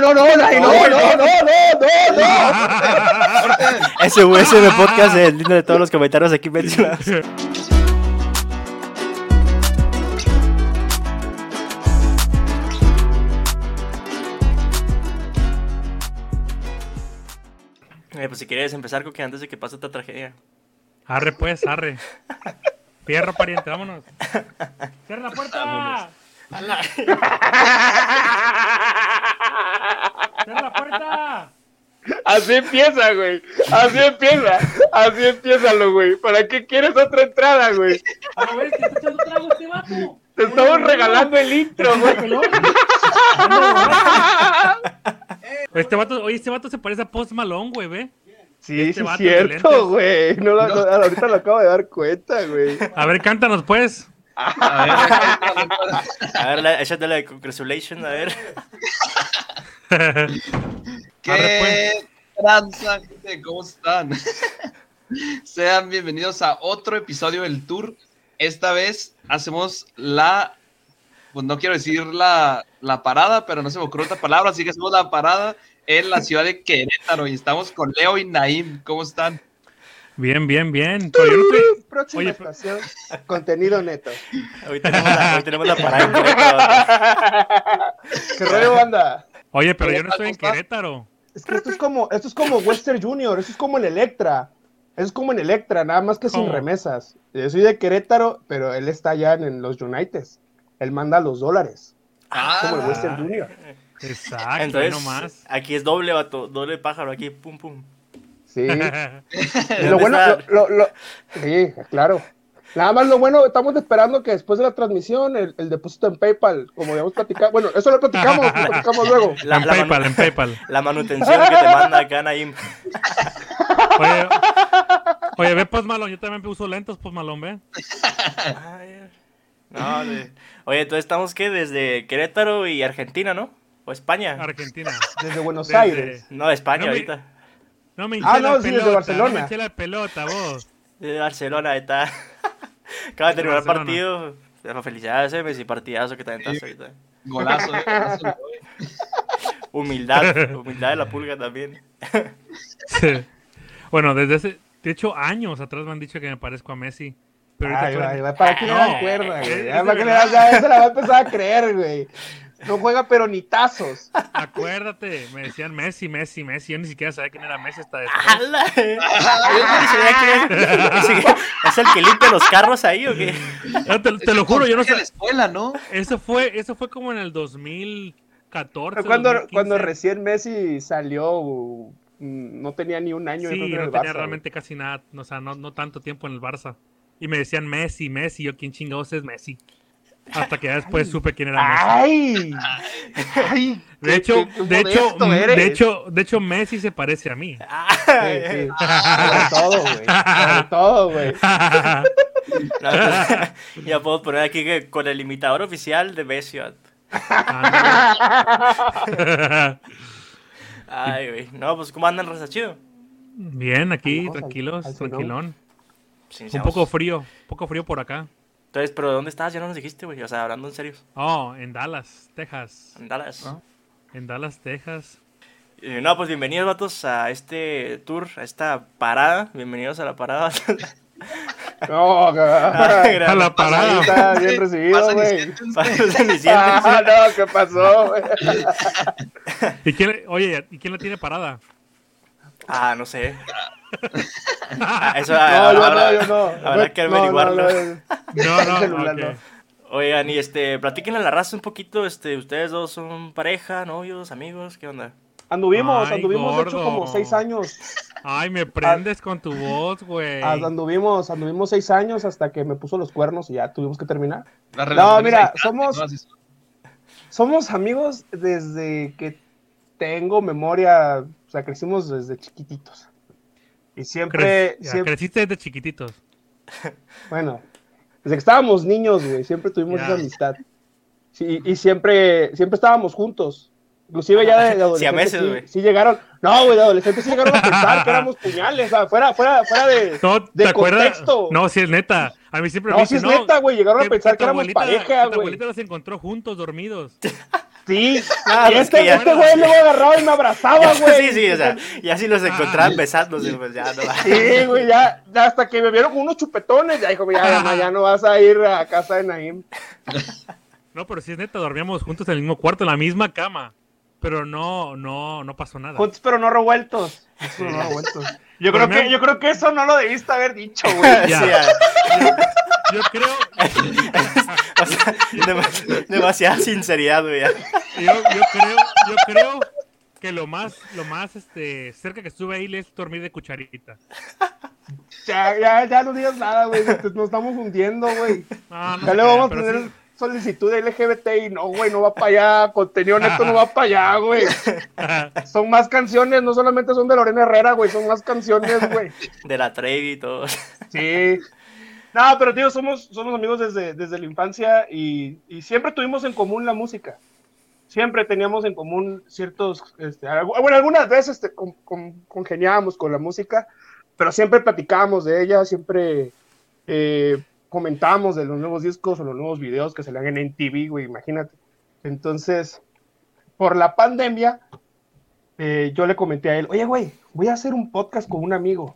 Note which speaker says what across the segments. Speaker 1: no, no, Dani, no, no, no, no, no, no. SVSM
Speaker 2: Podcast es el lindo de todos los comentarios aquí mencionados. Eh, pues si quieres empezar, Coque, antes de que pase esta tragedia.
Speaker 3: Arre, pues, arre. Fierro, pariente, vámonos. ¡Cierra la puerta! Vámonos. La... ¡Cierra la puerta!
Speaker 1: Así empieza, güey. Así empieza. Así empieza lo, güey. ¿Para qué quieres otra entrada, güey?
Speaker 3: A ver, ¿qué está echando trago este vato?
Speaker 1: Te estamos regalando el intro, güey.
Speaker 3: Este vato, oye, este vato se parece a Post Malone, güey, ve.
Speaker 1: Sí, este sí es cierto, güey. No, no. no, ahorita lo acabo de dar cuenta, güey.
Speaker 3: A ver, cántanos, pues.
Speaker 2: A ver, a ver la, échate la de Congratulations, a ver.
Speaker 3: pues.
Speaker 4: ¿Qué tranza, gente? ¿Cómo están? Sean bienvenidos a otro episodio del Tour. Esta vez hacemos la pues no quiero decir la, la, parada, pero no se me ocurre otra palabra, así que hacemos la parada en la ciudad de Querétaro y estamos con Leo y Naim. ¿Cómo están?
Speaker 3: Bien, bien, bien.
Speaker 1: Estoy... Próxima Oye, pues. estación, contenido neto.
Speaker 2: Hoy tenemos la, hoy tenemos la parada en Querétaro.
Speaker 1: ¿Qué rollo, banda?
Speaker 3: Oye, pero yo no estoy en Querétaro.
Speaker 1: Es que esto es como, esto es como Western Junior, esto es como el Electra. Eso es como en Electra, nada más que ¿Cómo? sin remesas. Yo soy de Querétaro, pero él está allá en, en los Uniteds él manda los dólares.
Speaker 2: Ah,
Speaker 1: como el Western Junior.
Speaker 3: Exacto, Entonces, nomás.
Speaker 2: Aquí es doble vato, doble pájaro, aquí pum pum.
Speaker 1: Sí. lo bueno, lo, lo, lo, sí, claro. Nada más lo bueno, estamos esperando que después de la transmisión, el, el depósito en PayPal, como habíamos platicado, bueno, eso lo platicamos, lo platicamos luego.
Speaker 3: La, en la PayPal, en PayPal.
Speaker 2: La manutención que te manda acá, Naim.
Speaker 3: oye, oye, ve, pues malón, yo también uso lentos, pues malón, ve. Ay,
Speaker 2: no, de... Oye, entonces estamos que desde Querétaro y Argentina, ¿no? O España.
Speaker 3: Argentina.
Speaker 1: Desde Buenos desde... Aires.
Speaker 2: No, España no me... ahorita.
Speaker 3: No me ah, no, la sí, pelota, desde Barcelona. No me hinché la pelota, vos.
Speaker 2: Desde Barcelona, está. Acaba de terminar el partido. Felicidades, eh, Messi, partidazo que también estás ahorita.
Speaker 4: Golazo, eh. Golazo.
Speaker 2: humildad, humildad de la pulga también.
Speaker 3: sí. Bueno, desde hace, de hecho, años atrás me han dicho que me parezco a Messi.
Speaker 1: Pero Ay, güey, güey, ¿Para qué no. le da cuerda, güey? ¿Para qué le da, ya se la va a empezar a creer, güey. No juega peronitazos.
Speaker 3: Acuérdate, me decían Messi, Messi, Messi. Yo ni siquiera sabía quién era Messi hasta después.
Speaker 2: ¡Hala! ¿Es el que limpia los carros ahí o qué?
Speaker 3: No, te, te, lo juro, yo no sé.
Speaker 4: la escuela, ¿no?
Speaker 3: Eso fue, eso fue como en el 2014.
Speaker 1: Cuando, 2015. cuando recién Messi salió, mm, no tenía ni un año.
Speaker 3: Sí,
Speaker 1: en
Speaker 3: no
Speaker 1: el
Speaker 3: tenía
Speaker 1: Barça,
Speaker 3: realmente güey. casi nada, o sea, no, no tanto tiempo en el Barça y me decían Messi, Messi, yo quién chingados es Messi. Hasta que ya después ay, Ah, supe quién era
Speaker 1: Messi. Ay, ay,
Speaker 3: de hecho, qué, qué de hecho, mm, eres. de hecho, de hecho Messi se parece a mí.
Speaker 1: Ay, sí, sí. Ah, sobre todo, güey. Sobre todo, güey.
Speaker 2: No, pues, ya puedo poner aquí que con el imitador oficial de Messi.
Speaker 3: Ah,
Speaker 2: no. Ay, güey. No, pues ¿cómo andan raza chido?
Speaker 3: Bien, aquí Vamos, tranquilos, al, al tranquilón. Sí, un poco frío, un poco frío por acá.
Speaker 2: Entonces, ¿pero dónde estabas? Ya no nos dijiste, güey. O sea, hablando en serio.
Speaker 3: Oh, en Dallas, Texas.
Speaker 2: En Dallas.
Speaker 3: ¿No? En Dallas, Texas.
Speaker 2: Eh, no, pues bienvenidos, vatos, a este tour, a esta parada. Bienvenidos a la parada. Ah,
Speaker 1: No,
Speaker 3: Ay, a la parada.
Speaker 1: Está bien recibido, güey. Ah, no, ¿qué pasó, güey?
Speaker 3: ¿Y quién, oye, ¿y quién la tiene parada?
Speaker 2: Ah, no sé.
Speaker 1: Ah, eso, no, ah, yo habrá, no, yo no.
Speaker 2: Habrá que averiguarlo.
Speaker 3: No, no, no, no okay.
Speaker 2: Oigan, y este, platiquen a la raza un poquito, este, ustedes dos son pareja, novios, amigos, ¿qué onda?
Speaker 1: Anduvimos, Ay, anduvimos gordo. de hecho como seis años.
Speaker 3: Ay, me prendes ah, con tu voz, güey.
Speaker 1: Ah, Anduvimos, anduvimos seis años hasta que me puso los cuernos y ya tuvimos que terminar. No, mira,
Speaker 4: Pues,
Speaker 1: somos, somos amigos desde que tengo memoria, o sea, crecimos desde chiquititos. Y siempre,
Speaker 3: Cre
Speaker 1: siempre,
Speaker 3: Creciste desde chiquititos.
Speaker 1: Bueno, desde que estábamos niños, güey, siempre tuvimos yeah. esa amistad. Sí, y siempre, siempre estábamos juntos. Inclusive ya de, de adolescentes.
Speaker 2: Sí, a
Speaker 1: sí,
Speaker 2: meses,
Speaker 1: sí, llegaron. No, güey, de adolescentes sí llegaron a pensar que éramos puñales. O sea, fuera, fuera, fuera de,
Speaker 3: no,
Speaker 1: de
Speaker 3: ¿te
Speaker 1: contexto.
Speaker 3: Acuerdas? No, si es neta. A mí siempre
Speaker 1: no,
Speaker 3: me
Speaker 1: dicen, si es no, neta, güey. Llegaron a pensar que, que éramos
Speaker 3: abuelita,
Speaker 1: pareja,
Speaker 3: güey. Tu abuelita los encontró juntos, dormidos.
Speaker 1: Sí, ah, y este, güey este bueno. luego agarraba y me abrazaba, güey.
Speaker 2: sí, sí, o sea, ya si los encontraban ah, besándose, pues ya no.
Speaker 1: Sí, güey, ya, ya, hasta que me vieron con unos chupetones, ya dijo, ya, no, ya no vas a ir a casa de Naim.
Speaker 3: No, pero si es neta, dormíamos juntos en el mismo cuarto, en la misma cama. Pero no, no, no pasó nada.
Speaker 1: Juntos, pero no revueltos. Sí. No revueltos. Yo pero creo, me... que, yo creo que eso no lo debiste haber dicho, güey.
Speaker 3: Yeah. Yeah. Yo, yo, creo.
Speaker 2: o sea, dem demasiada sinceridad, güey.
Speaker 3: Yo, yo, creo, yo creo que lo más, lo más este, cerca que estuve ahí es dormir de cucharita.
Speaker 1: Ya, ya, ya no digas nada, güey. Nos estamos hundiendo, güey. No, no ya le vamos a tener. Sí solicitud de LGBT y no, güey, no va para allá, contenido neto no va para allá, güey. Son más canciones, no solamente son de Lorena Herrera, güey, son más canciones, güey.
Speaker 2: De la Trevi y todo.
Speaker 1: Sí. No, pero tío, somos, somos amigos desde, desde la infancia y, y siempre tuvimos en común la música. Siempre teníamos en común ciertos, este, bueno, algunas veces este, con, con, congeniábamos con la música, pero siempre platicábamos de ella, siempre... Eh, comentamos de los nuevos discos o los nuevos videos que se le hagan en TV, güey, imagínate. Entonces, por la pandemia, eh, yo le comenté a él, oye, güey, voy a hacer un podcast con un amigo.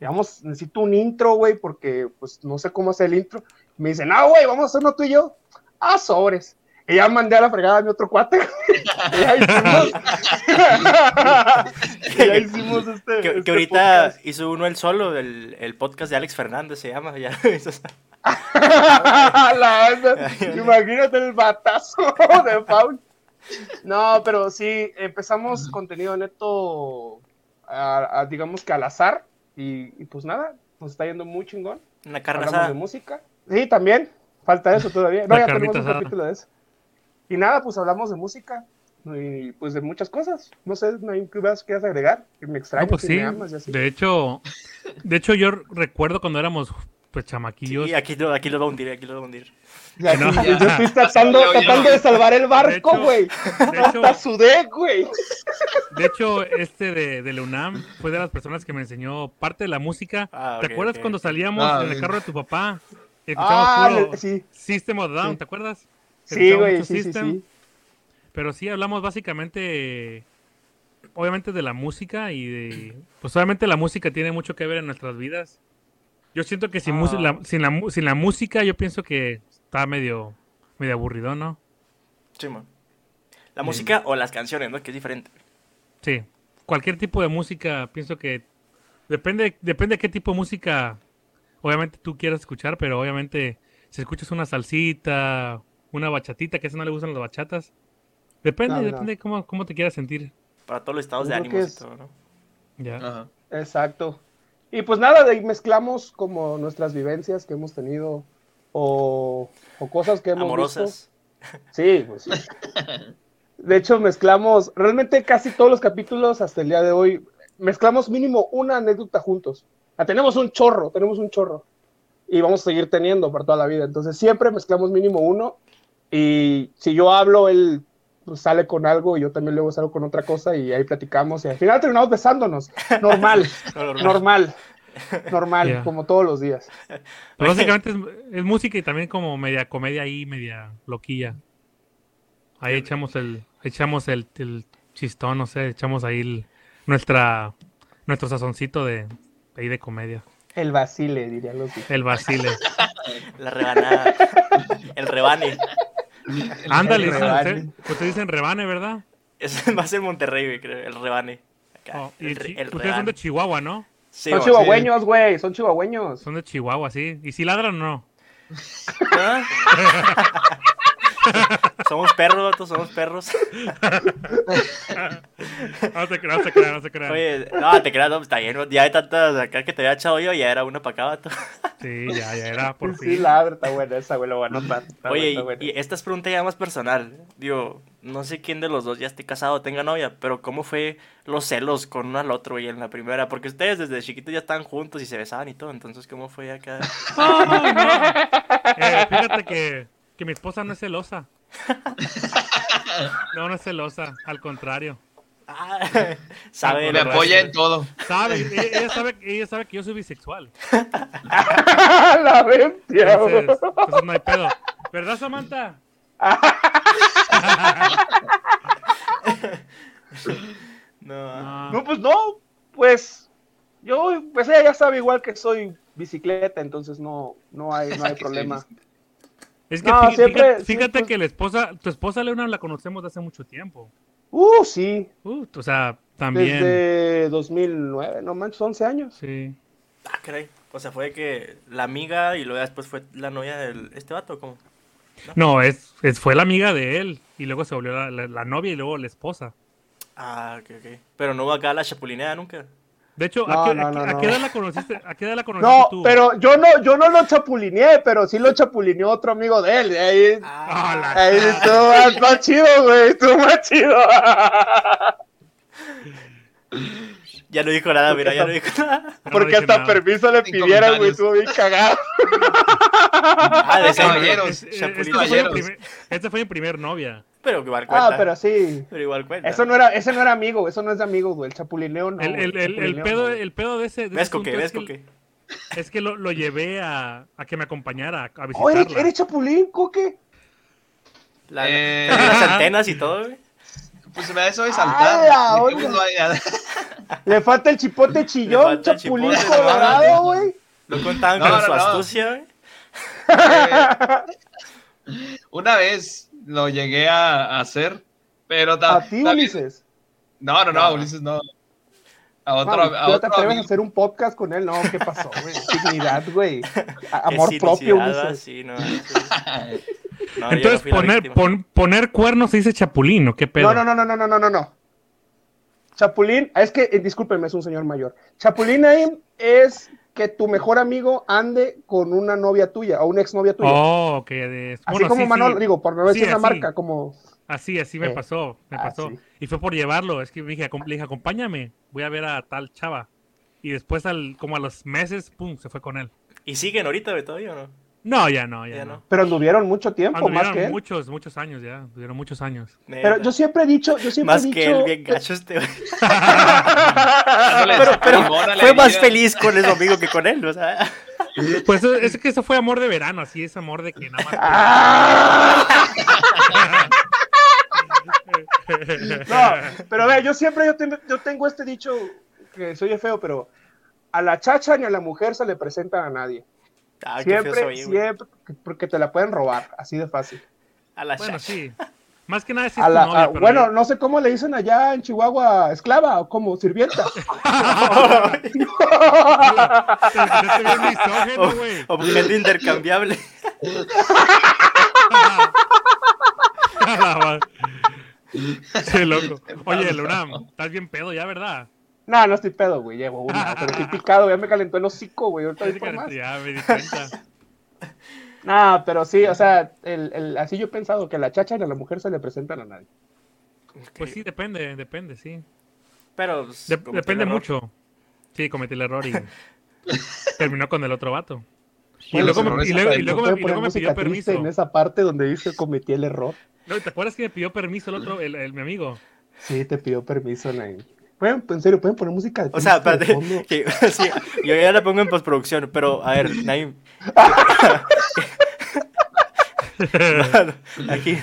Speaker 1: Digamos, necesito un intro, güey, porque pues no sé cómo hacer el intro. Me dicen, ah, güey, vamos a hacerlo tú y yo. Ah, sobres. Y ya mandé a la fregada a mi otro cuate. y ya hicimos.
Speaker 2: y ya hicimos este. Que, este que ahorita podcast. hizo uno el solo, el, el, podcast de Alex Fernández se llama. Ya
Speaker 1: la Imagínate el batazo de Paul. No, pero sí, empezamos contenido neto, a, a, digamos que al azar. Y, y, pues nada, nos está yendo muy chingón.
Speaker 2: Una carne
Speaker 1: de música. Sí, también. Falta eso todavía. No, la ya tenemos un sana. capítulo de eso. Y nada, pues hablamos de música y pues de muchas cosas. No sé, no hay que quieras agregar. Que me extraña. No,
Speaker 3: pues
Speaker 1: que
Speaker 3: sí.
Speaker 1: me amas y así.
Speaker 3: De hecho, de hecho yo recuerdo cuando éramos pues chamaquillos.
Speaker 2: Y sí, aquí, aquí lo va a hundir, aquí lo va a hundir.
Speaker 1: Ya, no, ya. Yo estoy tratando, tratando, de salvar el barco, güey. Hasta sudé, güey.
Speaker 3: De hecho, este de, de la UNAM fue de las personas que me enseñó parte de la música. Ah, ¿Te okay, acuerdas okay. cuando salíamos ah, en el carro de tu papá? Escuchamos ah, puro sí. System of Down, sí. ¿te acuerdas?
Speaker 1: Sí, güey, sí, sí, sí,
Speaker 3: Pero sí hablamos básicamente, obviamente de la música y de, pues obviamente la música tiene mucho que ver en nuestras vidas. Yo siento que sin, ah. la, sin, la, sin la música yo pienso que está medio, medio aburrido, ¿no?
Speaker 2: Sí, man. La música o las canciones, ¿no? Que es diferente.
Speaker 3: Sí, cualquier tipo de música pienso que depende, depende de qué tipo de música obviamente tú quieras escuchar, pero obviamente si escuchas una salsita, una bachatita, que a ese no le gustan las bachatas, depende, no, no. depende de cómo, cómo, te quieras sentir.
Speaker 2: Para todos los estados Yo de ánimo es... y todo, ¿no?
Speaker 3: Ya.
Speaker 1: Ah.
Speaker 3: Ajá.
Speaker 1: Exacto. Y pues nada, de ahí mezclamos como nuestras vivencias que hemos tenido o, o cosas que hemos
Speaker 2: Amorosas.
Speaker 1: Visto. Sí, pues. de hecho, mezclamos realmente casi todos los capítulos hasta el día de hoy. Mezclamos mínimo una anécdota juntos. Ah, tenemos un chorro, tenemos un chorro. Y vamos a seguir teniendo para toda la vida. Entonces siempre mezclamos mínimo uno. Y si yo hablo, él pues, sale con algo y yo también luego salgo con otra cosa y ahí platicamos. Y al final terminamos besándonos. Normal, normal, normal, yeah. como todos los días.
Speaker 3: Pero básicamente es, es, música y también como media comedia ahí, media loquilla. Ahí yeah. echamos el, echamos el, el, chistón, no sé, echamos ahí el, nuestra, nuestro sazoncito de, ahí de comedia.
Speaker 1: El basile, dirían los
Speaker 3: El basile.
Speaker 2: La rebanada. El rebane.
Speaker 3: Ándale, ustedes usted dicen rebane, ¿verdad?
Speaker 2: Es, va a ser Monterrey, creo, el rebane.
Speaker 3: Acá, oh, el, el ustedes rebane. son de Chihuahua, ¿no?
Speaker 1: Sí, son chihuahueños, güey, sí. son chihuahueños.
Speaker 3: Son de Chihuahua, sí. ¿Y si ladran o no?
Speaker 2: ¿Ah? somos perros, todos somos perros.
Speaker 3: no te creas, no te creas, no te creas.
Speaker 2: Oye, no, te creas, no, está bien, ya de tantas acá que te había echado yo, ya era uno para acá, vato.
Speaker 3: Sí, ya, ya era, por
Speaker 1: fin. Sí, la está buena esa, güey, lo voy a anotar.
Speaker 2: Oye,
Speaker 1: buena, buena.
Speaker 2: y esta es pregunta ya más personal. Digo, no sé quién de los dos ya esté casado o tenga novia, pero ¿cómo fue los celos con uno al otro y en la primera? Porque ustedes desde chiquitos ya estaban juntos y se besaban y todo, entonces ¿cómo fue acá?
Speaker 3: Oh, no. eh, fíjate que que mi esposa no es celosa. No, no es celosa, al contrario.
Speaker 2: Ah, sabe
Speaker 4: me apoya en todo.
Speaker 3: Sabe, ella, ella sabe, ella sabe que yo soy bisexual.
Speaker 1: La bestia.
Speaker 3: Entonces, entonces no hay pedo. ¿Verdad, Samantha?
Speaker 2: no.
Speaker 3: No.
Speaker 1: No, pues no, pues yo, pues ella ya sabe igual que soy bicicleta, entonces no, no hay, no hay
Speaker 4: Que soy
Speaker 1: problema.
Speaker 3: Es que
Speaker 1: No,
Speaker 3: fí- fíjate,
Speaker 1: siempre- sí,
Speaker 3: fíjate
Speaker 1: pues-
Speaker 3: que la esposa, tu esposa Leona la conocemos de hace mucho tiempo.
Speaker 1: Uh, sí,
Speaker 3: Uh, o sea, también.
Speaker 1: desde 2009, no manches, 11 años.
Speaker 3: Sí.
Speaker 2: Ah, caray. O sea, fue que la amiga y luego después fue la novia de este vato, ¿cómo?
Speaker 3: No, es, es- fue la amiga de él y luego se volvió la, la- la novia y luego la esposa.
Speaker 2: Ah, ok, ok. Pero no va acá la chapulineada nunca.
Speaker 3: De hecho,
Speaker 1: No,
Speaker 3: ¿a, qué,
Speaker 1: no,
Speaker 3: a qué-
Speaker 1: no,
Speaker 3: a
Speaker 1: no.
Speaker 3: qué edad la conociste? ¿A qué edad la conociste
Speaker 1: No,
Speaker 3: tú?
Speaker 1: pero yo no, yo no lo chapulineé, pero sí lo chapulineó otro amigo de él. y Ahí,
Speaker 3: Ah, la-
Speaker 1: ahí estuvo más, más chido, güey, estuvo más chido.
Speaker 2: Ya no dijo nada, mira, ya no dijo nada.
Speaker 3: No, no
Speaker 1: Porque
Speaker 3: dije
Speaker 1: hasta
Speaker 3: nada.
Speaker 1: permiso le
Speaker 4: Sin
Speaker 1: pidieron, güey,
Speaker 4: comentarios.
Speaker 1: estuvo bien cagado.
Speaker 2: Ah, de ser-
Speaker 4: Caballeros,
Speaker 2: es-
Speaker 3: Eh,
Speaker 2: es- chapulín.
Speaker 3: esta, fue mi
Speaker 4: Caballeros.
Speaker 3: primer- esta fue mi primer novia.
Speaker 2: Pero igual cuenta.
Speaker 1: Ah, pero sí.
Speaker 2: Pero igual cuenta.
Speaker 1: Eso no era, ese no era amigo, eso no es de amigo, güey. El chapulineo no.
Speaker 3: el, el-
Speaker 1: güey,
Speaker 3: el- el
Speaker 1: chapulineo no.
Speaker 3: pedo, el pedo de ese. de
Speaker 2: ¿Ves
Speaker 3: ese
Speaker 2: con qué?
Speaker 3: asunto
Speaker 2: ¿Ves
Speaker 3: es
Speaker 2: con
Speaker 3: que-
Speaker 2: qué?
Speaker 3: Es que lo, lo llevé a, a que me acompañara a visitarla.
Speaker 1: Oh, ¿eres, eres chapulín, Coque?
Speaker 2: La-
Speaker 4: Eh.
Speaker 2: la- Las antenas y todo, güey.
Speaker 4: Pues se me da eso de
Speaker 1: ¡Ah,
Speaker 4: saltar.
Speaker 1: la
Speaker 4: Dije,
Speaker 1: onda!
Speaker 4: "Bueno, ya".
Speaker 1: Le falta el chipote chillón,
Speaker 2: falta el
Speaker 1: chapulín
Speaker 2: chipote,
Speaker 1: colorado,
Speaker 4: no,
Speaker 1: güey.
Speaker 2: No contaban
Speaker 4: No,
Speaker 2: con
Speaker 4: no,
Speaker 2: su
Speaker 4: no.
Speaker 2: astucia, güey.
Speaker 4: Eh, Una vez lo llegué a a hacer, pero ta-
Speaker 1: A ti,
Speaker 4: también-
Speaker 1: Ulises.
Speaker 4: No, no, no,
Speaker 2: Ah.
Speaker 4: Ulises no. A
Speaker 1: No,
Speaker 4: otro, a
Speaker 1: ¿tú te
Speaker 4: otro
Speaker 1: atreves a
Speaker 4: amigo.
Speaker 1: hacer un podcast con él? No, ¿qué pasó, güey? Dignidad, güey. A-
Speaker 2: Qué
Speaker 1: Amor propio,
Speaker 2: sinusidad, ah,
Speaker 1: Ulises.
Speaker 2: sí, no, sí. No, yo no
Speaker 3: Entonces,
Speaker 2: fui la
Speaker 3: poner,
Speaker 2: víctima.
Speaker 3: pon- poner cuernos se dice chapulín, ¿o qué pedo?
Speaker 1: No, no, no, no, no, no, no, no, no. Chapulín, es que, eh, discúlpenme, es un señor mayor. Chapulín ahí es que tu mejor amigo ande con una novia tuya o una exnovia tuya.
Speaker 3: Oh, que de...
Speaker 1: Así
Speaker 3: bueno,
Speaker 1: como
Speaker 3: sí,
Speaker 1: Manolo,
Speaker 3: sí.
Speaker 1: digo, por no decir
Speaker 3: Sí,
Speaker 1: una
Speaker 3: así.
Speaker 1: marca, como...
Speaker 3: Así, así me
Speaker 1: Eh,
Speaker 3: pasó, me
Speaker 1: ah,
Speaker 3: pasó.
Speaker 1: sí.
Speaker 3: Y fue por llevarlo, es que me dije, acom- le dije, acompáñame, voy a ver a tal chava. Y después, al, como a los meses, pum, se fue con él.
Speaker 2: ¿Y siguen ahorita, güey, todavía o no?
Speaker 3: No, ya no, ya,
Speaker 2: Ya
Speaker 3: no.
Speaker 2: no.
Speaker 1: Pero anduvieron mucho tiempo, más que
Speaker 3: Anduvieron
Speaker 1: él.
Speaker 3: muchos, muchos años ya, tuvieron muchos años.
Speaker 1: Pero yo siempre he dicho, yo siempre
Speaker 2: Más
Speaker 1: he dicho...
Speaker 2: que él, bien gacho este, güey.
Speaker 4: Dándole
Speaker 2: Pero, pero
Speaker 4: limón Pues, a la
Speaker 2: fue más
Speaker 4: herida.
Speaker 2: feliz con ese amigo que con él, o sea.
Speaker 3: Pues eso- es que eso fue amor de verano, así es amor de que nada más...
Speaker 1: ¡Ah! No, pero a ver, yo siempre yo tengo, yo tengo este dicho que soy feo, pero a la chacha ni a la mujer se le presenta a nadie.
Speaker 2: Ah, qué feo
Speaker 1: siempre,
Speaker 2: se oye, güey.
Speaker 1: siempre, porque te la pueden robar, así de fácil.
Speaker 2: A la
Speaker 3: Bueno,
Speaker 2: chacha.
Speaker 3: sí. Más que nada, sí es
Speaker 1: A
Speaker 3: tu
Speaker 1: la-
Speaker 3: novia,
Speaker 1: a-
Speaker 3: pero-
Speaker 1: bueno, no sé cómo le dicen allá en Chihuahua, esclava o como sirvienta.
Speaker 3: Te escuchaste bien misógino, güey.
Speaker 2: Objeto intercambiable.
Speaker 3: A la madre. Qué loco. Oye, Lunam, estás bien pedo ya, ¿verdad?
Speaker 1: no, no estoy pedo, güey, llevo una, pero estoy picado, ya me calentó el hocico, güey, ahorita voy por más.
Speaker 3: Ya me di cuenta.
Speaker 1: No, pero sí, o sea, el, el- así yo he pensado que a la chacha y a la mujer se le presentan a nadie.
Speaker 3: Pues sí, depende, depende, sí.
Speaker 2: Pero. pues,
Speaker 3: De-
Speaker 2: cometí el
Speaker 3: depende
Speaker 2: error.
Speaker 3: mucho. Sí, cometí el error y terminó con el otro vato. Y
Speaker 4: Bueno,
Speaker 3: luego,
Speaker 4: los
Speaker 3: me,
Speaker 4: errores
Speaker 3: y luego- y
Speaker 1: No
Speaker 3: luego
Speaker 1: puede
Speaker 3: me- y luego
Speaker 1: poner
Speaker 3: me
Speaker 1: música
Speaker 3: pidió
Speaker 1: triste En
Speaker 3: permiso.
Speaker 1: esa parte donde dice cometí el error.
Speaker 3: No, ¿Te acuerdas que me pidió permiso el otro, el, el- mi amigo?
Speaker 1: Sí, te pidió permiso, Nain. Bueno, en serio, pueden poner música de
Speaker 2: O sea,
Speaker 1: triste de
Speaker 2: espérate.
Speaker 1: fondo?
Speaker 2: que- sí, yo ya la pongo en postproducción, pero a ver, Naim. Aquí,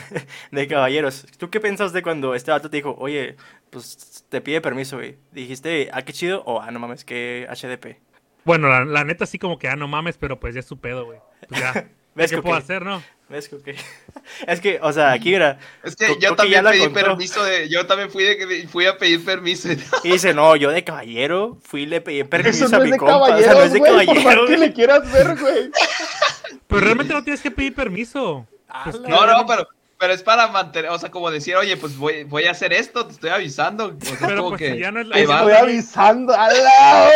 Speaker 2: de caballeros. ¿Tú qué pensaste cuando este vato te dijo, oye, pues te pide permiso, güey? Dijiste, ah, qué chido, o ah, no mames, qué HDP.
Speaker 3: Bueno, la, la neta sí como que, ah, no mames, pero pues ya es su pedo, güey. Pues ya.
Speaker 2: ¿Ves
Speaker 3: ¿Qué
Speaker 2: que
Speaker 3: puedo
Speaker 2: qué?
Speaker 3: hacer, no?
Speaker 2: ¿Ves que qué? Es que, o sea, aquí era.
Speaker 4: Es
Speaker 2: Creo
Speaker 4: que
Speaker 2: que ya
Speaker 4: yo también
Speaker 2: la
Speaker 4: pedí
Speaker 2: contó.
Speaker 4: permiso de, yo también fui de fui a pedir permiso.
Speaker 2: Y dice, no, yo de caballero fui y le pedí permiso
Speaker 1: Eso no
Speaker 2: a
Speaker 1: es
Speaker 2: mi
Speaker 1: de
Speaker 2: compa. O
Speaker 1: caballero,
Speaker 2: sea, no es de
Speaker 1: güey. Por
Speaker 2: caballero.
Speaker 1: más que
Speaker 2: güey.
Speaker 1: le quieras ver, güey.
Speaker 3: Pero realmente no tienes que pedir permiso. Pues,
Speaker 2: Ala.
Speaker 4: No, no, pero, pero es para mantener, o sea, como decir, oye, pues voy, voy a hacer esto, te estoy avisando. O sea, es
Speaker 3: Pero
Speaker 4: como
Speaker 3: pues
Speaker 4: que
Speaker 3: si ya no es la-
Speaker 4: ahí
Speaker 1: Te
Speaker 4: va.
Speaker 1: estoy avisando. ¡Ala!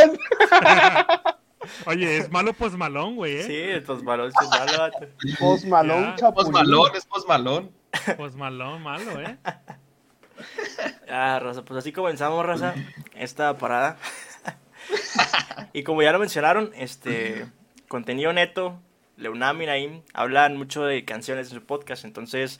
Speaker 3: Oye, es malo pues malón, güey,
Speaker 2: Sí,
Speaker 3: ¿eh?
Speaker 2: el posmalón es malo, vato.
Speaker 1: Post Malone,
Speaker 3: Ya.
Speaker 4: Post
Speaker 1: chapulín.
Speaker 4: malón, es post malón.
Speaker 3: Pues malón, malo, ¿eh?
Speaker 2: Ah, raza, pues así comenzamos, raza, esta parada. y como ya lo mencionaron, este contenido neto, Leunam y Naim hablan mucho de canciones en su podcast. Entonces,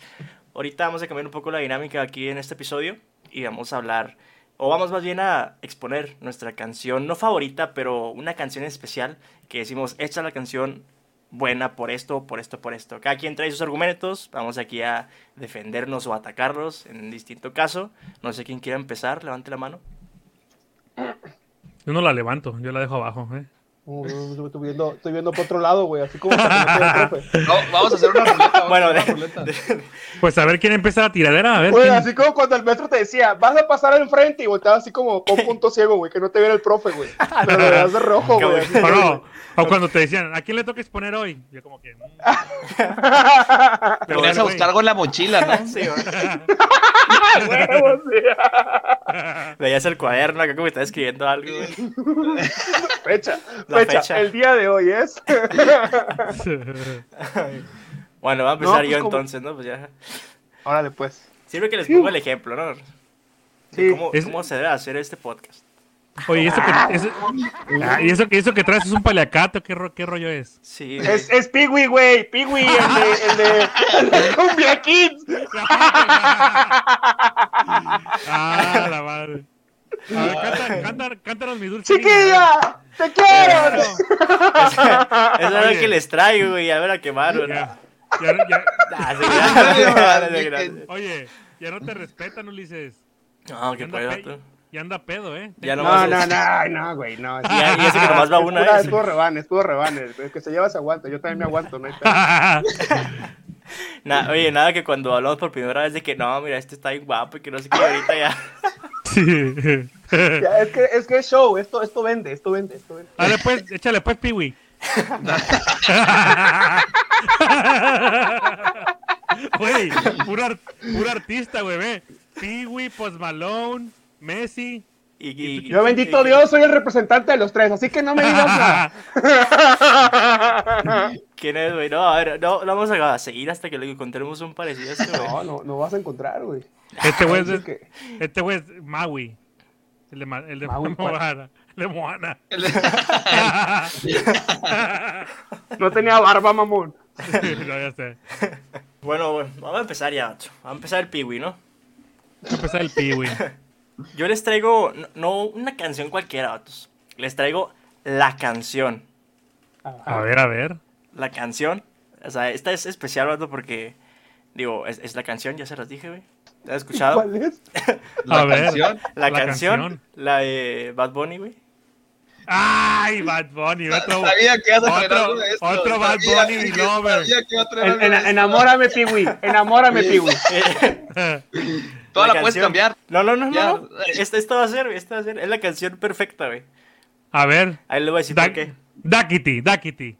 Speaker 2: ahorita vamos a cambiar un poco la dinámica aquí en este episodio y vamos a hablar, o vamos más bien a exponer nuestra canción, no favorita, pero una canción especial que decimos, esta es la canción buena por esto, por esto, por esto. Cada quien trae sus argumentos, vamos aquí a defendernos o atacarlos en distinto caso. No sé quién quiera empezar, levante la mano.
Speaker 3: Yo no la levanto, yo la dejo abajo. ¿eh?
Speaker 1: Uh, yo estoy viendo, estoy viendo por otro lado, güey, así como para que me quede, profe.
Speaker 4: No, vamos a hacer una ruleta.
Speaker 1: Ah,
Speaker 4: vamos a
Speaker 2: Bueno,
Speaker 4: hacer
Speaker 2: de-
Speaker 4: una ruleta.
Speaker 3: Pues a ver quién empieza la tiradera, a ver.
Speaker 1: Güey,
Speaker 3: quién-
Speaker 1: así como cuando el maestro te decía, vas a pasar al frente y volteabas así como con punto ciego, güey, que no te viera el profe, güey. Pero le das de rojo,
Speaker 2: Qué
Speaker 1: güey.
Speaker 2: bueno.
Speaker 1: así.
Speaker 3: O, no, o cuando te decían, ¿a quién le toca exponer hoy? Yo como que... mm. Pero
Speaker 4: Podrías
Speaker 3: bueno,
Speaker 4: buscar algo en la mochila, ¿no?
Speaker 2: Sí, güey.
Speaker 1: Huevos, sí.
Speaker 2: Veías el cuaderno, acá como que estaba escribiendo algo. güey.
Speaker 1: Fecha,
Speaker 2: La
Speaker 1: fecha,
Speaker 2: fecha.
Speaker 1: el día de hoy es.
Speaker 3: güey.
Speaker 2: Bueno, va a empezar
Speaker 1: pues
Speaker 2: yo
Speaker 1: como-
Speaker 2: entonces, ¿no? Pues ya.
Speaker 1: Órale, pues.
Speaker 2: Sirve que les pongo el ejemplo, ¿no? De
Speaker 1: Sí.
Speaker 2: ¿Cómo,
Speaker 3: Es-
Speaker 2: ¿Cómo se debe hacer este podcast?
Speaker 3: Oye, ¿y eso que, eso, Ah, ¿y eso, que- eso que traes es un paliacato? ¿Qué, ro- qué rollo es?
Speaker 2: Sí. güey.
Speaker 1: Es, es Piwi, güey. Piwi, el de, el de, el de Cumbia Kids.
Speaker 3: ah, la madre. A ver, canta, canta, cántanos mi dulce. niña.
Speaker 1: ¡Chiquilla! ¡Te quiero! Ah,
Speaker 2: Eso era lo
Speaker 3: Oye.
Speaker 2: que les traigo, güey. Ya me la quemaron.
Speaker 3: Ya, ya- ya-
Speaker 2: Ah, sí, ya, ya, ya, ya.
Speaker 3: oye, ya no te respetan, Ulises.
Speaker 2: No,
Speaker 3: Ya
Speaker 2: qué
Speaker 3: anda, pe-
Speaker 2: pedo.
Speaker 3: ya anda pedo, ¿eh?
Speaker 2: Ya no
Speaker 1: No,
Speaker 2: más.
Speaker 1: no, no, ay, no, güey, no.
Speaker 2: Y y ese que nomás va
Speaker 1: Es
Speaker 2: una ¿eh?
Speaker 1: pura-
Speaker 2: vez.
Speaker 1: Es puro rebane, es puro rebane. El que se lleva se aguanta, yo también me aguanto, ¿no? hay pedo.
Speaker 2: Na- oye, nada que cuando hablamos por primera vez de que no, mira, este está bien guapo y que no sé qué, ahorita ya.
Speaker 3: sí.
Speaker 1: Ya, es que es que es show, esto, esto vende, esto vende, esto vende.
Speaker 3: Dale pues, échale pues, Piwi. Güey, puro, ar- puro artista, güey, ve. Piwi, Post Malone, Messi.
Speaker 2: Y, y-
Speaker 1: Yo bendito
Speaker 2: y-
Speaker 1: Dios, soy el representante de los tres, así que no me digas nada.
Speaker 2: ¿Quién es, güey? No, a ver, no, no vamos a seguir hasta que le encontremos un parecido a este, güey.
Speaker 1: No, no, no vas a encontrar, güey.
Speaker 3: Este güey es,
Speaker 1: Así que-
Speaker 3: este güey es Maui. El de, Ma- el de
Speaker 1: Maui, ¿cuál?
Speaker 3: Moana. El de Moana.
Speaker 1: No tenía barba, mamón.
Speaker 3: no, ya sé.
Speaker 2: Bueno, bueno, vamos a empezar ya, macho. Vamos a empezar el piwi, ¿no?
Speaker 3: Voy a empezar el Piwi.
Speaker 2: Yo les traigo, no, no una canción cualquiera, vatos. Les traigo la canción.
Speaker 3: A ver, a ver.
Speaker 2: La canción. O sea, esta es especial, vato, porque, digo, es, es la canción, ya se las dije, güey. ¿La has escuchado?
Speaker 1: ¿Cuál es?
Speaker 4: La
Speaker 3: A ver.
Speaker 4: canción.
Speaker 2: La,
Speaker 3: La
Speaker 2: canción,
Speaker 3: canción.
Speaker 2: la de Bad Bunny, güey.
Speaker 3: ¡Ay, Bad Bunny! Otro,
Speaker 4: Sabía que ibas a traer
Speaker 3: otro,
Speaker 4: algo de esto.
Speaker 3: otro Bad
Speaker 4: Sabía-
Speaker 3: Bunny Lover.
Speaker 4: Sabía que iba a traer algo
Speaker 1: En-
Speaker 4: de
Speaker 1: en-
Speaker 4: esto.
Speaker 1: enamórame, Piwi. Enamórame, Piwi.
Speaker 4: Toda la,
Speaker 2: La
Speaker 4: puedes
Speaker 2: canción.
Speaker 4: cambiar.
Speaker 2: No, no, no,
Speaker 4: Ya.
Speaker 2: no. no. Esta, esta va a ser, güey, esta va a ser. Es la canción perfecta, güey.
Speaker 3: A ver.
Speaker 2: Ahí le voy a decir por qué.
Speaker 3: Dakiti, Dakiti.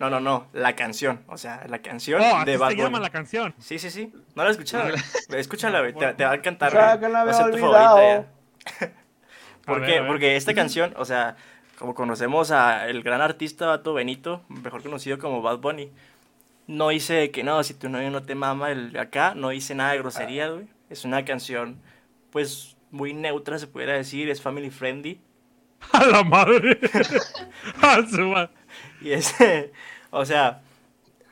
Speaker 2: No, no, no. La canción. O sea, la canción
Speaker 3: Oh, así
Speaker 2: de
Speaker 3: se
Speaker 2: Bad
Speaker 3: llama
Speaker 2: Bunny.
Speaker 3: la canción.
Speaker 2: Sí, sí, sí. No la he escuchado. güey. Escúchala, güey. Te, te va a encantar.
Speaker 1: Pensaba
Speaker 2: güey.
Speaker 1: que la
Speaker 2: Va a
Speaker 1: había
Speaker 2: ser tu
Speaker 1: olvidado.
Speaker 2: favorita ya.
Speaker 3: A
Speaker 2: ¿Por
Speaker 3: ver,
Speaker 2: qué?
Speaker 3: a ver.
Speaker 2: Porque esta canción, o sea, como conocemos a el gran artista Bato Benito, mejor conocido como Bad Bunny, no dice de que no, si tu novio no te mama el acá, no dice nada de
Speaker 3: Ah.
Speaker 2: grosería, güey. Es una canción, pues, muy neutra, se pudiera decir, es family friendly.
Speaker 3: A la madre. A su ma-
Speaker 2: Y es, o sea,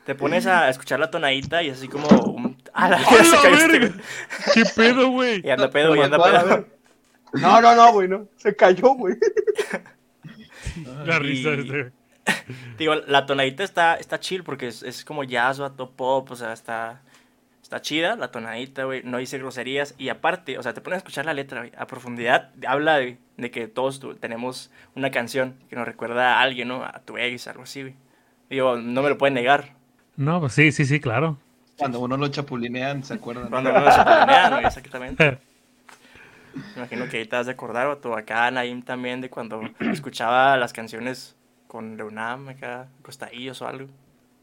Speaker 2: te pones a escuchar la tonadita y es así como un... ¡A la,
Speaker 3: ¡A
Speaker 2: se
Speaker 3: la
Speaker 2: caíste,
Speaker 3: verga!
Speaker 2: güey!
Speaker 3: ¿Qué pedo, güey?
Speaker 2: Y anda pedo, y anda
Speaker 4: Toda la
Speaker 2: pedo.
Speaker 1: No, no, no, güey, no. Se cayó, güey.
Speaker 3: La risa de este.
Speaker 2: Digo, la tonadita está, está chill porque es, es como jazz, vato, pop, o sea, está, está chida la tonadita, güey, no dice groserías y aparte, o sea, te pones a escuchar la letra, güey, a profundidad, habla de, de que todos tu- tenemos una canción que nos recuerda a alguien, ¿no? A tu ex, algo así, güey. Digo, no me lo pueden negar.
Speaker 3: No, pues sí, sí, sí, claro.
Speaker 4: Cuando uno lo chapulinean, ¿se acuerdan?
Speaker 2: Cuando uno se planea, ¿no? Exactamente. Me imagino que ahí te has de acordar, vato, acá Naim también, de cuando escuchaba las canciones con Leonam acá, Costadillos o algo.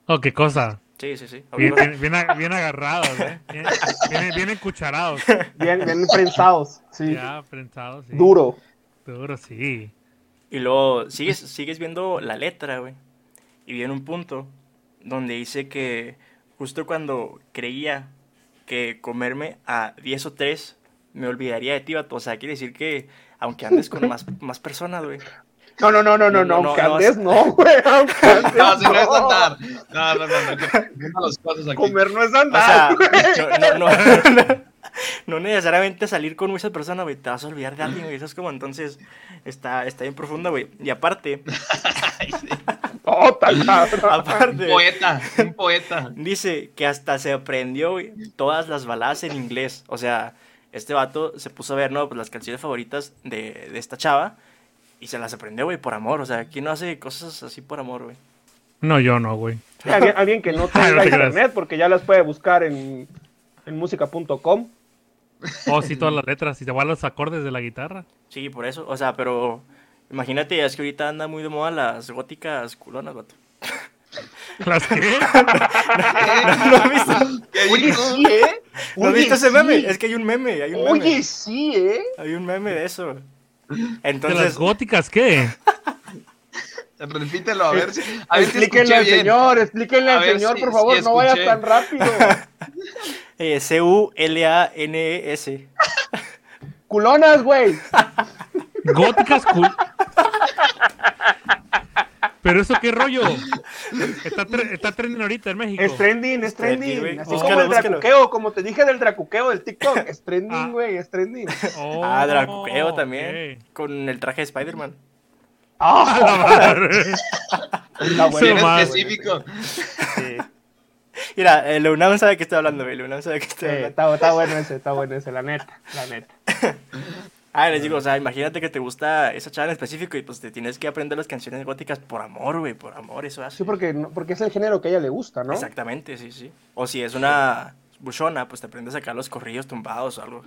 Speaker 3: Oh, qué cosa.
Speaker 2: Sí, sí, sí.
Speaker 3: Bien, bien, bien a- bien agarrados, ¿eh? Bien, bien, bien encucharados.
Speaker 1: Bien, bien prensados. Sí.
Speaker 3: Ya, prensados, sí.
Speaker 1: Duro.
Speaker 3: Duro, sí.
Speaker 2: Y luego sigues, sigues viendo la letra, güey. Y viene un punto donde dice que justo cuando creía que comerme a 10 o 3 me olvidaría de ti, vato. O sea, quiere decir que aunque andes con más, más personas, güey.
Speaker 1: No, no, no, no, no, no.
Speaker 2: No, no,
Speaker 1: Aunque
Speaker 2: no,
Speaker 1: andes, no, güey. Aunque andes,
Speaker 4: No, si no es
Speaker 1: no.
Speaker 4: andar. No, no, no. no, que- que- que- las cosas aquí.
Speaker 1: Comer no es
Speaker 2: O sea,
Speaker 1: andar. güey.
Speaker 2: no, no, no, no necesariamente salir con muchas personas, güey, te vas a olvidar de alguien, güey. Eso es como entonces, está, está bien profunda, güey. Y aparte,
Speaker 1: Oh, tan cabrón.
Speaker 2: aparte,
Speaker 4: Ah, Un poeta, un poeta.
Speaker 2: dice que hasta se aprendió, güey, todas las baladas en inglés. O sea, este vato se puso a ver, ¿no? Pues las canciones favoritas de, de esta chava y se las aprendió, güey, por amor. O sea, ¿quién no hace cosas así por amor, güey?
Speaker 3: No, yo no, güey.
Speaker 1: Sí, alguien, alguien que no
Speaker 3: Ay,
Speaker 1: tenga
Speaker 3: no te creas.
Speaker 1: internet, porque ya las puede buscar en, en música.com.
Speaker 3: Oh, sí, todas las letras. Y te guardas los acordes de la guitarra.
Speaker 2: Sí, por eso. O sea, pero imagínate, es que ahorita anda muy de moda las góticas culonas, vato.
Speaker 3: ¿Las qué?
Speaker 2: ¿No has visto,
Speaker 4: ¿Qué dijo?
Speaker 1: ¿eh?
Speaker 2: ¿No has visto ese meme? Es que hay un meme, hay un meme.
Speaker 1: sí, ¿eh?
Speaker 2: Hay un meme de eso.
Speaker 3: ¿De las
Speaker 2: Entonces,
Speaker 3: góticas qué?
Speaker 4: Repítelo, a ver si. A ver si
Speaker 1: Explíquenle
Speaker 4: escuché
Speaker 1: al
Speaker 4: bien.
Speaker 1: señor, explíquenle al
Speaker 4: A ver
Speaker 1: señor,
Speaker 4: si-
Speaker 1: por favor,
Speaker 4: si
Speaker 1: no vayas
Speaker 4: escuché.
Speaker 1: tan rápido.
Speaker 2: eh, E C-U-L-A-N-E-S.
Speaker 1: Culonas, güey.
Speaker 3: Góticas cool. Pero eso qué rollo. Está, tre- está trending ahorita en México.
Speaker 1: Es trending, es
Speaker 2: trending,
Speaker 1: trending.
Speaker 2: güey.
Speaker 1: Así
Speaker 2: Búscalo,
Speaker 1: como el
Speaker 2: búscalo.
Speaker 1: dracuqueo, como te dije del dracuqueo del TikTok. Es
Speaker 3: Ah.
Speaker 1: trending, güey, es trending.
Speaker 3: Oh,
Speaker 2: Ah, Dracuqueo también.
Speaker 3: ok.
Speaker 2: Con el traje de Spider-Man.
Speaker 1: Ah, la
Speaker 3: Sí,
Speaker 4: Bien
Speaker 1: buena.
Speaker 3: Ah, madre.
Speaker 4: específico.
Speaker 2: Sí. Mira, eh, Leonam sabe que estoy hablando, güey. Leonam sabe que estoy
Speaker 1: Eh,
Speaker 2: hablando.
Speaker 1: está, está bueno ese, está bueno ese, la neta, la neta.
Speaker 2: Ah, les digo, o sea, imagínate que te gusta esa chava en específico y pues te tienes que aprender las canciones góticas por amor, güey, por amor, eso hace.
Speaker 1: Sí, porque, no- porque es el género que a ella le gusta, ¿no?
Speaker 2: Exactamente, sí, sí. O si es una buchona, pues te aprendes a sacar los corrillos tumbados o algo.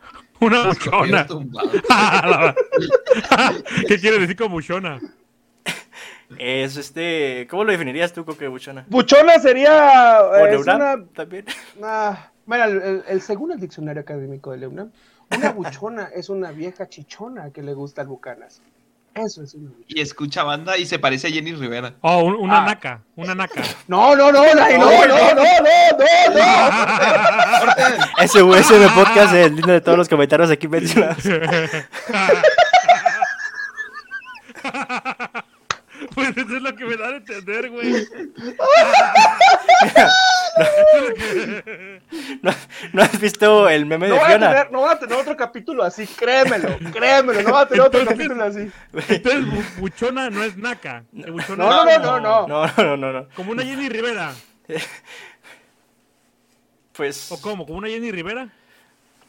Speaker 3: Una buchona.
Speaker 4: Tumbado.
Speaker 3: Ah, la- ¿Qué quieres decir con buchona?
Speaker 2: Es este. ¿Cómo lo definirías tú, Coque Buchona?
Speaker 1: Buchona sería.
Speaker 2: ¿O
Speaker 1: eh, es
Speaker 2: Leonam
Speaker 1: una
Speaker 2: también?
Speaker 1: Ah, mira, el, el- el- según el diccionario académico de la UNAM, una buchona es una vieja chichona que le gusta al bucanas. Eso es una buchona.
Speaker 4: Y escucha banda y se parece a Jenny Rivera.
Speaker 3: Oh, un- una
Speaker 1: Ah.
Speaker 3: naca. Una naca.
Speaker 1: No, no, no, Dani, no, no, no, no, no, no.
Speaker 2: Ese güey, ese podcast es lindo de todos los comentarios aquí mencionados.
Speaker 3: Pues eso es lo que me da a entender, güey.
Speaker 2: ¿No, no has visto el meme
Speaker 1: No
Speaker 2: de
Speaker 1: van a
Speaker 2: Fiona?
Speaker 1: tener, no van a tener otro capítulo así, créemelo, créemelo, no va a tener otro capítulo así.
Speaker 3: Entonces, bu- buchona no es naca. El buchona
Speaker 1: No,
Speaker 3: es
Speaker 1: no, no,
Speaker 3: como-
Speaker 1: no, no.
Speaker 2: No, no, no, no.
Speaker 3: Como una Jenny Rivera.
Speaker 2: Pues.
Speaker 3: ¿O cómo? ¿Como una Jenny Rivera?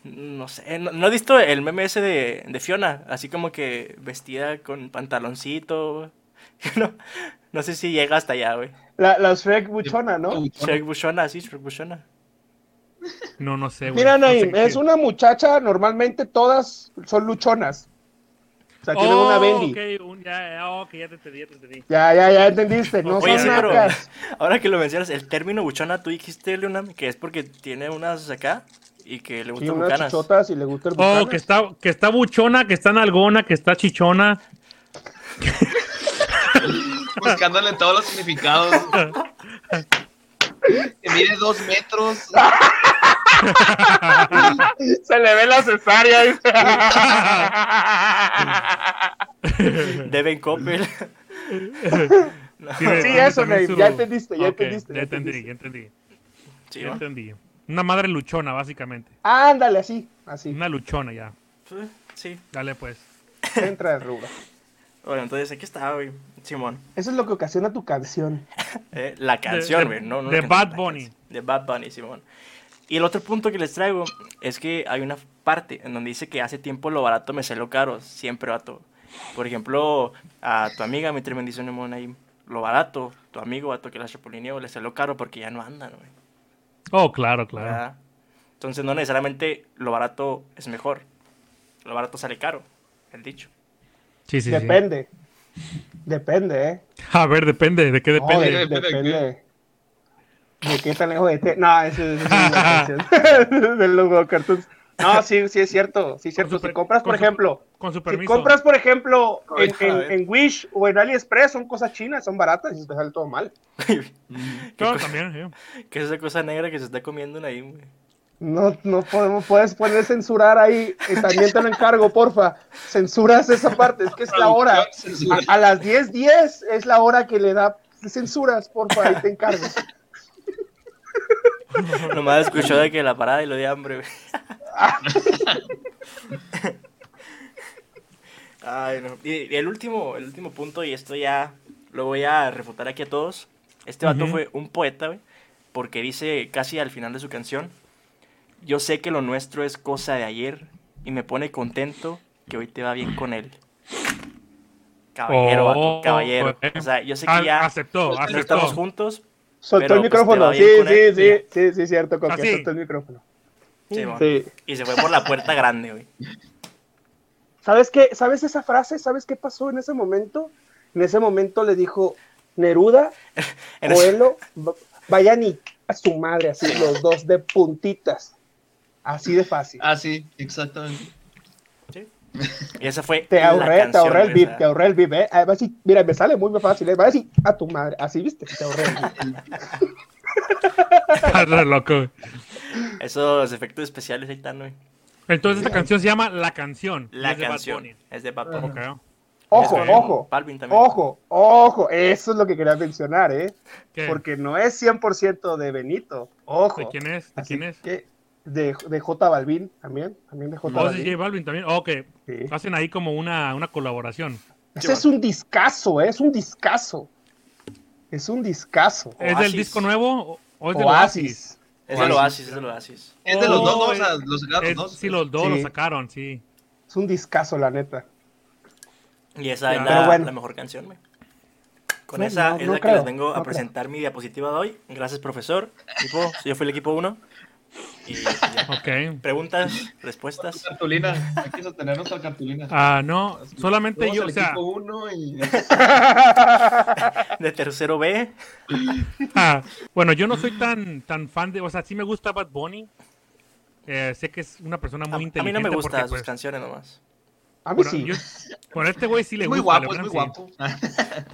Speaker 2: No sé. ¿No, no has visto el meme ese de, de Fiona? Así como que vestida con pantaloncito. No, no sé si llega hasta allá, güey.
Speaker 1: La, la Shrek buchona, ¿no?
Speaker 2: Shrek Buchona, sí, Shrek Buchona.
Speaker 3: No, no sé, güey.
Speaker 1: Mira,
Speaker 3: No sé
Speaker 1: Naim,
Speaker 3: qué-
Speaker 1: es una muchacha, normalmente todas son luchonas. O sea, tienen
Speaker 3: Oh,
Speaker 1: una bendy.
Speaker 3: ok, un- ya, ya, ok, ya te entendí, ya te entendí.
Speaker 1: Ya, ya, ya entendiste, no
Speaker 2: Oye,
Speaker 1: son
Speaker 2: sí, pero
Speaker 1: nacas.
Speaker 2: ahora que lo mencionas, el término buchona, tú dijiste, Leonam, que es porque tiene unas acá y que le
Speaker 1: Sí,
Speaker 2: gustan
Speaker 1: unas
Speaker 2: bucanas.
Speaker 1: chichotas y le gusta el bucanas.
Speaker 3: Oh, que está, que está buchona, que está nalgona, que está chichona.
Speaker 4: Buscándole todos los significados. Que mide dos metros.
Speaker 1: Ah, Se le ve la cesárea. dice.
Speaker 2: Deben Coppel.
Speaker 3: Tiene-
Speaker 1: Sí,
Speaker 3: tiene
Speaker 1: eso,
Speaker 3: también
Speaker 1: Nate, ya entendiste, ya
Speaker 3: Ok,
Speaker 1: entendiste,
Speaker 3: Ya
Speaker 1: ya
Speaker 3: entendí,
Speaker 1: entendiste.
Speaker 3: ya entendí.
Speaker 2: Sí,
Speaker 3: Ya
Speaker 2: ¿no?
Speaker 3: entendí. Una madre luchona, básicamente.
Speaker 1: Ándale, así, así.
Speaker 3: Una luchona ya.
Speaker 2: Sí.
Speaker 3: Dale, pues.
Speaker 1: Entra de rubro.
Speaker 2: Bueno, entonces aquí está, güey. Simón.
Speaker 1: Eso es lo que ocasiona tu canción.
Speaker 2: Eh, la canción,
Speaker 3: de-
Speaker 2: güey. No, no
Speaker 3: de
Speaker 2: la canción,
Speaker 3: Bad
Speaker 2: la
Speaker 3: Bunny.
Speaker 2: canción. De Bad Bunny, Simón. Y el otro punto que les traigo es que hay una parte en donde dice que hace tiempo lo barato me sale lo caro. Siempre vato. Por ejemplo, a tu amiga, mi tremendición mona ahí. Lo barato, tu amigo, vato que la chapulineó, le salió caro porque ya no andan, güey.
Speaker 3: Oh, claro,
Speaker 1: Ah.
Speaker 3: claro.
Speaker 2: ¿verdad? Entonces no necesariamente lo barato es mejor. Lo barato sale caro, el dicho.
Speaker 3: Sí, sí, sí.
Speaker 1: depende. Depende, ¿eh?
Speaker 3: A ver, depende. ¿De qué
Speaker 1: No,
Speaker 3: depende?
Speaker 1: de-
Speaker 4: Depende de
Speaker 1: depende. ¿De qué tan lejos de este? No, eso eso es una canción de los Go cartoons. No, sí, sí es cierto. Sí es cierto.
Speaker 3: Con su
Speaker 1: Si
Speaker 3: per-
Speaker 1: compras,
Speaker 3: con
Speaker 1: por
Speaker 3: su-
Speaker 1: ejemplo,
Speaker 3: Con su
Speaker 1: si
Speaker 3: permiso.
Speaker 1: compras, por ejemplo, en,
Speaker 4: Ay,
Speaker 1: en-
Speaker 4: joder.
Speaker 1: en Wish o en AliExpress, son cosas chinas, son baratas y te sale todo mal.
Speaker 3: Claro, Mm. también. eh.
Speaker 2: Que es esa cosa negra que se está comiendo una ahí, güey.
Speaker 1: No, no podemos, puedes poner censurar ahí. eh, también te lo encargo, porfa. Censuras esa parte, es que es la hora.
Speaker 4: Censura.
Speaker 1: A, a las 10:10 es la hora que le da censuras, porfa, ahí te encargo.
Speaker 2: Nomás escuchó de que la parada y lo de hambre, güey. Ay, no. Y el último, el último punto, y esto ya lo voy a refutar aquí a todos. Este vato
Speaker 3: Ujú.
Speaker 2: fue un poeta, güey, porque dice casi al final de su canción, yo sé que lo nuestro es cosa de ayer y me pone contento que hoy te va bien con él. Caballero, vato,
Speaker 3: Oh,
Speaker 2: caballero.
Speaker 3: eh.
Speaker 2: O sea, yo sé
Speaker 3: Ah,
Speaker 2: que ya
Speaker 3: Aceptó,
Speaker 2: no estamos
Speaker 3: aceptó.
Speaker 2: juntos.
Speaker 1: Soltó
Speaker 2: Pero,
Speaker 1: el
Speaker 2: pues, te va
Speaker 1: micrófono.
Speaker 2: bien
Speaker 1: sí,
Speaker 2: con
Speaker 1: sí,
Speaker 2: él,
Speaker 1: sí, sí, sí, cierto, con
Speaker 3: Ah,
Speaker 1: que
Speaker 3: sí.
Speaker 1: soltó el micrófono.
Speaker 2: Sí, mon.
Speaker 1: Sí.
Speaker 2: Y se fue por la puerta grande, güey.
Speaker 1: ¿Sabes qué? ¿Sabes esa frase? ¿Sabes qué pasó en ese momento? En ese momento le dijo Neruda,
Speaker 2: En ese-
Speaker 1: Coelho, va- vayan y a su madre, así, los dos de puntitas. Así de fácil.
Speaker 4: Ah, sí, exactamente.
Speaker 2: Y esa fue
Speaker 1: Te
Speaker 2: la
Speaker 1: ahorré, te
Speaker 2: canción,
Speaker 1: ahorré el
Speaker 2: güey, o
Speaker 1: VIP,
Speaker 2: sea,
Speaker 1: te ahorré el VIP, eh. Además, sí, mira, me sale muy fácil, eh. Va a decir a tu madre, así viste, te ahorré el beat.
Speaker 3: Estás re loco, güey.
Speaker 2: Esos efectos especiales ahí están, güey.
Speaker 3: Entonces esta canción se llama La Canción. y
Speaker 2: La
Speaker 3: es de Bad
Speaker 2: canción
Speaker 3: Bunny.
Speaker 2: es de Bad Bunny.
Speaker 3: Ok, ¿no?
Speaker 1: Ojo,
Speaker 2: Es de
Speaker 1: ojo,
Speaker 2: Balvin también.
Speaker 1: ojo, ojo, eso es lo que quería mencionar, eh.
Speaker 3: ¿Qué?
Speaker 1: Porque no es 100% de Benito, ojo.
Speaker 3: ¿De quién es? ¿De
Speaker 1: Así
Speaker 3: quién es?
Speaker 1: que de, de J Balvin también, también de J
Speaker 3: Oh, es de J
Speaker 1: Balvin.
Speaker 3: Balvin también. Oh, ok.
Speaker 1: Sí.
Speaker 3: Hacen ahí como una, una colaboración.
Speaker 1: Ese es un discazo, eh, es un discazo. Es un discazo.
Speaker 3: ¿Es del
Speaker 2: Oasis.
Speaker 3: disco nuevo o- o Eh, es del Oasis?
Speaker 1: Oasis.
Speaker 2: Es del Oasis, es del Oasis.
Speaker 4: Es de los dos, ¿no?
Speaker 3: Oh,
Speaker 4: O sea, los sacaron
Speaker 3: Es-
Speaker 4: los dos.
Speaker 3: sí, los dos
Speaker 1: Sí.
Speaker 3: lo sacaron, sí.
Speaker 1: Es un discazo, la neta.
Speaker 2: Y esa es
Speaker 3: Pero
Speaker 2: la,
Speaker 1: bueno.
Speaker 2: la mejor canción, güey. Con
Speaker 1: No,
Speaker 2: esa
Speaker 1: no,
Speaker 2: es
Speaker 1: no
Speaker 2: la que
Speaker 1: creo,
Speaker 2: les vengo
Speaker 1: no
Speaker 2: a
Speaker 1: creo.
Speaker 2: presentar mi diapositiva de hoy. Gracias, profesor. Equipo, yo fui el equipo 1. Y, y ya.
Speaker 3: Ok.
Speaker 2: preguntas, respuestas.
Speaker 4: Cartulina, hay que sostenernos al cartulina.
Speaker 3: Ah, no, solamente
Speaker 4: Todos
Speaker 3: yo,
Speaker 4: al
Speaker 3: o sea,
Speaker 4: equipo uno y-
Speaker 2: De tercero B.
Speaker 3: ah, bueno, yo no soy tan, tan fan de, o sea, sí me gusta Bad Bunny. Eh, sé que es una persona
Speaker 2: A,
Speaker 3: muy
Speaker 2: a
Speaker 3: inteligente.
Speaker 2: mí no me
Speaker 3: porque,
Speaker 2: gustan sus
Speaker 3: pues,
Speaker 2: canciones nomás.
Speaker 1: A mí
Speaker 3: bueno,
Speaker 1: sí,
Speaker 3: yo- bueno, este güey sí le
Speaker 4: Es
Speaker 3: gusta.
Speaker 4: muy
Speaker 3: la
Speaker 4: guapo,
Speaker 3: verdad,
Speaker 4: es muy
Speaker 3: sí.
Speaker 4: guapo.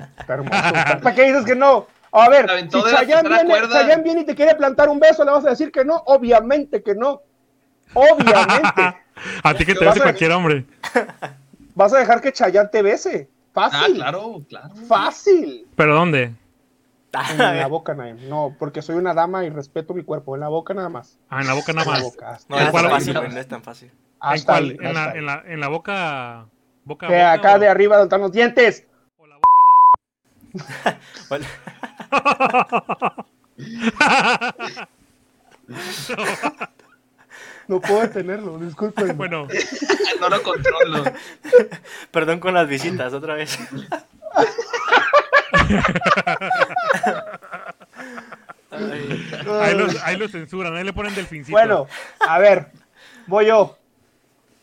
Speaker 4: Ah,
Speaker 1: está hermoso. está- ¿Para qué dices que no? A ver,
Speaker 4: La
Speaker 1: si
Speaker 4: aventó de la
Speaker 1: Chayanne
Speaker 4: tercera
Speaker 1: viene,
Speaker 4: cuerda.
Speaker 1: Chayanne viene y te quiere plantar un beso, ¿le vas a decir que no? Obviamente que no. Obviamente.
Speaker 3: a ti que te
Speaker 4: Vas
Speaker 3: gusta
Speaker 1: a-
Speaker 3: cualquier hombre.
Speaker 1: Vas a dejar que Chayanne te bese.
Speaker 4: Ah,
Speaker 1: Fácil.
Speaker 4: claro, claro.
Speaker 1: Fácil.
Speaker 3: ¿Pero dónde?
Speaker 1: En la boca, Naem. No, porque soy una dama y respeto mi cuerpo. En la boca nada más.
Speaker 3: Ah, en la boca nada
Speaker 1: En la
Speaker 3: más.
Speaker 1: boca. Hasta,
Speaker 2: no, no es
Speaker 3: cuál
Speaker 2: tan
Speaker 3: la
Speaker 2: fácil,
Speaker 1: hasta-
Speaker 2: güey, no es tan fácil.
Speaker 3: ¿En,
Speaker 1: hasta
Speaker 3: cuál?
Speaker 1: ahí,
Speaker 3: en, la,
Speaker 1: hasta
Speaker 3: en,
Speaker 1: ahí.
Speaker 3: la, en la boca. boca,
Speaker 1: Que
Speaker 3: boca
Speaker 1: acá
Speaker 3: o-
Speaker 1: de arriba donde están los dientes.
Speaker 3: o la boca anal?
Speaker 2: Bueno,
Speaker 1: No puedo detenerlo, disculpen.
Speaker 3: bueno,
Speaker 4: No lo controlo.
Speaker 2: perdón con las visitas, otra vez. Ay,
Speaker 3: ahí lo ahí los censuran, ahí le ponen delfincito.
Speaker 1: Bueno, a ver, voy yo.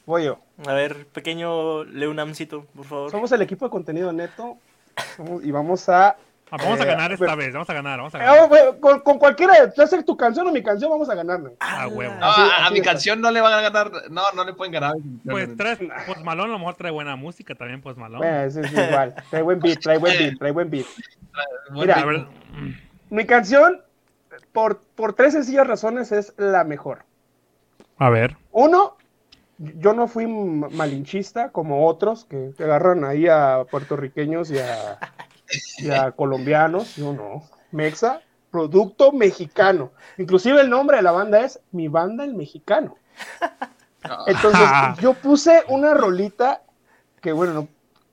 Speaker 1: Voy yo.
Speaker 2: a ver, pequeño Leunamcito, por favor.
Speaker 1: Somos el equipo de contenido neto somos- y vamos a.
Speaker 3: Ah, vamos a
Speaker 1: eh,
Speaker 3: ganar esta
Speaker 1: pero-
Speaker 3: vez, vamos a ganar, vamos a
Speaker 1: eh, oh,
Speaker 3: ganar.
Speaker 1: güey, Con, con cualquiera, ya sea tu canción o mi canción, vamos a ganarme.
Speaker 3: A huevo.
Speaker 4: No,
Speaker 1: Así-
Speaker 4: a, a
Speaker 1: así
Speaker 4: mi
Speaker 1: está.
Speaker 4: canción no le van a ganar. No, no le pueden ganar. a mi canción.
Speaker 3: Pues traes Post Malone, a lo mejor trae buena música también Post Malone.
Speaker 1: Bueno, eso es Eh, igual. Trae buen beat, trae buen beat, trae buen beat.
Speaker 4: Buen
Speaker 1: mira,
Speaker 3: a
Speaker 4: ritmo.
Speaker 3: ver, mm,
Speaker 1: Mi canción, por, por tres sencillas razones, es la mejor.
Speaker 3: a ver.
Speaker 1: Uno, yo no fui m- malinchista como otros que que agarran ahí a puertorriqueños y a, y a colombianos. Yo no. Mexa, producto mexicano. Inclusive el nombre de la banda es Mi Banda el Mexicano. Entonces, yo puse una rolita que, bueno, no-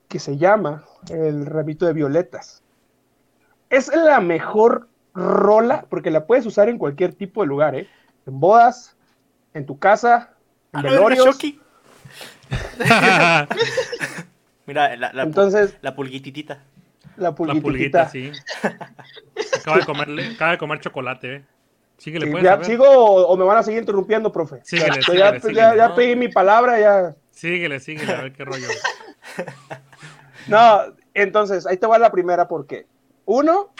Speaker 1: que se llama El Ramito de Violetas. Es la mejor rola porque la puedes usar en cualquier tipo de lugar, ¿eh? En bodas, en tu casa, en
Speaker 3: Ah,
Speaker 2: A la verga,
Speaker 1: velorios.
Speaker 2: Chucky. Mira, la, la,
Speaker 1: Entonces,
Speaker 2: la pulguititita.
Speaker 1: la
Speaker 3: La
Speaker 1: pulguitita.
Speaker 3: pulguita, sí. Acaba de comerle, acaba de comer chocolate, eh. Síguele,
Speaker 1: Sí,
Speaker 3: puedes. a
Speaker 1: ¿Ya
Speaker 3: ver.
Speaker 1: sigo o, o me van a seguir interrumpiendo, profe?
Speaker 3: Síguele,
Speaker 1: Ya-
Speaker 3: síguele,
Speaker 1: ya,
Speaker 3: síguele.
Speaker 1: ya- ya pedí mi palabra, ya.
Speaker 3: Síguele, síguele, a ver qué rollo.
Speaker 1: No, entonces, ahí te va la primera, porque uno,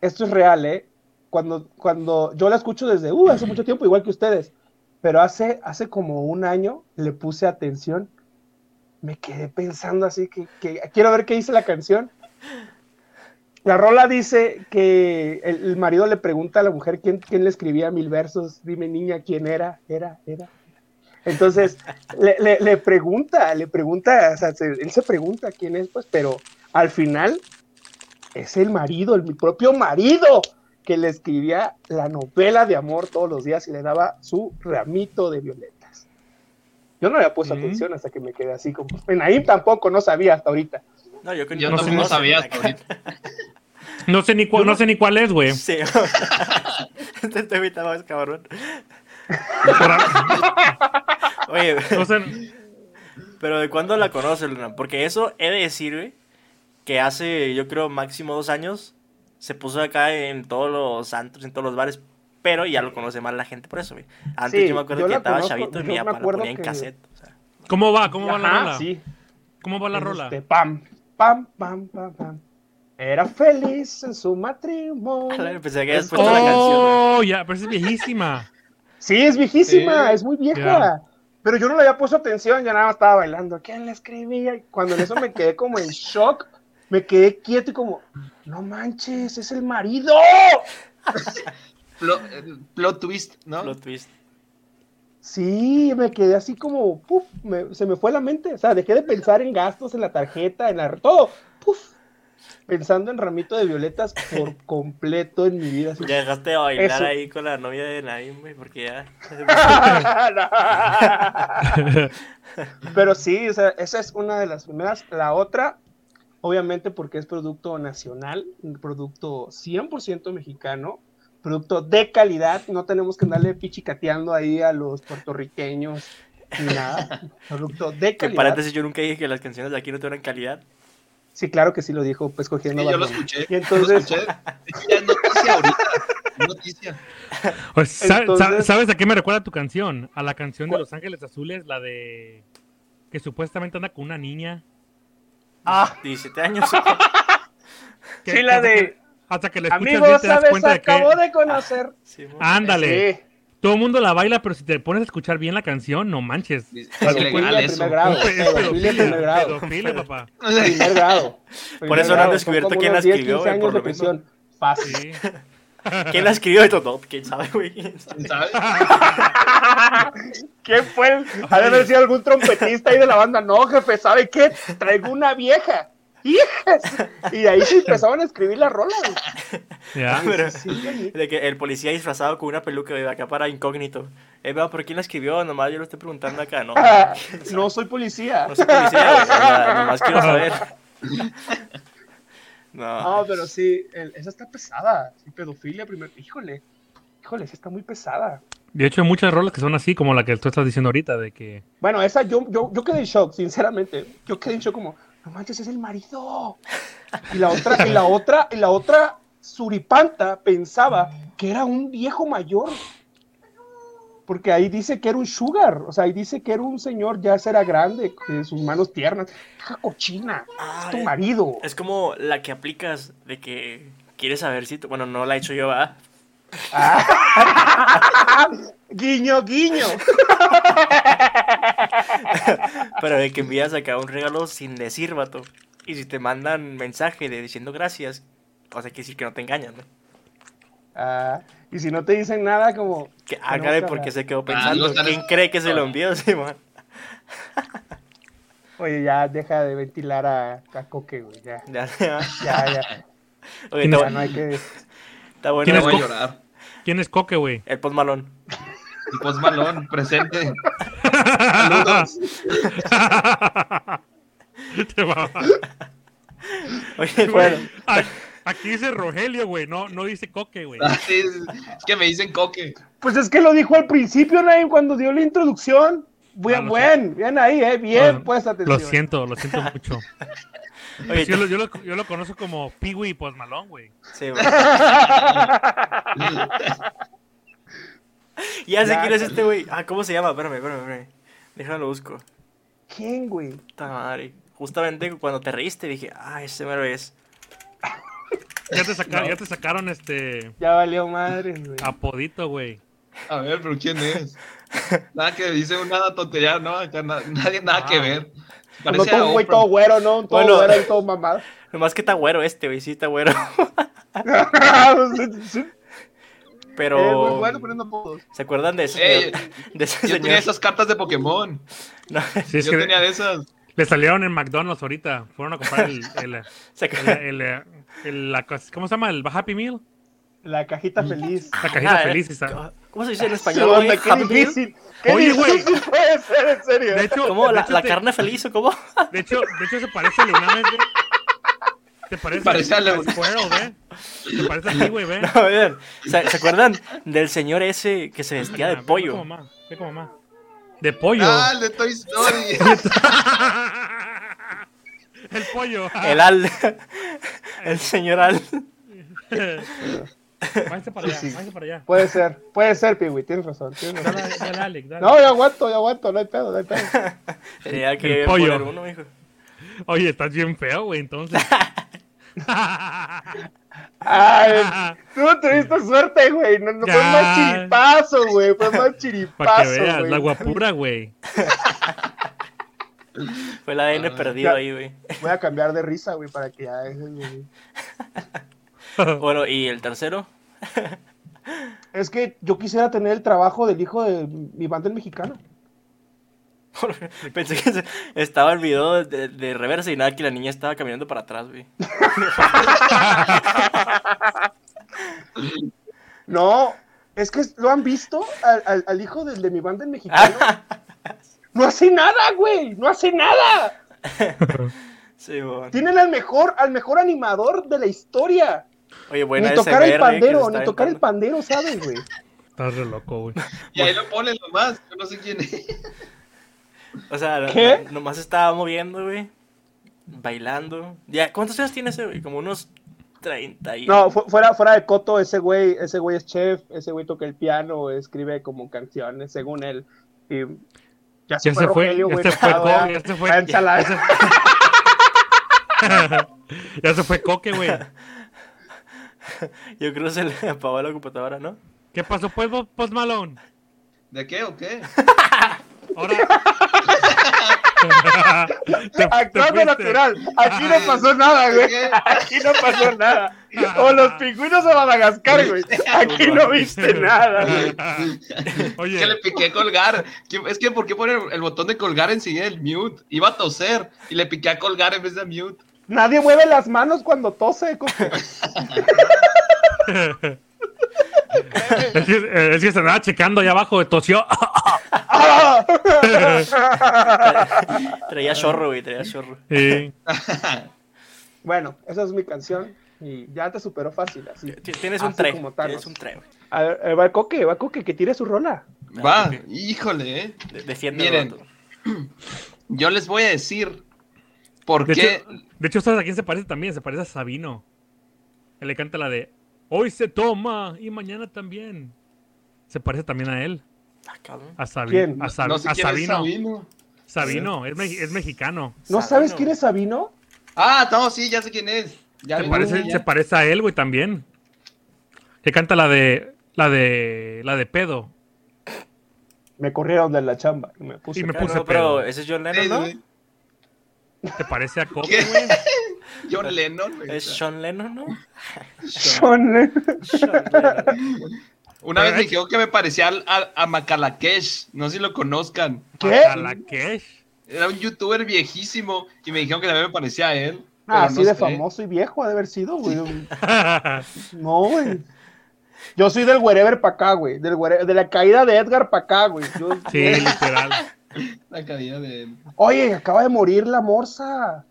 Speaker 1: esto es real, ¿eh? Cuando, cuando yo la escucho desde, uh, hace mucho tiempo, igual que ustedes, pero hace, hace como un año le puse atención, me quedé pensando así que, que quiero ver qué dice la canción. La rola dice que el, el marido le pregunta a la mujer quién, quién le escribía mil versos, dime niña quién era, era, era. Entonces, le, le- le pregunta, le pregunta, o sea, se- él se pregunta quién es, pues, pero al final es el marido, el, mi propio marido, que le escribía la novela de amor todos los días y le daba su ramito de violetas. Yo no le había puesto
Speaker 3: Mm.
Speaker 1: atención hasta que me quedé así como... En ahí tampoco, no sabía hasta ahorita.
Speaker 2: No, yo, creo
Speaker 4: Yo
Speaker 2: que
Speaker 4: tampoco
Speaker 2: no
Speaker 4: sabía
Speaker 2: sé.
Speaker 4: hasta ahorita.
Speaker 3: No sé ni, cuál- no sé ni cuál es, güey.
Speaker 2: Sí. Este te evitaba más cabrón.
Speaker 3: Por a-
Speaker 2: Oye,
Speaker 3: o sea,
Speaker 2: pero ¿de cuándo la conoces, Luna? Porque eso he de decir, güey, que hace, yo creo, máximo dos años se puso acá en todos los santos, en todos los bares, pero ya lo conoce más la gente por eso, güey. Antes
Speaker 1: Sí,
Speaker 2: yo me acuerdo
Speaker 1: yo
Speaker 2: que
Speaker 1: la
Speaker 2: estaba
Speaker 1: conozco,
Speaker 2: chavito y
Speaker 1: yo
Speaker 2: mi
Speaker 1: me
Speaker 2: papá la
Speaker 1: acuerdo
Speaker 2: ponía en
Speaker 1: que-
Speaker 2: cassette. o sea.
Speaker 3: ¿cómo va? ¿Cómo va la
Speaker 1: Ajá,
Speaker 3: rola?
Speaker 1: sí.
Speaker 3: ¿Cómo va la
Speaker 1: Es
Speaker 3: rola?
Speaker 1: este, pam, pam, pam, pam, pam. Era feliz en su
Speaker 2: A la
Speaker 1: matrimonio.
Speaker 2: vez Pensé que habías
Speaker 1: Es
Speaker 2: puesto la canción.
Speaker 3: Oh, ya, pero esa es viejísima.
Speaker 1: Sí, es viejísima,
Speaker 4: Sí.
Speaker 1: es muy vieja.
Speaker 3: Ya.
Speaker 1: Pero yo no le había puesto atención, ya nada más estaba bailando. ¿Quién la escribía? Y cuando en eso me quedé como en shock, me quedé quieto y como, no manches, es el marido.
Speaker 4: Plot, eh, plot twist, ¿no?
Speaker 2: Plot twist.
Speaker 1: Sí, me quedé así como, puf, me- se me fue la mente. O sea, dejé de pensar en gastos, en la tarjeta, en la, todo. Puf, pensando en ramito de violetas por completo en mi vida. así.
Speaker 2: Ya dejaste de bailar
Speaker 1: Eso.
Speaker 2: ahí con la novia de Naim, güey, porque ya.
Speaker 1: Pero sí, o sea, esa es una de las primeras. La otra, obviamente porque es producto nacional, un producto 100% mexicano, producto de calidad. No tenemos que andarle pichicateando ahí a los puertorriqueños ni nada. Producto de
Speaker 2: que
Speaker 1: calidad.
Speaker 2: paréntesis, yo nunca dije que las canciones de aquí no tuvieran calidad.
Speaker 1: Sí, claro que sí lo dijo, pues
Speaker 4: Sí,
Speaker 1: cogiendo
Speaker 4: yo lo
Speaker 1: Bad Bunny.
Speaker 4: escuché.
Speaker 1: Y entonces,
Speaker 4: Lo escuché. Ya es noticia ahorita. es Noticia.
Speaker 3: Pues, sa-
Speaker 1: Entonces-
Speaker 3: sa- ¿Sabes a qué me recuerda tu canción? A la canción de
Speaker 1: ¿Cuál?
Speaker 3: Los Ángeles Azules, la de que supuestamente anda con una niña.
Speaker 1: ah,
Speaker 2: 17 años.
Speaker 3: Que-
Speaker 1: sí,
Speaker 3: que
Speaker 1: la
Speaker 3: hasta
Speaker 1: de
Speaker 3: que- Hasta que la escuchas bien
Speaker 1: amigos,
Speaker 3: te das
Speaker 1: ¿sabes?
Speaker 3: cuenta de que...
Speaker 1: Acabo de conocer.
Speaker 2: Sí, mo.
Speaker 3: Ándale.
Speaker 1: Sí.
Speaker 3: Todo el mundo la baila, pero si te pones a escuchar bien la canción, no manches.
Speaker 4: Es
Speaker 3: Claro,
Speaker 4: ilegal
Speaker 1: pedofilia en
Speaker 4: eso.
Speaker 1: primer grado.
Speaker 3: Es
Speaker 1: Pedofilia en primer grado.
Speaker 3: pedofilia, papá.
Speaker 1: Primer grado. Primer
Speaker 2: eso no han
Speaker 1: grado.
Speaker 2: descubierto
Speaker 1: Son como
Speaker 2: quién la
Speaker 1: unos 10,
Speaker 2: escribió,
Speaker 1: 15
Speaker 2: güey, por
Speaker 1: años de
Speaker 2: lo menos.
Speaker 1: prisión. Fácil.
Speaker 3: Sí.
Speaker 2: ¿Quién la escribió esto? No, quién sabe, güey. ¿Quién sabe?
Speaker 4: ¿Sabes?
Speaker 1: ¿Quién fue? el- Ha de haber sido algún trompetista ahí de la banda. No, jefe, ¿sabe qué? Traigo una vieja. ¡Hijas! Y ahí se empezaron a escribir las rolas.
Speaker 3: Ya.
Speaker 2: Ah, Pero-
Speaker 1: Sí, sí.
Speaker 2: De que el policía disfrazado con una peluca de acá para incógnito. Eh, va, ¿por quién la escribió? Nomás yo lo estoy preguntando acá, ¿no?
Speaker 1: Ah, No soy policía.
Speaker 2: No soy policía, güey, nada, nomás quiero saber. No.
Speaker 1: No, pero sí, el- esa está pesada. Sí, pedofilia primero. Híjole. Híjole, esa está muy pesada.
Speaker 3: De hecho, hay muchas rolas que son así, como la que tú estás diciendo ahorita, de que.
Speaker 1: Bueno, esa yo, yo, yo quedé en shock, sinceramente. Yo quedé en shock como, no manches, es el marido. Y la otra, y la otra, y la otra suripanta pensaba que era un viejo mayor. Porque ahí dice que era un sugar, o sea, ahí dice que era un señor ya será grande, de sus manos tiernas. Hija cochina,
Speaker 2: Ah,
Speaker 1: es tu
Speaker 2: eh,
Speaker 1: marido.
Speaker 2: Es como la que aplicas de que quieres saber si. tú- Bueno, no la he hecho yo, ¿verdad?
Speaker 1: guiño, guiño.
Speaker 2: Pero de que envías acá un regalo sin decir, vato. Y si te mandan mensaje de diciendo gracias, o sea, quiere decir que no te engañan, ¿no?
Speaker 1: Ah, y si no te dicen nada, como,
Speaker 2: Que
Speaker 1: Ah, no,
Speaker 2: hágale
Speaker 1: cabrón.
Speaker 2: porque se quedó
Speaker 4: no
Speaker 2: pensando.
Speaker 4: están
Speaker 2: ¿Quién cree que se lo envió, Simón?
Speaker 1: oye, ya deja de ventilar a, a Coque, güey, ya.
Speaker 2: Ya, ya.
Speaker 1: Ya, ya.
Speaker 2: Oye,
Speaker 3: ¿Quién
Speaker 2: está,
Speaker 1: Ya no hay que.
Speaker 2: está bueno.
Speaker 3: ¿Quién
Speaker 4: No
Speaker 3: es
Speaker 2: güey.
Speaker 4: voy a
Speaker 3: co-
Speaker 4: llorar.
Speaker 3: ¿Quién es Coque, güey?
Speaker 2: El postmalón.
Speaker 4: Y Post Malone, presente.
Speaker 3: Te va.
Speaker 2: Oye,
Speaker 1: Bueno,
Speaker 2: bueno.
Speaker 3: A- Aquí dice Rogelio, güey, no, no dice Coque, güey.
Speaker 4: Ah, Sí, es es que me dicen coque.
Speaker 1: pues es que lo dijo al principio, Naim, cuando dio la introducción.
Speaker 3: Ah,
Speaker 1: Bien,
Speaker 3: lo
Speaker 1: buen, bien ahí, eh. Bien,
Speaker 3: Ah,
Speaker 1: puesta
Speaker 3: Lo
Speaker 1: atención.
Speaker 3: siento, lo siento mucho.
Speaker 2: Oye,
Speaker 3: Yo lo, yo lo- yo lo conozco como Piwi y Malón, güey.
Speaker 2: sí, güey. Ya sé
Speaker 1: Ya,
Speaker 2: quién es este güey. Ah, ¿cómo se llama? Espérame, espérame, espérame. Déjame lo busco.
Speaker 1: ¿Quién, güey?
Speaker 2: Puta madre. Justamente cuando te reíste dije, ah, ese mero es.
Speaker 3: Ya te sacaron, ya te sacaron este
Speaker 1: Ya valió madre, güey.
Speaker 3: Ah, apodito, güey.
Speaker 4: A ver, pero ¿quién es? Nada que dice una tontería, ¿no? Acá na- nadie, nada que ver.
Speaker 1: No,
Speaker 4: Parece a
Speaker 1: todo un güey
Speaker 4: Oprah.
Speaker 1: todo güero, ¿no? Un Todo
Speaker 2: Bueno.
Speaker 1: güero y todo mamado.
Speaker 2: Nomás que está güero este, güey. Sí, está güero.
Speaker 1: Sí,
Speaker 2: Pero.
Speaker 1: eh, güey, bueno, poniendo apodos.
Speaker 2: ¿Se acuerdan de ese
Speaker 4: Ey,
Speaker 2: señor? De ese
Speaker 4: Yo
Speaker 2: señor.
Speaker 4: tenía esas cartas de Pokémon.
Speaker 2: No,
Speaker 3: Sí, es
Speaker 4: yo
Speaker 3: que
Speaker 4: tenía de esas.
Speaker 3: le salieron en McDonald's ahorita. Fueron a comprar el, el,
Speaker 2: ¿se
Speaker 3: el-
Speaker 2: acuerdan?
Speaker 3: el- el- la cosa- ¿cómo se llama? El Happy Meal.
Speaker 1: La cajita feliz.
Speaker 3: La cajita
Speaker 2: Ah,
Speaker 3: feliz, está.
Speaker 2: ¿Cómo se dice en
Speaker 1: Sí,
Speaker 2: español?
Speaker 1: onda,
Speaker 2: güey?
Speaker 1: qué
Speaker 2: Happy Meal.
Speaker 1: difícil. Qué
Speaker 3: Oye, güey.
Speaker 1: difícil puede ser, en serio. ¿eh?
Speaker 3: De hecho,
Speaker 2: ¿Cómo?
Speaker 3: de
Speaker 2: ¿La,
Speaker 3: hecho,
Speaker 2: la
Speaker 3: te-
Speaker 2: carne feliz o cómo?
Speaker 3: De hecho, de hecho se parece a Leonardo, güey. Te parece,
Speaker 4: Parece a Leonardo.
Speaker 3: Squirrel, güey. Te parece a mí, güey, ve.
Speaker 2: No, a ver, ¿se, se acuerdan del señor ese que se vestía Ah, de
Speaker 3: Ve
Speaker 2: pollo?
Speaker 3: como mamá, ve como mamá. De pollo.
Speaker 4: Ah, el de Toy Story.
Speaker 3: el pollo.
Speaker 2: El Al. El señor Al.
Speaker 3: Váyanse para allá, váyanse para allá.
Speaker 1: Puede ser, puede ser, Piwi, tienes razón. tienes razón.
Speaker 3: Dale, dale, Alex, dale.
Speaker 1: No, yo aguanto, yo aguanto, no hay pedo, no hay pedo.
Speaker 2: Tenía que
Speaker 3: El pollo.
Speaker 2: poner uno, hijo.
Speaker 3: Oye, estás bien feo, güey, entonces.
Speaker 1: Ay, tú no tuviste suerte, güey. No, no, fue
Speaker 3: Ya.
Speaker 1: más chiripazo, güey. Fue más
Speaker 3: Para que
Speaker 1: chiripazo.
Speaker 3: veas,
Speaker 1: güey.
Speaker 3: la guapura, güey.
Speaker 2: Fue el ADN perdido
Speaker 1: Ya.
Speaker 2: ahí, güey.
Speaker 1: Voy a cambiar de risa, güey, para que ya dejen, güey.
Speaker 2: Bueno, ¿y el tercero?
Speaker 1: Es que yo quisiera tener el trabajo del hijo de mi banda el mexicano.
Speaker 2: Pensé que se- estaba el video de, de reversa y nada, que la niña estaba caminando para atrás, güey.
Speaker 1: No, es que lo han visto al, al- al hijo del de mi banda el mexicano.
Speaker 2: Ah.
Speaker 3: Ah.
Speaker 1: No hace nada, güey. No hace nada.
Speaker 2: Sí, bueno.
Speaker 1: Tienen al mejor, al mejor animador de la historia.
Speaker 2: Oye, buena
Speaker 1: ni
Speaker 2: ese
Speaker 1: tocar el
Speaker 2: verde que se
Speaker 1: pandero,
Speaker 2: está
Speaker 1: ni tocar el
Speaker 2: aventando.
Speaker 1: pandero, ¿sabes, güey?
Speaker 3: Estás re loco, güey.
Speaker 4: y ahí lo ponen nomás. Yo no sé quién es.
Speaker 2: O sea,
Speaker 1: ¿Qué?
Speaker 2: nomás estaba moviendo, güey. Bailando. Ya, ¿cuántos años tiene ese, güey? Como unos 30 y...
Speaker 1: No, fu- fuera, fuera de Coto, ese güey, ese güey es chef, ese güey toca el piano, escribe como canciones, según él. Y ya se
Speaker 3: Ya
Speaker 1: fue,
Speaker 3: se fue,
Speaker 1: Rogelio,
Speaker 3: ya
Speaker 1: güey.
Speaker 3: se fue,
Speaker 1: pesado, ya.
Speaker 3: ya se fue.
Speaker 1: Váyanse a la-
Speaker 3: Ya se fue Coque, güey.
Speaker 2: Yo creo que se le apagó la computadora, ¿no?
Speaker 3: ¿Qué pasó, pues, Bo- Post Malone?
Speaker 4: ¿De qué o qué?
Speaker 3: Ahora. Te- te
Speaker 1: Actuando
Speaker 3: fuiste.
Speaker 1: natural, aquí no pasó nada, güey.
Speaker 4: ¿Qué?
Speaker 1: Aquí no pasó nada. O los pingüinos de Madagascar, güey. Aquí no viste nada, güey.
Speaker 3: Oye,
Speaker 4: Es que le piqué colgar. Que- Es que, ¿por qué poner el botón de colgar enseguida el mute? Iba a toser y le piqué a colgar en vez de a mute.
Speaker 1: Nadie mueve las manos cuando tose. co-
Speaker 3: es que, eh, es que se andaba checando allá abajo, tosió.
Speaker 1: ¡Ah!
Speaker 2: Traía chorro, güey, traía chorro.
Speaker 3: Sí.
Speaker 1: Bueno, esa es mi canción. Y ya te superó fácil, así.
Speaker 2: Ti- Tienes un
Speaker 1: Así
Speaker 2: tre,
Speaker 1: como Thanos.
Speaker 2: tienes un tre, güey.
Speaker 1: A ver, eh, va el coque, va el coque, que tire su rola.
Speaker 3: Ah,
Speaker 4: Va, híjole, ¿eh?
Speaker 2: De- Defiende el
Speaker 4: Miren.
Speaker 2: vato.
Speaker 4: Yo les voy a decir por
Speaker 3: De
Speaker 4: qué.
Speaker 3: hecho, de hecho, ¿sabes a quién se parece también? Se parece a Sabino. Él le canta la de Hoy se toma y mañana también. Se parece también a él,
Speaker 2: Ah, cabrón.
Speaker 3: a, Sabi-
Speaker 1: ¿Quién?
Speaker 3: a, Sa-
Speaker 4: no sé
Speaker 3: a
Speaker 4: quién es
Speaker 3: Sabino.
Speaker 4: Sabino.
Speaker 3: Sabino, es, me- es mexicano.
Speaker 1: ¿No sabes
Speaker 2: Sabino.
Speaker 1: quién es Sabino?
Speaker 4: Ah, no, sí, ya sé quién es. Ya
Speaker 3: Se
Speaker 4: vi,
Speaker 3: parece,
Speaker 4: ya.
Speaker 3: se parece a él, güey, también. Que canta la de la de la de pedo.
Speaker 1: Me corrieron de la chamba y me puse.
Speaker 3: Y me
Speaker 2: Claro,
Speaker 3: puse
Speaker 2: pero
Speaker 3: pedo.
Speaker 2: ese es John
Speaker 4: Sí,
Speaker 2: Lennon, ¿no?
Speaker 4: güey.
Speaker 3: Te parece a Coco,
Speaker 4: ¿Qué?
Speaker 3: güey. Ah.
Speaker 4: John Lennon. güey.
Speaker 2: Es Sean Lennon, ¿no?
Speaker 1: Son-
Speaker 2: Sean Lennon.
Speaker 4: Una
Speaker 3: Pero
Speaker 4: vez me
Speaker 3: es-
Speaker 4: dijeron que me parecía al- a, a Macalakesh. No sé si lo conozcan.
Speaker 1: ¿Qué?
Speaker 3: Macalakesh.
Speaker 4: Era un youtuber viejísimo y me dijeron que también me parecía a él. pero
Speaker 1: Ah, así
Speaker 4: no
Speaker 1: de
Speaker 4: sé.
Speaker 1: famoso y viejo ha de haber sido, güey. No, güey. Yo soy del wherever para acá, güey. Del where- de la caída de Edgar para acá, güey. Yo-
Speaker 3: Sí, literal.
Speaker 4: La caída de él.
Speaker 1: Oye, acaba de morir la morsa.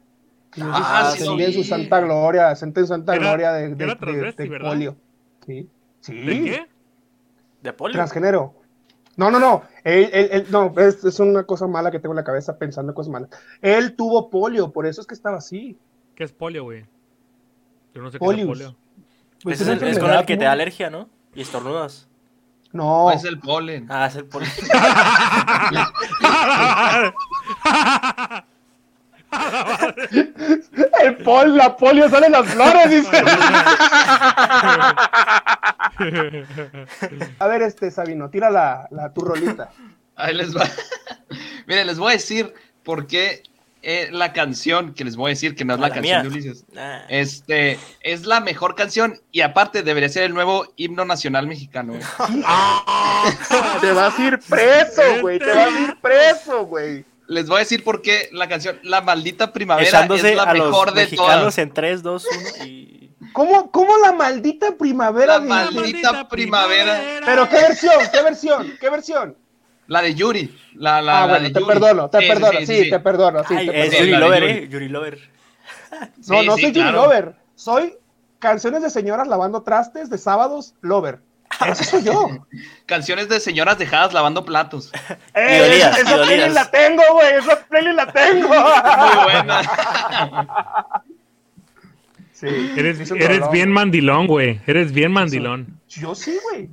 Speaker 4: Ah,
Speaker 2: sí,
Speaker 1: Ascendí en
Speaker 4: sí.
Speaker 1: su santa gloria, ascendí en santa
Speaker 3: Era-
Speaker 1: gloria de, de,
Speaker 3: era
Speaker 1: de-
Speaker 3: transvesti,
Speaker 1: de
Speaker 3: ¿verdad?
Speaker 1: polio. Sí. Sí.
Speaker 3: ¿De qué?
Speaker 2: De polio.
Speaker 1: Transgénero. No, no, no. Él, él- él- no, es, es una cosa mala que tengo en la cabeza pensando en cosas malas. Él tuvo polio, por eso es que estaba así.
Speaker 3: ¿Qué es polio, güey? Yo no sé qué es
Speaker 1: Polius.
Speaker 3: polio.
Speaker 1: Pues
Speaker 2: Ese es,
Speaker 1: una
Speaker 2: el- es con
Speaker 1: enfermedad,
Speaker 2: el que te da alergia, ¿no? Y estornudas.
Speaker 1: No,
Speaker 4: Es Pues el polen.
Speaker 2: Ah, es el polio.
Speaker 1: el pol, la polio sale en las flores, dice. A ver, este, Sabino, tira la, la tu rolita.
Speaker 4: Ahí les va. Miren, les voy a decir por qué eh, la canción que les voy a decir, que no es la,
Speaker 2: La
Speaker 4: canción
Speaker 2: mía.
Speaker 4: de Ulises,
Speaker 2: Ah,
Speaker 4: este, es la mejor canción y aparte debería ser el nuevo himno nacional mexicano. güey.
Speaker 1: Te vas a ir preso, güey. Te vas a ir preso, güey.
Speaker 4: Les voy a decir por qué la canción La Maldita Primavera
Speaker 2: Echándose
Speaker 4: es la
Speaker 2: a los
Speaker 4: mejor de
Speaker 2: mexicanos
Speaker 4: todas.
Speaker 2: en 3, 2, 1 y...
Speaker 1: ¿Cómo, cómo la maldita primavera?
Speaker 4: La
Speaker 1: de-
Speaker 4: maldita primavera.
Speaker 1: Pero qué versión, qué versión, qué versión.
Speaker 4: La de Yuri. La, la,
Speaker 1: ah,
Speaker 4: la
Speaker 1: bueno,
Speaker 4: de
Speaker 1: te
Speaker 4: Yuri.
Speaker 1: perdono, te
Speaker 4: Sí, sí,
Speaker 1: perdono, sí,
Speaker 4: sí, sí, sí.
Speaker 1: te perdono, sí,
Speaker 2: Ay,
Speaker 1: te perdono.
Speaker 2: es
Speaker 4: Sí,
Speaker 2: Yuri
Speaker 4: la de
Speaker 2: Lover,
Speaker 4: Yuri.
Speaker 2: eh. Yuri Lover.
Speaker 1: No,
Speaker 4: Sí,
Speaker 1: no
Speaker 4: sí,
Speaker 1: soy
Speaker 4: claro.
Speaker 1: Jimmy Lover. Soy canciones de señoras lavando trastes de sábados Lover. Eso soy yo.
Speaker 4: Canciones de señoras dejadas lavando platos.
Speaker 1: Eh,
Speaker 2: olías,
Speaker 1: esa
Speaker 2: y
Speaker 1: esa peli
Speaker 2: olías.
Speaker 1: la tengo, güey. Esa peli la tengo.
Speaker 4: Muy buena.
Speaker 1: Sí,
Speaker 3: Eres,
Speaker 1: es un
Speaker 3: eres
Speaker 1: rolón.
Speaker 3: bien mandilón, güey. Eres bien mandilón.
Speaker 1: Yo sí, güey.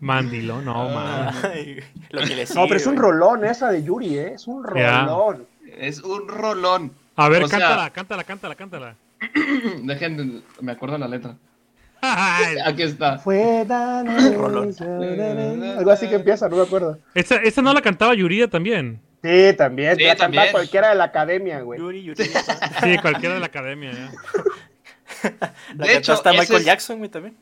Speaker 3: Mandilón, no,
Speaker 4: Ah.
Speaker 3: man.
Speaker 2: Ay, lo que le sigue,
Speaker 1: No, pero es un
Speaker 2: güey.
Speaker 1: rolón esa de Yuri, ¿eh? Es un
Speaker 3: Ya.
Speaker 1: rolón.
Speaker 4: Es un rolón.
Speaker 3: A ver,
Speaker 4: O sea-
Speaker 3: cántala, cántala, cántala, cántala.
Speaker 4: Dejen, me acuerdo la letra.
Speaker 3: Ay,
Speaker 4: Aquí está.
Speaker 1: Fue
Speaker 2: Rolón.
Speaker 1: Algo así que empieza, no me acuerdo.
Speaker 3: esa, esa no la cantaba Yuridia también.
Speaker 1: Sí, también.
Speaker 4: Sí,
Speaker 1: te va a cantar
Speaker 4: también.
Speaker 1: cualquiera de la academia, güey.
Speaker 2: Yuri, Yuri.
Speaker 3: Sí, cualquiera de la academia. ya.
Speaker 2: La
Speaker 4: De
Speaker 2: de
Speaker 4: hecho,
Speaker 2: hasta
Speaker 4: ese
Speaker 2: Michael
Speaker 4: es-
Speaker 2: Jackson, güey, también.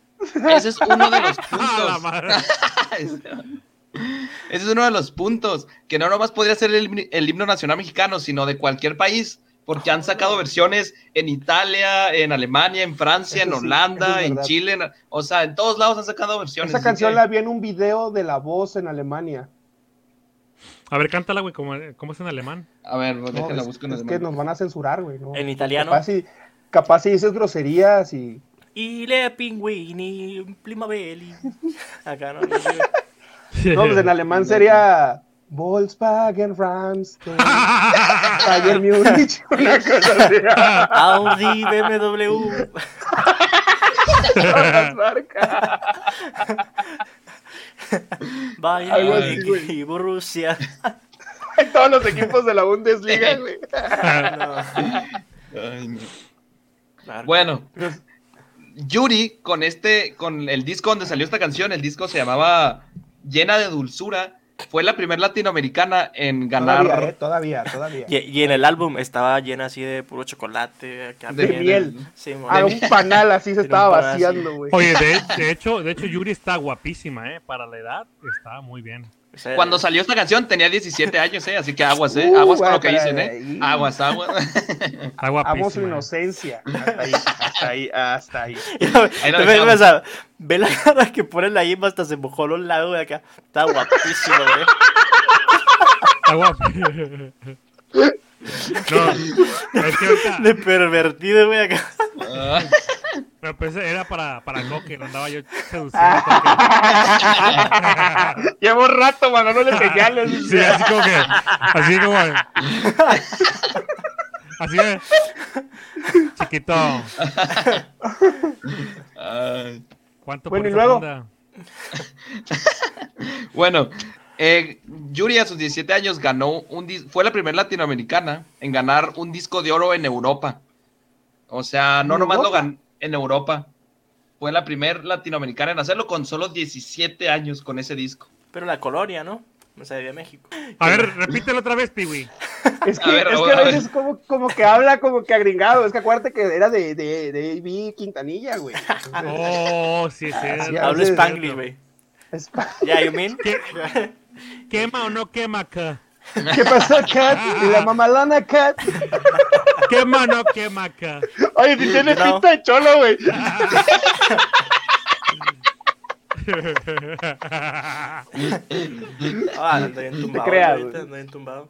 Speaker 4: Ese es uno de los
Speaker 3: Ah, la
Speaker 4: puntos.
Speaker 3: madre.
Speaker 4: Ese es uno de los puntos. Que no nomás podría ser el, himno- el himno nacional mexicano, sino de cualquier país. Porque han sacado versiones en Italia, en Alemania, en Francia,
Speaker 1: Eso
Speaker 4: en
Speaker 1: sí,
Speaker 4: Holanda,
Speaker 1: eso es
Speaker 4: en
Speaker 1: verdad.
Speaker 4: Chile. en- o sea, en todos lados han sacado versiones.
Speaker 1: Esa
Speaker 4: así
Speaker 1: canción
Speaker 4: que-
Speaker 1: la vi en un video de La Voz en Alemania.
Speaker 3: A ver, cántala, güey, ¿cómo, cómo es en alemán?
Speaker 4: A ver,
Speaker 1: No,
Speaker 4: déjenla
Speaker 1: es,
Speaker 4: busco en
Speaker 1: es que
Speaker 4: alemán.
Speaker 1: nos van a censurar, güey. ¿no?
Speaker 2: En italiano.
Speaker 1: Capaz si, capaz si dices groserías y.
Speaker 2: Y le pinguini, primaveri. Acá
Speaker 1: No,
Speaker 2: no.
Speaker 1: pues en alemán sería. Volkswagen Rams. Bayern Munich. Una cosa así.
Speaker 2: Audi, BMW.
Speaker 1: Las marcas.
Speaker 2: Bayern,
Speaker 1: Algo así,
Speaker 2: Múnich
Speaker 1: güey.
Speaker 2: y Borussia.
Speaker 1: En todos los equipos de la Bundesliga, güey.
Speaker 4: Ay, no.
Speaker 2: Claro.
Speaker 4: Bueno,
Speaker 1: Pues,
Speaker 4: Yuri, con este, con el disco donde salió esta canción, el disco se llamaba Llena de Dulzura, fue la primera latinoamericana en ganar
Speaker 1: Todavía, eh, todavía, todavía.
Speaker 2: Y, y en el álbum estaba llena así de puro chocolate. acá
Speaker 4: De
Speaker 2: bien.
Speaker 1: miel. Ah,
Speaker 2: Sí, mo-
Speaker 1: A un panal así se
Speaker 2: Era un
Speaker 1: estaba
Speaker 2: panal así.
Speaker 1: vaciando, güey.
Speaker 3: Oye, de, de hecho, de hecho, Yuri está guapísima, ¿eh? Para la edad, está muy bien.
Speaker 2: o sea,
Speaker 4: Cuando salió esta canción tenía 17 años, ¿eh? Así que aguas, ¿eh?
Speaker 1: Uh,
Speaker 4: Aguas con lo que
Speaker 1: guácala,
Speaker 4: dicen, ¿eh?
Speaker 1: ahí.
Speaker 4: Aguas, aguas.
Speaker 3: Está
Speaker 1: Amo su
Speaker 3: guapísima. eh.
Speaker 1: inocencia. Hasta ahí, hasta ahí, hasta ahí.
Speaker 4: Ahí la
Speaker 2: Te ves,
Speaker 4: dejamos.
Speaker 2: ves a- ve la cara que pone la Ima hasta se mojó los lados de acá. Está guapísimo, güey.
Speaker 3: Está guapísima. No, es que ahorita-
Speaker 2: De pervertido, güey, acá.
Speaker 4: Ah,
Speaker 3: no, pues, era para, para Coque, lo andaba yo seduciendo. a Coque.
Speaker 1: Llevo rato, mano, no le señales.
Speaker 3: Sí, así como que. Así como. Así de. Chiquito.
Speaker 4: ay.
Speaker 3: ¿Cuánto
Speaker 1: Bueno,
Speaker 3: por
Speaker 1: y
Speaker 3: esa
Speaker 1: luego-
Speaker 3: banda?
Speaker 4: Bueno, eh, Yuri a sus 17 años ganó un dis- fue la primera latinoamericana en ganar un disco de oro en Europa. O sea, no
Speaker 1: ¿En
Speaker 4: nomás lo
Speaker 1: Europa?
Speaker 4: ganó en Europa. Fue la primera latinoamericana en hacerlo con solo 17 años con ese disco.
Speaker 2: Pero la colonia, ¿no? No se de México.
Speaker 3: A ver, repítelo otra vez, Piwi.
Speaker 1: Es que,
Speaker 4: A ver,
Speaker 1: es
Speaker 4: a
Speaker 1: que a
Speaker 4: ver.
Speaker 1: veces como, como que habla como que agringado. Es que acuérdate que era de, de, de AB Quintanilla, güey. Entonces,
Speaker 3: Oh, sí, es cierto.
Speaker 1: Ah, sí,
Speaker 2: Hablo
Speaker 1: sí, sí,
Speaker 2: spanglish, güey.
Speaker 1: es pa-
Speaker 2: Ya, you mean?
Speaker 3: ¿Qué- ¿Quema o no quema acá?
Speaker 1: ¿Qué pasó, Kat? Y la mamalona, Kat.
Speaker 3: ¿Quema o no quema acá?
Speaker 1: Oye, si tienes
Speaker 2: No.
Speaker 1: pinta de cholo, güey.
Speaker 2: Ah, ando bien tumbado.
Speaker 1: creas,
Speaker 2: ahorita,
Speaker 1: güey.
Speaker 2: ando bien tumbado.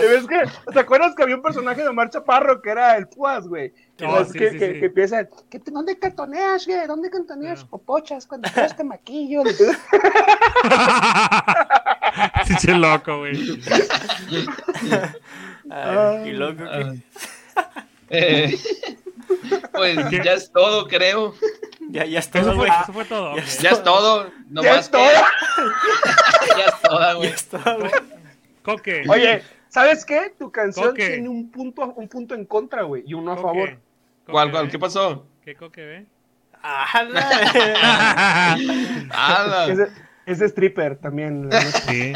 Speaker 1: ¿Ves que, ¿Te acuerdas que había un personaje de Omar Chaparro que era el Púas, güey?
Speaker 3: Oh,
Speaker 1: Es
Speaker 3: sí,
Speaker 1: que,
Speaker 3: sí,
Speaker 1: que,
Speaker 3: sí.
Speaker 1: que empieza, "¿Qué te- ¿dónde cantoneas, güey? ¿Dónde cantoneas?
Speaker 3: Ah.
Speaker 1: Popochas, cuando quieras te maquillo.
Speaker 3: Sí, che loco, güey.
Speaker 2: Ah, y loco,
Speaker 4: Ah.
Speaker 2: que
Speaker 4: Eh, pues ya es todo, creo.
Speaker 2: ya, ya está,
Speaker 3: Eso fue,
Speaker 2: güey.
Speaker 1: Ah.
Speaker 3: eso fue todo. ok.
Speaker 4: Ya es todo. No
Speaker 1: Ya
Speaker 4: más
Speaker 1: es
Speaker 4: que-
Speaker 1: todo.
Speaker 4: ya es toda,
Speaker 2: Ya
Speaker 4: güey.
Speaker 2: está, güey.
Speaker 3: Coque.
Speaker 1: Oye, ¿sabes qué? Tu canción
Speaker 3: Ok.
Speaker 1: tiene un punto, un punto en contra, güey, y uno a
Speaker 3: Coque.
Speaker 1: favor.
Speaker 4: ¿Cuál,
Speaker 3: Coque,
Speaker 4: cuál?
Speaker 3: ve.
Speaker 4: ¿Qué pasó?
Speaker 3: ¿Qué coque, ve?
Speaker 2: Ah, la-
Speaker 4: Ah,
Speaker 1: Es,
Speaker 4: Ala,
Speaker 1: de- es de stripper también. la neta,
Speaker 3: Sí,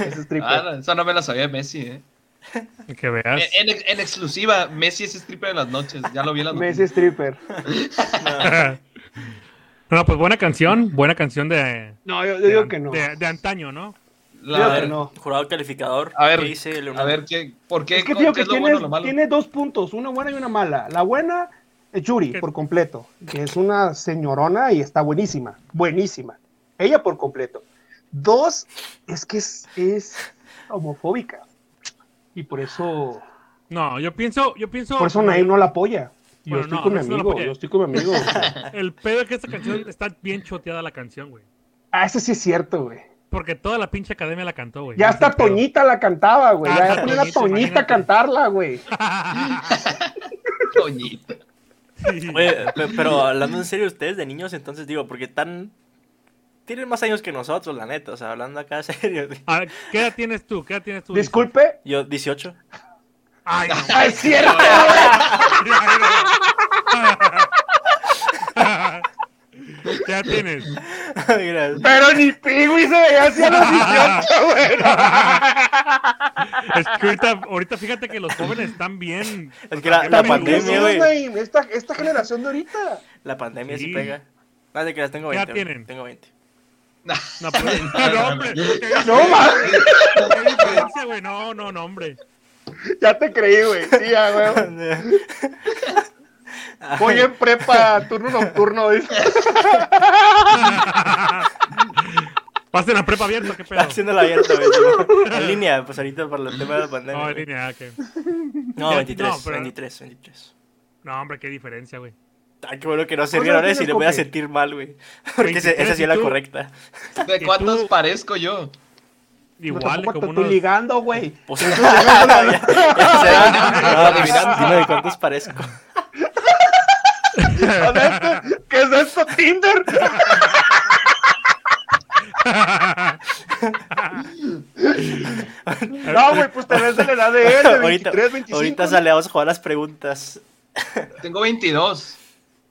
Speaker 1: Es de stripper.
Speaker 4: ala, esa no me la sabía de Messi, eh.
Speaker 3: que veas.
Speaker 1: Eh,
Speaker 4: En, en- en exclusiva, Messi es stripper en las noches. Ya lo vi en las
Speaker 1: Messi
Speaker 4: noches.
Speaker 1: stripper. eh.
Speaker 3: No, pues buena canción, buena canción de,
Speaker 1: No, yo, yo
Speaker 3: de
Speaker 1: digo
Speaker 3: an-
Speaker 1: que no.
Speaker 3: de, de antaño, ¿no?
Speaker 2: A ver,
Speaker 1: que no.
Speaker 2: Jurado calificador.
Speaker 4: A ver,
Speaker 2: ¿qué dice
Speaker 4: a
Speaker 2: Leonardo?
Speaker 4: ver, ¿qué, ¿por qué?
Speaker 1: Es que
Speaker 4: co-
Speaker 1: tío, que
Speaker 4: qué es lo bueno o
Speaker 1: tiene,
Speaker 4: lo malo?
Speaker 1: tiene dos puntos, una buena y una mala. La buena es Yuri, por completo, que es una señorona y está buenísima, buenísima. Ella por completo. Dos, es que es, es homofóbica. Y por eso,
Speaker 3: No, yo pienso, yo pienso.
Speaker 1: por eso Naim no la apoya. Yo
Speaker 3: Bueno,
Speaker 1: estoy
Speaker 3: no,
Speaker 1: con mi
Speaker 3: no es una
Speaker 1: amigo,
Speaker 3: apoya.
Speaker 1: yo estoy con mi amigo. o sea.
Speaker 3: El pedo es que esta canción está bien choteada la canción, güey.
Speaker 1: ah, eso sí es cierto, güey.
Speaker 3: Porque toda la pinche academia la cantó, güey.
Speaker 1: Ya
Speaker 3: Ese
Speaker 1: hasta
Speaker 3: es el pedo.
Speaker 1: Toñita la cantaba, güey.
Speaker 3: Ah,
Speaker 1: Ya
Speaker 3: hasta
Speaker 1: ponía a
Speaker 3: Toñita,
Speaker 1: Toñita a
Speaker 3: imagínate.
Speaker 1: cantarla, güey.
Speaker 4: Toñito.
Speaker 3: Sí.
Speaker 2: Oye, pe- pero hablando en serio, ustedes de niños, entonces digo, porque tan. Tienen más años que nosotros, la neta. O sea, hablando acá serio.
Speaker 3: A ver, ¿qué edad tienes tú? ¿Qué edad tienes tú?
Speaker 1: Disculpe.
Speaker 2: Yo, 18.
Speaker 3: Lisa? Ay, no.
Speaker 1: Ah, es cierto.
Speaker 3: ¿Qué edad tienes?
Speaker 2: Gracias.
Speaker 1: Pero ni Pigui se veía así a los 18, güey.
Speaker 3: Es que ahorita, ahorita fíjate que los jóvenes están bien.
Speaker 2: Es que la,
Speaker 3: También
Speaker 2: la
Speaker 3: me
Speaker 2: pandemia,
Speaker 1: Jesús,
Speaker 2: güey.
Speaker 1: Naim, Esta, esta generación de ahorita.
Speaker 2: La pandemia sí,
Speaker 3: Sí.
Speaker 2: pega. Nada de que las tengo
Speaker 3: ¿Qué
Speaker 2: 20.
Speaker 3: edad
Speaker 2: güey,
Speaker 3: tienen?
Speaker 2: Tengo 20.
Speaker 3: No, pues, no, hombre.
Speaker 1: No, mames.
Speaker 3: ¿Qué diferencia, güey? No, no, no, hombre.
Speaker 1: Ya te creí, güey. Sí, ya, güey. Voy en prepa, turno nocturno. dice.
Speaker 3: Pasen la prepa abierta, qué pedo.
Speaker 2: Haciendo la abierta, güey. tipo, En línea, pues ahorita por el tema de la pandemia.
Speaker 3: No, en
Speaker 2: güey.
Speaker 3: línea, ah, que-
Speaker 2: No,
Speaker 3: Ya,
Speaker 2: 23,
Speaker 3: no, pero-
Speaker 2: 23, 23.
Speaker 3: No, hombre, qué diferencia, güey.
Speaker 2: Ay, qué bueno que no se
Speaker 1: ¿Cuánto
Speaker 2: rieron, eh,
Speaker 1: tienes,
Speaker 2: si le voy a
Speaker 1: Coque?
Speaker 2: sentir mal, güey. Porque ese-
Speaker 3: 23,
Speaker 2: esa sí
Speaker 3: ¿y
Speaker 2: es la
Speaker 3: tú?
Speaker 2: correcta.
Speaker 4: ¿De
Speaker 3: tú-
Speaker 4: cuántos parezco yo?
Speaker 3: Igual,
Speaker 1: No, tampoco
Speaker 3: como
Speaker 1: te estoy
Speaker 3: unos...
Speaker 1: ligando, güey.
Speaker 2: Pues ya, ya será. Ah, No,
Speaker 4: adivinando.
Speaker 2: dime de cuántos parezco.
Speaker 1: ¿Qué es esto? ¿Qué es esto, Tinder? No, güey, pues te ves de la edad de él, de
Speaker 2: Ahorita,
Speaker 1: 23, 25.
Speaker 2: ahorita sale, vamos a jugar las preguntas.
Speaker 4: Tengo 22.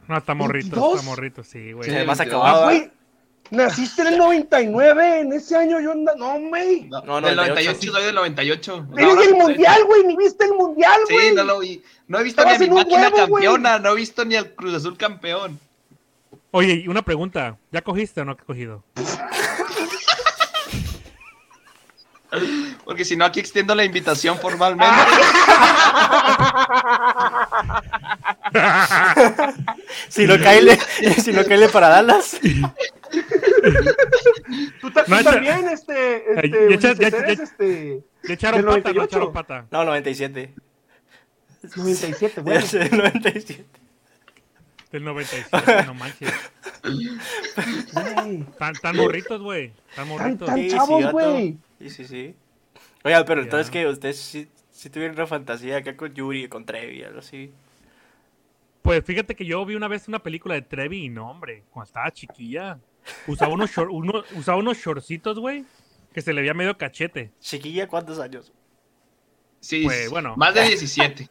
Speaker 3: No, está morrito,
Speaker 1: 22.
Speaker 3: está morrito, sí, güey.
Speaker 2: Sí, más
Speaker 4: 22.
Speaker 2: acabado.
Speaker 1: Ah, güey. Naciste en el 99, en ese año yo anda... No, güey.
Speaker 4: No,
Speaker 2: No,
Speaker 4: del
Speaker 2: 98.
Speaker 4: 98, soy del 98.
Speaker 1: Eres
Speaker 4: Ahora
Speaker 1: del
Speaker 4: soy-
Speaker 1: mundial, güey, ni viste el mundial,
Speaker 4: Sí,
Speaker 1: güey.
Speaker 4: no lo vi. No he visto ni a
Speaker 1: Estabas
Speaker 4: mi
Speaker 1: en un
Speaker 4: máquina
Speaker 1: huevo, güey.
Speaker 4: campeona, no he visto ni al Cruz Azul campeón.
Speaker 3: Oye, y una pregunta. ¿Ya cogiste o no has cogido?
Speaker 4: Porque si no, aquí extiendo la invitación formalmente.
Speaker 1: Ah.
Speaker 2: Si no cae, le- si no cae le para Dallas.
Speaker 1: Tú, ta- tú
Speaker 3: No, echa-
Speaker 1: también, este, este,
Speaker 3: eh, ya echa-
Speaker 1: Ulises,
Speaker 3: ya echa-
Speaker 1: eres,
Speaker 3: ya-
Speaker 1: este,
Speaker 3: Ya echaron
Speaker 1: Del
Speaker 3: pata, no
Speaker 1: 98.
Speaker 3: echaron pata.
Speaker 2: No, 97.
Speaker 1: 97,
Speaker 2: Ya
Speaker 1: güey.
Speaker 2: sé, 97.
Speaker 3: Del 97, no manches.
Speaker 1: pues, Güey,
Speaker 3: Tan, tan morritos, güey. Tan
Speaker 1: Eh, Tan,
Speaker 3: morritos.
Speaker 1: tan
Speaker 2: Sí, sí,
Speaker 1: chavos,
Speaker 2: vato.
Speaker 1: güey.
Speaker 2: Sí, sí, sí. Oiga, pero
Speaker 3: Ya.
Speaker 2: entonces que ustedes sí, sí tuvieron una fantasía acá con Yuri, con Trevi, algo así.
Speaker 3: Pues fíjate que yo vi una vez una película de Trevi y no, hombre, cuando estaba chiquilla. Usaba unos, shor- uno- usaba unos shortcitos, güey, que se le veía medio cachete.
Speaker 2: Chiquilla, ¿cuántos años?
Speaker 4: Sí,
Speaker 3: Pues, bueno.
Speaker 4: más de 17.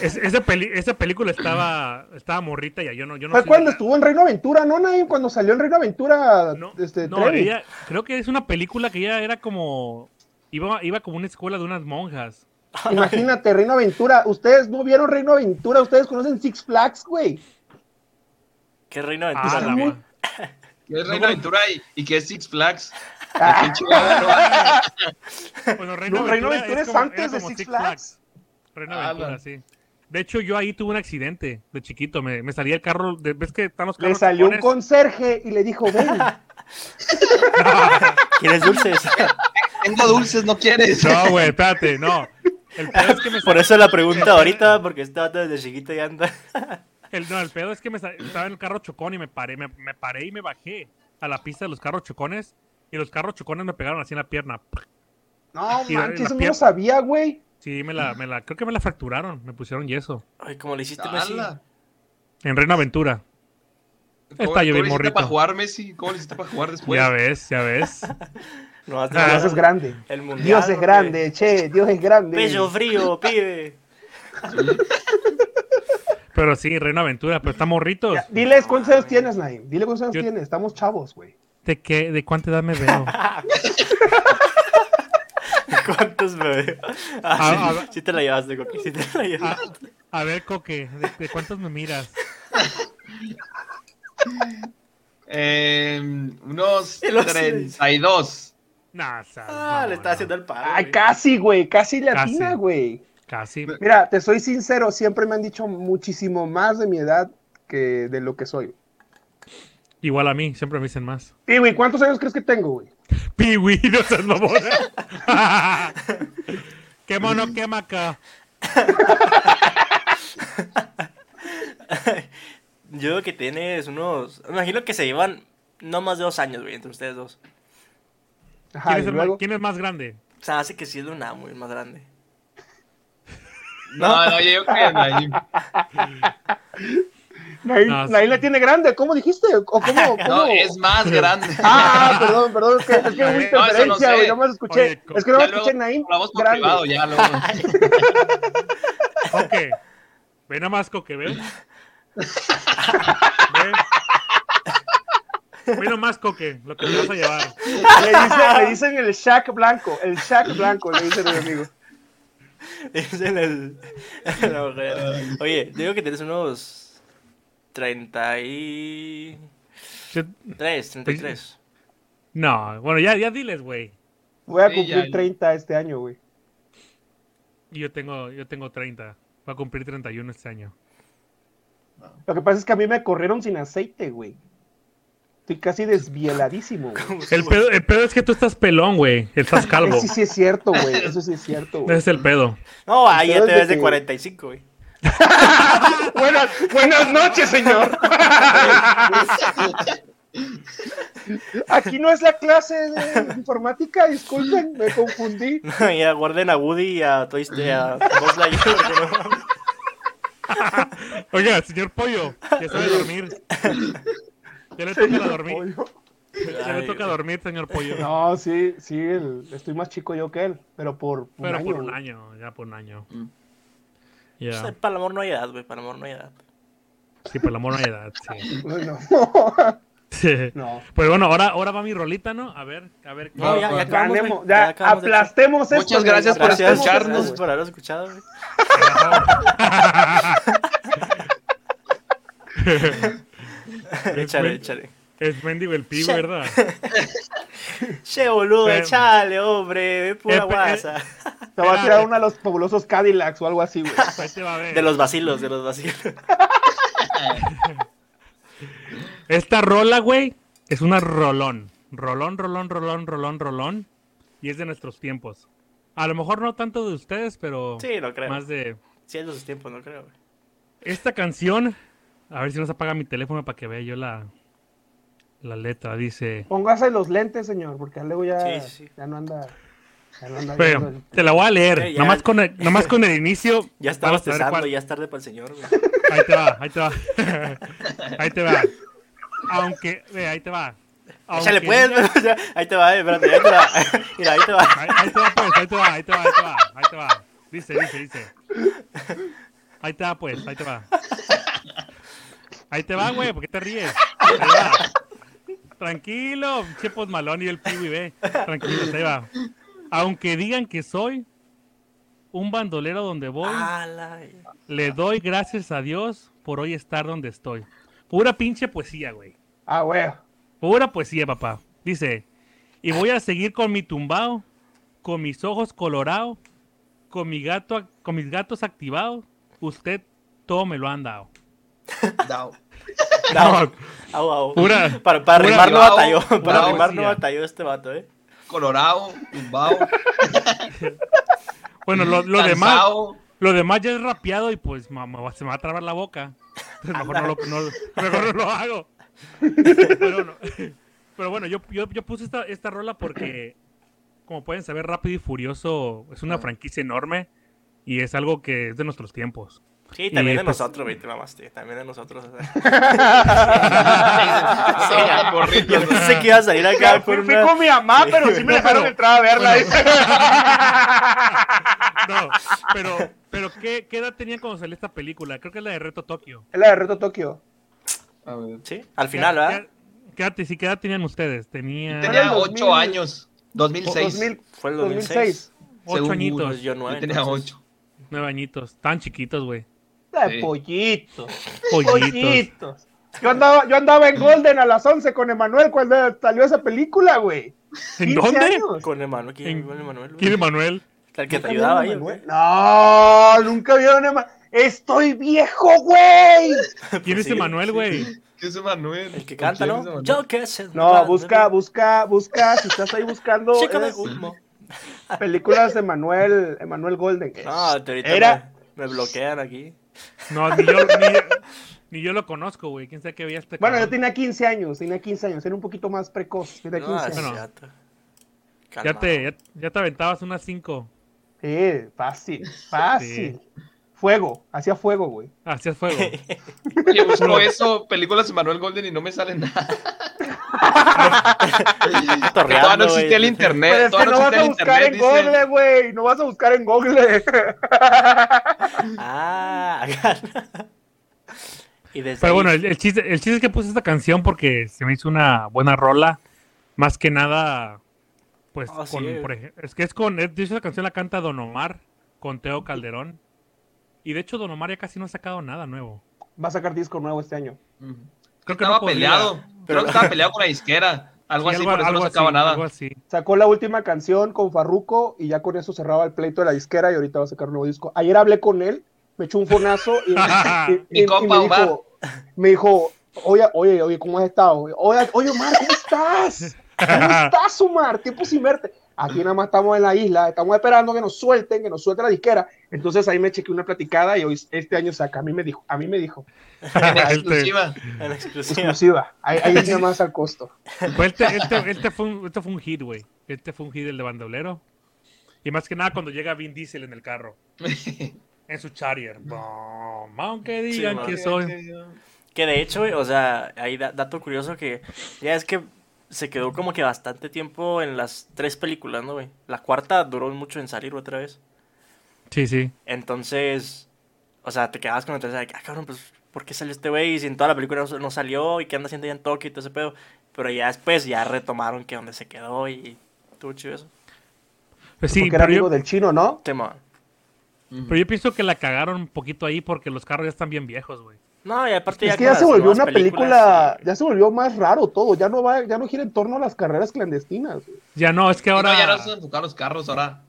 Speaker 3: Es- esa, peli- esa película estaba, estaba morrita ya. Yo no, yo no
Speaker 1: Fue
Speaker 3: soy
Speaker 1: cuando
Speaker 3: de-
Speaker 1: estuvo en Reino Aventura, ¿no, Naim? Cuando salió en Reino Aventura,
Speaker 3: No,
Speaker 1: este,
Speaker 3: no,
Speaker 1: Trevi.
Speaker 3: ella- creo que es una película que ya era como. Iba, iba como una escuela de unas monjas.
Speaker 1: Imagínate, Reino Aventura. Ustedes no vieron Reino Aventura, ustedes conocen Six Flags, güey.
Speaker 2: ¿Qué reino de
Speaker 3: Ah, la
Speaker 1: muy-
Speaker 3: ma-
Speaker 4: Que es Reino Aventura y, y que es Six Flags.
Speaker 1: Ah, no,
Speaker 3: Bueno, Reino Aventura,
Speaker 1: Reino Aventura es
Speaker 3: como- era
Speaker 1: antes de
Speaker 3: como
Speaker 1: Six Flags.
Speaker 3: Reino
Speaker 4: Ah,
Speaker 3: Aventura,
Speaker 4: la-
Speaker 3: sí. De hecho, yo ahí tuve un accidente de chiquito. Me, me salía el carro. de- ¿Ves que están los
Speaker 1: Le
Speaker 3: carros?
Speaker 1: salió un
Speaker 3: japoneses?
Speaker 1: conserje y le dijo, ven.
Speaker 2: ¿Quieres dulces?
Speaker 4: Tengo dulces, no quieres.
Speaker 3: No, güey, espérate, no. El pedo es que me
Speaker 2: Por eso la pregunta ahorita, porque este vato desde chiquito ya anda.
Speaker 3: El, no, el pedo es que me sa- estaba en el carro chocón y me paré, me, me paré y me bajé a la pista de los carros chocones. Y los carros chocones me pegaron así en la pierna.
Speaker 1: No,
Speaker 3: Y la-
Speaker 1: manches,
Speaker 3: la
Speaker 1: eso no
Speaker 3: pier-
Speaker 1: lo sabía, güey.
Speaker 3: Sí, me la, me la, creo que me la fracturaron, me pusieron yeso.
Speaker 2: Ay, como le hiciste Messi.
Speaker 4: Ala.
Speaker 3: En Reino Aventura. Está yo bien
Speaker 4: ¿Cómo le
Speaker 3: morrito.
Speaker 4: hiciste para jugar, Messi? ¿Cómo le hiciste para jugar después?
Speaker 3: Ya ves, ya ves.
Speaker 2: No, hasta
Speaker 3: Ah,
Speaker 1: Dios es grande.
Speaker 2: El mundial.
Speaker 1: Dios es
Speaker 2: porque-
Speaker 1: grande, che, Dios es grande.
Speaker 2: Pecho frío, pibe.
Speaker 3: Pero sí, Reino Aventura, pero estamos morritos.
Speaker 1: Ya, Diles cuántos años tienes, Naim. Dile cuántos años
Speaker 3: Yo-
Speaker 1: tienes. Estamos chavos, güey.
Speaker 3: ¿De qué, de cuánta edad me veo?
Speaker 2: ¿Cuántos me veo?
Speaker 3: Ah,
Speaker 2: Ah, sí,
Speaker 3: ah,
Speaker 2: sí te la llevaste, Coqui, sí te la
Speaker 3: A,
Speaker 2: llevaste.
Speaker 3: a ver, Coque, ¿de, de cuántos me miras?
Speaker 4: Eh, unos Em,
Speaker 2: Y los-
Speaker 4: 32.
Speaker 3: Nah, sal-
Speaker 2: Ah,
Speaker 3: no,
Speaker 2: le está
Speaker 3: no.
Speaker 2: haciendo el paro.
Speaker 1: Ay,
Speaker 2: güey.
Speaker 1: casi, güey, casi latina,
Speaker 3: Casi.
Speaker 1: güey.
Speaker 3: Casi.
Speaker 1: Mira, te soy sincero, siempre me han dicho muchísimo más de mi edad que de lo que soy.
Speaker 3: Igual a mí, siempre me dicen más.
Speaker 1: Y, güey, ¿cuántos años crees que tengo, güey?
Speaker 3: Piwi, no seas mamona. qué mono quema acá.
Speaker 2: Yo creo que tienes unos. me Imagino que se llevan no más de dos años, güey, entre ustedes dos.
Speaker 1: Ajá,
Speaker 3: ¿Quién
Speaker 1: y
Speaker 3: es, el
Speaker 1: luego,
Speaker 3: ma- quién es más grande?
Speaker 2: O sea, hace que sí es de una muy más grande.
Speaker 4: No, no, yo creo que Naim.
Speaker 1: Nail,
Speaker 3: No, sí.
Speaker 1: Nail la tiene grande, ¿cómo dijiste? ¿O cómo, cómo?
Speaker 4: No, es más grande.
Speaker 1: Ah, perdón, perdón, es que, es que hubo
Speaker 3: No, eso
Speaker 4: no
Speaker 1: interferencia,
Speaker 4: sé.
Speaker 1: güey, no me lo escuché.
Speaker 3: Oye,
Speaker 1: es que no me
Speaker 4: Ya
Speaker 1: escuché,
Speaker 4: luego
Speaker 1: Naim,
Speaker 4: Hablamos por
Speaker 1: grande.
Speaker 4: privado, ya luego.
Speaker 3: Ok. Ve nada más, Coque, ve. Ve. Ve nomás, Coque, lo que te vas a llevar.
Speaker 1: Le, dice- le dicen el Shaq blanco, el Shaq blanco, le dicen mi amigo.
Speaker 2: Es en el- en la mujer. Oye, digo que tienes unos. 30 y.
Speaker 3: Yo-
Speaker 2: 3, 33.
Speaker 3: No, bueno, ya, ya diles, güey.
Speaker 1: Voy a
Speaker 4: Sí,
Speaker 1: cumplir
Speaker 4: ya.
Speaker 1: 30 este año, güey.
Speaker 3: Y yo tengo, yo tengo 30. Voy a cumplir 31 este año.
Speaker 1: Lo que pasa es que a mí me corrieron sin aceite, güey. Estoy casi desvieladísimo, güey.
Speaker 3: El pedo, el pedo es que tú estás pelón, güey. Estás calvo.
Speaker 1: Eso sí es cierto, güey. Eso sí es cierto,
Speaker 3: Ese
Speaker 1: güey.
Speaker 3: es el pedo.
Speaker 4: Pues,
Speaker 2: No, ahí ya
Speaker 1: pedo
Speaker 2: te
Speaker 1: es de
Speaker 2: ves de
Speaker 1: que-
Speaker 2: 45, güey.
Speaker 1: Buenas, buenas noches, señor. Aquí no es la clase de informática, disculpen, me confundí.
Speaker 2: Y aguarden a Woody y a Toy Story. A Buzz Lightyear, porque no mames.
Speaker 3: Oiga, señor Pollo, ya sabe dormir. Ya le toca la dormir. Ya le
Speaker 2: Ay, eh.
Speaker 3: toca
Speaker 2: güey.
Speaker 3: dormir, señor Pollo.
Speaker 1: No, sí, sí, el- estoy más chico yo que él, pero por un
Speaker 3: Pero
Speaker 1: año.
Speaker 3: por un
Speaker 1: güey.
Speaker 3: año, ya por un año.
Speaker 4: Mm.
Speaker 3: Ya.
Speaker 2: O sea, Pues, Para el amor no hay edad, güey. Para el amor no hay edad.
Speaker 3: Sí, por la mona edad, sí.
Speaker 1: Pues, No,
Speaker 3: Sí.
Speaker 1: no.
Speaker 3: Pues bueno, ahora, ahora va mi rolita, ¿no? A ver, a ver.
Speaker 4: No,
Speaker 2: ya, ya acabamos,
Speaker 1: Pues, Ganemos,
Speaker 2: güey.
Speaker 1: ya,
Speaker 2: acabamos de-
Speaker 1: aplastemos esto.
Speaker 4: Muchas gracias por
Speaker 1: aplastemos esto,
Speaker 4: escucharnos,
Speaker 2: Gracias
Speaker 1: güey.
Speaker 2: por haber escuchado, güey. Échale, échale.
Speaker 3: Es mendigo el pibe,
Speaker 2: Sí.
Speaker 3: ¿verdad?
Speaker 2: Che, boludo,
Speaker 3: Pero-
Speaker 2: échale, hombre. Es pura
Speaker 3: Eh, pero-
Speaker 2: guasa.
Speaker 1: Te va a tirar uno de los fabulosos Cadillacs o algo así, güey.
Speaker 3: Ahí te va a ver.
Speaker 2: De los vacilos, de los vacilos.
Speaker 3: Esta rola, güey, es una rolón. Rolón, rolón, rolón, rolón, rolón. Y es de nuestros tiempos. A lo mejor no tanto de ustedes, pero
Speaker 2: Sí, no creo.
Speaker 3: más de...
Speaker 2: Sí, es de sus tiempos, no creo, güey.
Speaker 3: Esta canción, a ver si nos apaga mi teléfono para que vea yo la, la letra. Dice,
Speaker 1: Póngase los lentes, señor, porque luego ya,
Speaker 2: Sí, sí, sí.
Speaker 1: ya no anda. Ya no anda viendo
Speaker 3: pero
Speaker 1: el-
Speaker 3: te la voy a leer.
Speaker 2: Sí, ya.
Speaker 3: Nomás con el, nomás con el inicio.
Speaker 2: Ya
Speaker 3: vas
Speaker 2: estamos
Speaker 3: a saber
Speaker 2: cesando,
Speaker 3: cuál-
Speaker 2: ya es tarde para el señor, güey.
Speaker 3: Ahí te va, ahí te va. ahí te va. Aunque, ve, ahí te va.
Speaker 2: Échale,
Speaker 3: Aunque
Speaker 2: pues.
Speaker 3: digas-
Speaker 2: o sea, ahí te va, eh, espérate, ahí te va. Mira, ahí te va.
Speaker 3: Ahí, ahí te va, pues, ahí te va, ahí te va, ahí te va, ahí te va. Dice, dice, dice. Ahí te va, pues, ahí te va. Ahí te va, güey, ¿por qué te ríes? Ahí va. Tranquilo, chepos malón y el piwi, ve. Tranquilo, ahí va. Aunque digan que soy un bandolero donde voy,
Speaker 2: Ah, la-
Speaker 3: le doy gracias a Dios por hoy estar donde estoy. Pura pinche poesía, güey.
Speaker 1: Ah, güey.
Speaker 3: Pura poesía, papá. Dice, y voy a seguir con mi tumbao, con mis ojos colorados, con mi gato, ac- con mis gatos activados. Usted todo me lo han dado.
Speaker 2: No, au, au.
Speaker 3: Pura-
Speaker 2: Para, para
Speaker 3: pura-
Speaker 2: rimar no
Speaker 4: au,
Speaker 2: batalló,
Speaker 4: pura
Speaker 2: para rimar no
Speaker 3: poesía.
Speaker 2: batalló este vato, eh.
Speaker 4: Colorado, tumbado,
Speaker 3: Bueno, lo, lo demás,
Speaker 4: cansado.
Speaker 3: lo demás ya es rapeado y pues mamá, se me va a trabar la boca. Entonces, mejor no lo, no- mejor no lo hago. Pero, no. Pero bueno, yo, yo, yo puse esta, esta rola porque, como pueden saber, Rápido y Furioso es una franquicia enorme y es algo que es de nuestros tiempos.
Speaker 2: Sí, también
Speaker 3: Y,
Speaker 2: de
Speaker 3: pues-
Speaker 2: nosotros, güey, te mamaste. También de nosotros. o sea.
Speaker 4: Son
Speaker 2: Yo
Speaker 4: burritos.
Speaker 2: pensé que iba a salir acá con
Speaker 1: fui, fui
Speaker 2: una...
Speaker 1: con mi mamá,
Speaker 2: Sí.
Speaker 1: pero sí me
Speaker 3: No,
Speaker 1: dejaron
Speaker 3: pero-
Speaker 1: entrar a verla.
Speaker 3: bueno.
Speaker 1: dice.
Speaker 3: No, pero, pero ¿qué, qué edad tenían cuando salió esta película? Creo que es la de Reto Tokio.
Speaker 1: Es la de Reto Tokio.
Speaker 4: A ver.
Speaker 2: Sí, al
Speaker 3: ¿Qué-
Speaker 2: final,
Speaker 3: qué-
Speaker 2: ¿verdad?
Speaker 3: ¿Qué edad, sí, qué edad tenían ustedes? Tenía
Speaker 1: el
Speaker 4: Tenía
Speaker 1: 2000.
Speaker 4: 8 años. 2006.
Speaker 1: 2000,
Speaker 2: Fue el
Speaker 1: 2006.
Speaker 2: 2006.
Speaker 3: ocho
Speaker 4: seguro.
Speaker 3: añitos,
Speaker 2: Yo
Speaker 4: Yo
Speaker 2: nueve.
Speaker 4: tenía
Speaker 2: entonces.
Speaker 4: 8.
Speaker 3: nueve añitos. Tan chiquitos, güey.
Speaker 1: La de
Speaker 4: Sí.
Speaker 1: pollitos.
Speaker 3: Pollitos.
Speaker 1: Pollitos. Yo andaba, yo andaba en Golden a las 11 con Emanuel cuando salió esa película, güey.
Speaker 3: ¿En dónde?
Speaker 1: años?
Speaker 2: Con Emanuel. ¿Quién
Speaker 3: En-
Speaker 2: con Emanuel? güey?
Speaker 3: ¿Quién es Manuel?
Speaker 2: El que te
Speaker 1: ¿Nunca
Speaker 2: ayudaba ahí.
Speaker 1: vieron a Emanuel? No, nunca vieron a Emanuel. ¡Estoy viejo, güey!
Speaker 3: ¿Quién es
Speaker 2: Pues Sí,
Speaker 3: Emanuel, güey?
Speaker 4: ¿Qué es Emanuel?
Speaker 2: El que canta,
Speaker 4: ¿Quién es
Speaker 2: ¿no?
Speaker 4: Emanuel?
Speaker 2: Yo qué sé.
Speaker 1: No, busca, busca, busca. Si estás ahí buscando
Speaker 2: Chica de
Speaker 1: esas
Speaker 2: humo.
Speaker 1: películas de Emanuel, Emanuel Golden.
Speaker 2: No, ahorita
Speaker 1: Era-
Speaker 2: me, me bloquean aquí.
Speaker 3: No, ni yo, ni yo, ni yo lo conozco, güey. ¿Quién sabe qué veía este
Speaker 1: Bueno, yo
Speaker 3: cabrón?
Speaker 1: tenía 15 años, tenía 15 años, era un poquito más precoz. Tenía
Speaker 2: No,
Speaker 1: 15 años.
Speaker 3: Bueno.
Speaker 2: chato.
Speaker 3: ya
Speaker 2: Calmado.
Speaker 3: te, ya, ya te aventabas unas cinco.
Speaker 1: Sí, fácil, fácil. Fuego, hacía fuego, güey.
Speaker 3: Hacías fuego.
Speaker 4: Oye, busco eso, películas de Manuel Golden y no me sale nada.
Speaker 2: Torreando,
Speaker 4: todavía no
Speaker 2: güey.
Speaker 4: existía el internet.
Speaker 1: Pero Pues es que no
Speaker 4: todavía
Speaker 1: vas a
Speaker 4: existía el
Speaker 1: buscar en
Speaker 4: internet, dicen.
Speaker 1: Google, güey. No vas a buscar en Google.
Speaker 2: Ah, y desde
Speaker 3: Pero bueno,
Speaker 2: ahí-
Speaker 3: el, el chiste, el chiste es que puse esta canción porque se me hizo una buena rola. Más que nada, pues,
Speaker 2: Ah, sí,
Speaker 3: con,
Speaker 2: eh.
Speaker 3: por ej- es que es con, es- de hecho, esa canción la canta Don Omar con Teo Calderón. Y de hecho, Don Omar ya casi no ha sacado nada nuevo.
Speaker 1: Va a sacar disco nuevo este año.
Speaker 3: Creo que
Speaker 4: Estaba
Speaker 3: no podría.
Speaker 4: peleado. Creo que estaba peleado con la disquera. Algo
Speaker 3: Sí,
Speaker 4: así, por eso no sacaba
Speaker 3: así, algo
Speaker 4: nada.
Speaker 3: así.
Speaker 1: Sacó la última canción con Farruko y ya con eso cerraba el pleito de la disquera y ahorita va a sacar un nuevo disco. Ayer hablé con él, me echó un fonazo y,
Speaker 4: Mi compa
Speaker 1: me
Speaker 4: Omar.
Speaker 1: dijo, me dijo, oye, oye, oye, ¿cómo has estado? Oye, oye, Omar, ¿cómo estás? ¿Cómo estás, Omar? Tiempo sin verte. Aquí nada más estamos en la isla, estamos esperando que nos suelten, que nos suelte la disquera. Entonces ahí me chequé una platicada y hoy este año saca. A mí me dijo, a mí me dijo,
Speaker 4: En
Speaker 3: Este-
Speaker 4: exclusiva.
Speaker 2: en exclusiva.
Speaker 1: exclusiva. Ahí, ahí nada más al costo.
Speaker 3: Pues este, este- este fue un, este fue un hit, güey. Este fue un hit el de bandolero. Y más que nada cuando llega Vin Diesel en el carro. En su charrier. Bom, Aunque digan
Speaker 2: man.
Speaker 3: que soy.
Speaker 2: Que de hecho, güey, o sea, hay da- dato curioso que ya es que se quedó como que bastante tiempo en las tres películas, ¿no, güey? La cuarta duró mucho en salir otra vez.
Speaker 3: Sí, sí.
Speaker 2: Entonces, o sea, te quedabas con la tercera de que, ah, cabrón, pues, ¿por qué salió este güey? Y si en toda la película no, no salió y qué anda haciendo ya en Tokio y todo ese pedo. Pero ya después ya retomaron que donde se quedó y, y estuvo chido eso.
Speaker 3: Pues sí,
Speaker 1: Porque era
Speaker 3: pero
Speaker 1: amigo
Speaker 3: yo,
Speaker 1: del chino, ¿no?
Speaker 2: Tema.
Speaker 3: pero yo pienso que la cagaron un poquito ahí porque los carros ya están bien viejos, güey.
Speaker 2: No, y aparte
Speaker 1: Es que
Speaker 2: Este, con
Speaker 1: ya se
Speaker 2: las
Speaker 1: volvió
Speaker 2: nuevas
Speaker 1: una
Speaker 2: películas, eh.
Speaker 1: película, ya se volvió más raro todo, ya no va, ya no gira en torno a las carreras clandestinas.
Speaker 3: Ya no, es que
Speaker 4: Ahora
Speaker 3: ahora.
Speaker 4: ya no se enfocaron los carros, ahora.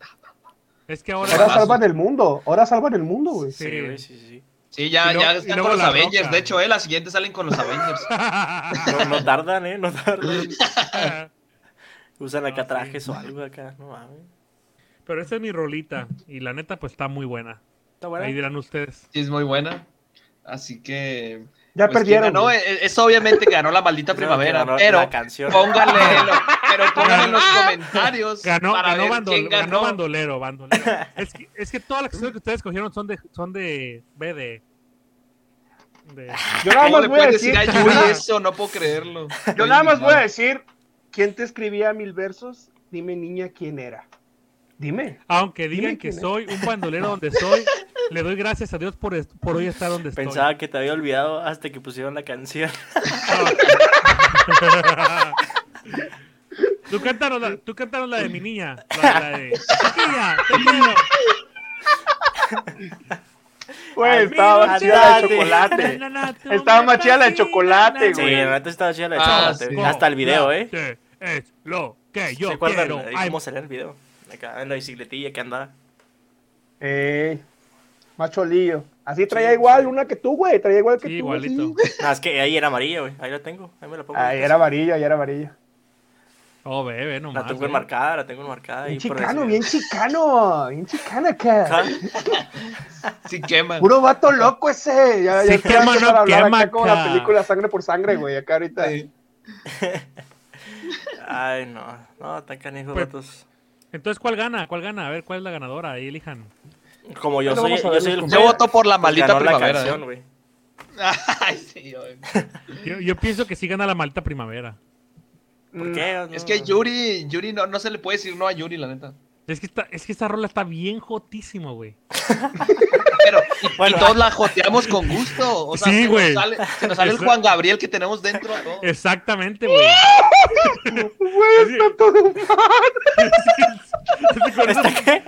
Speaker 3: Es que
Speaker 1: Ahora
Speaker 4: Ahora
Speaker 3: ahora.
Speaker 1: salvan el mundo, ahora salvan el mundo, güey.
Speaker 2: Sí,
Speaker 3: Sí.
Speaker 2: güey, sí, sí. sí.
Speaker 4: Sí,
Speaker 3: Y
Speaker 4: ya,
Speaker 3: luego-
Speaker 4: ya
Speaker 3: y
Speaker 4: están
Speaker 3: luego
Speaker 4: con los
Speaker 3: la
Speaker 4: Avengers.
Speaker 3: Roca.
Speaker 4: De hecho, eh, las siguientes salen con los Avengers.
Speaker 2: No, no tardan, ¿eh? No tardan. Usan acá trajes o algo acá, no mames.
Speaker 3: pero esa es mi rolita. Y la neta, pues está muy buena.
Speaker 2: Está
Speaker 3: Ahí
Speaker 2: bueno.
Speaker 3: dirán ustedes.
Speaker 4: Sí, es muy buena. Así que.
Speaker 1: Ya
Speaker 4: pues, ¿quién
Speaker 1: perdieron.
Speaker 4: ganó?
Speaker 1: güey.
Speaker 4: E- Eso obviamente que ganó la maldita primavera.
Speaker 2: Ganó
Speaker 4: pero
Speaker 2: La canción.
Speaker 4: pónganle. lo- pero pónganle en los
Speaker 3: Ganó-
Speaker 4: comentarios.
Speaker 3: Ganó,
Speaker 4: para
Speaker 3: ganó,
Speaker 4: ver
Speaker 3: bandol-
Speaker 4: quién
Speaker 3: ganó
Speaker 4: ganó.
Speaker 3: bandolero, bandolero. Es que, es que todas las canciones que ustedes cogieron son de, son de B de. de-
Speaker 1: Yo nada
Speaker 4: ¿Cómo
Speaker 1: más
Speaker 4: le
Speaker 1: voy a
Speaker 4: puedes
Speaker 1: decir,
Speaker 4: decir a
Speaker 1: yo nada-
Speaker 4: Yui eso? No puedo creerlo.
Speaker 1: yo nada más voy a decir, ¿quién te escribía mil versos? Dime niña quién era. Dime.
Speaker 3: Aunque digan
Speaker 1: Dime
Speaker 3: que
Speaker 1: quién es.
Speaker 3: soy un bandolero donde soy, le doy gracias a Dios por, est- por hoy estar donde estoy.
Speaker 2: Pensaba que te había olvidado hasta que pusieron la canción.
Speaker 3: Tú cantaron la, tú cántanos la de mi niña. La, la de. Chiquilla, te quiero.
Speaker 1: Güey,
Speaker 2: Ay,
Speaker 1: estaba
Speaker 2: mira,
Speaker 1: más chida la de
Speaker 2: chocolate.
Speaker 1: chocolate.
Speaker 3: Na, na, tú
Speaker 1: Estaba
Speaker 3: me
Speaker 1: más chida la de
Speaker 3: fascinas,
Speaker 1: chocolate,
Speaker 3: na,
Speaker 2: Sí,
Speaker 1: güey.
Speaker 2: la neta estaba chida la de
Speaker 4: Ah,
Speaker 2: chocolate.
Speaker 4: sí.
Speaker 2: güey. Hasta el video, ¿eh?
Speaker 3: chocolate Es lo que
Speaker 2: ¿Se
Speaker 3: yo
Speaker 2: acuerdan
Speaker 3: quiero.
Speaker 2: ahí
Speaker 3: Ay,
Speaker 2: cómo salía el video? Acá en la bicicletilla que andaba.
Speaker 1: Eh, macholillo. Así traía igual una que tú, güey. Traía igual que
Speaker 3: sí,
Speaker 1: tú.
Speaker 3: igualito.
Speaker 1: así.
Speaker 2: Nada, es que ahí era amarilla, güey. Ahí la tengo. Ahí me la pongo. Pues,
Speaker 1: Ahí era amarilla, ahí era amarilla.
Speaker 3: Oh, bebé, no
Speaker 2: La
Speaker 3: más.
Speaker 2: tengo
Speaker 3: güey.
Speaker 2: enmarcada, la tengo enmarcada. ahí
Speaker 1: Bien
Speaker 2: por
Speaker 1: chicano,
Speaker 2: ese- ¿Ah?
Speaker 1: bien chicano. Bien chicana acá.
Speaker 4: Sí, quema.
Speaker 1: Puro vato loco ese. Ya,
Speaker 3: Sí,
Speaker 1: ya estoy
Speaker 3: quema,
Speaker 1: empezando
Speaker 3: no
Speaker 1: a hablar
Speaker 3: quema,
Speaker 1: acá como la
Speaker 3: ca.
Speaker 1: película Sangre por Sangre, güey. Acá ahorita.
Speaker 4: Sí.
Speaker 2: Ay, no. No, tan canijos
Speaker 3: Pues-
Speaker 2: vatos.
Speaker 3: Entonces, ¿cuál gana? ¿Cuál gana? A ver, ¿cuál es la ganadora? Ahí elijan.
Speaker 2: Como yo
Speaker 1: Bueno,
Speaker 2: soy,
Speaker 1: vamos a
Speaker 2: yo
Speaker 1: ver
Speaker 2: soy
Speaker 1: los
Speaker 2: el
Speaker 4: Yo voto por la
Speaker 2: pues
Speaker 4: maldita
Speaker 2: ganó la
Speaker 4: primavera. ¿eh?
Speaker 2: canción, güey.
Speaker 4: Ay, sí, oye.
Speaker 3: Yo, yo pienso que sí gana la maldita primavera.
Speaker 2: ¿Por
Speaker 1: Mm.
Speaker 2: qué? No,
Speaker 4: Es que Yuri, Yuri no, no se le puede decir no a Yuri, la neta.
Speaker 3: Es que esta, es que esta rola está bien jotísima, güey.
Speaker 4: Pero, y,
Speaker 2: Bueno.
Speaker 4: y todos la joteamos con gusto. O sea,
Speaker 3: Sí,
Speaker 4: se,
Speaker 3: güey. Eh,
Speaker 4: nos sale, se nos sale el
Speaker 3: Eso-
Speaker 4: Juan Gabriel que tenemos dentro a todos.
Speaker 3: Exactamente, güey.
Speaker 1: Güey, está todo mal.
Speaker 3: Sí, con,
Speaker 2: ¿Esta
Speaker 3: esa,
Speaker 2: qué?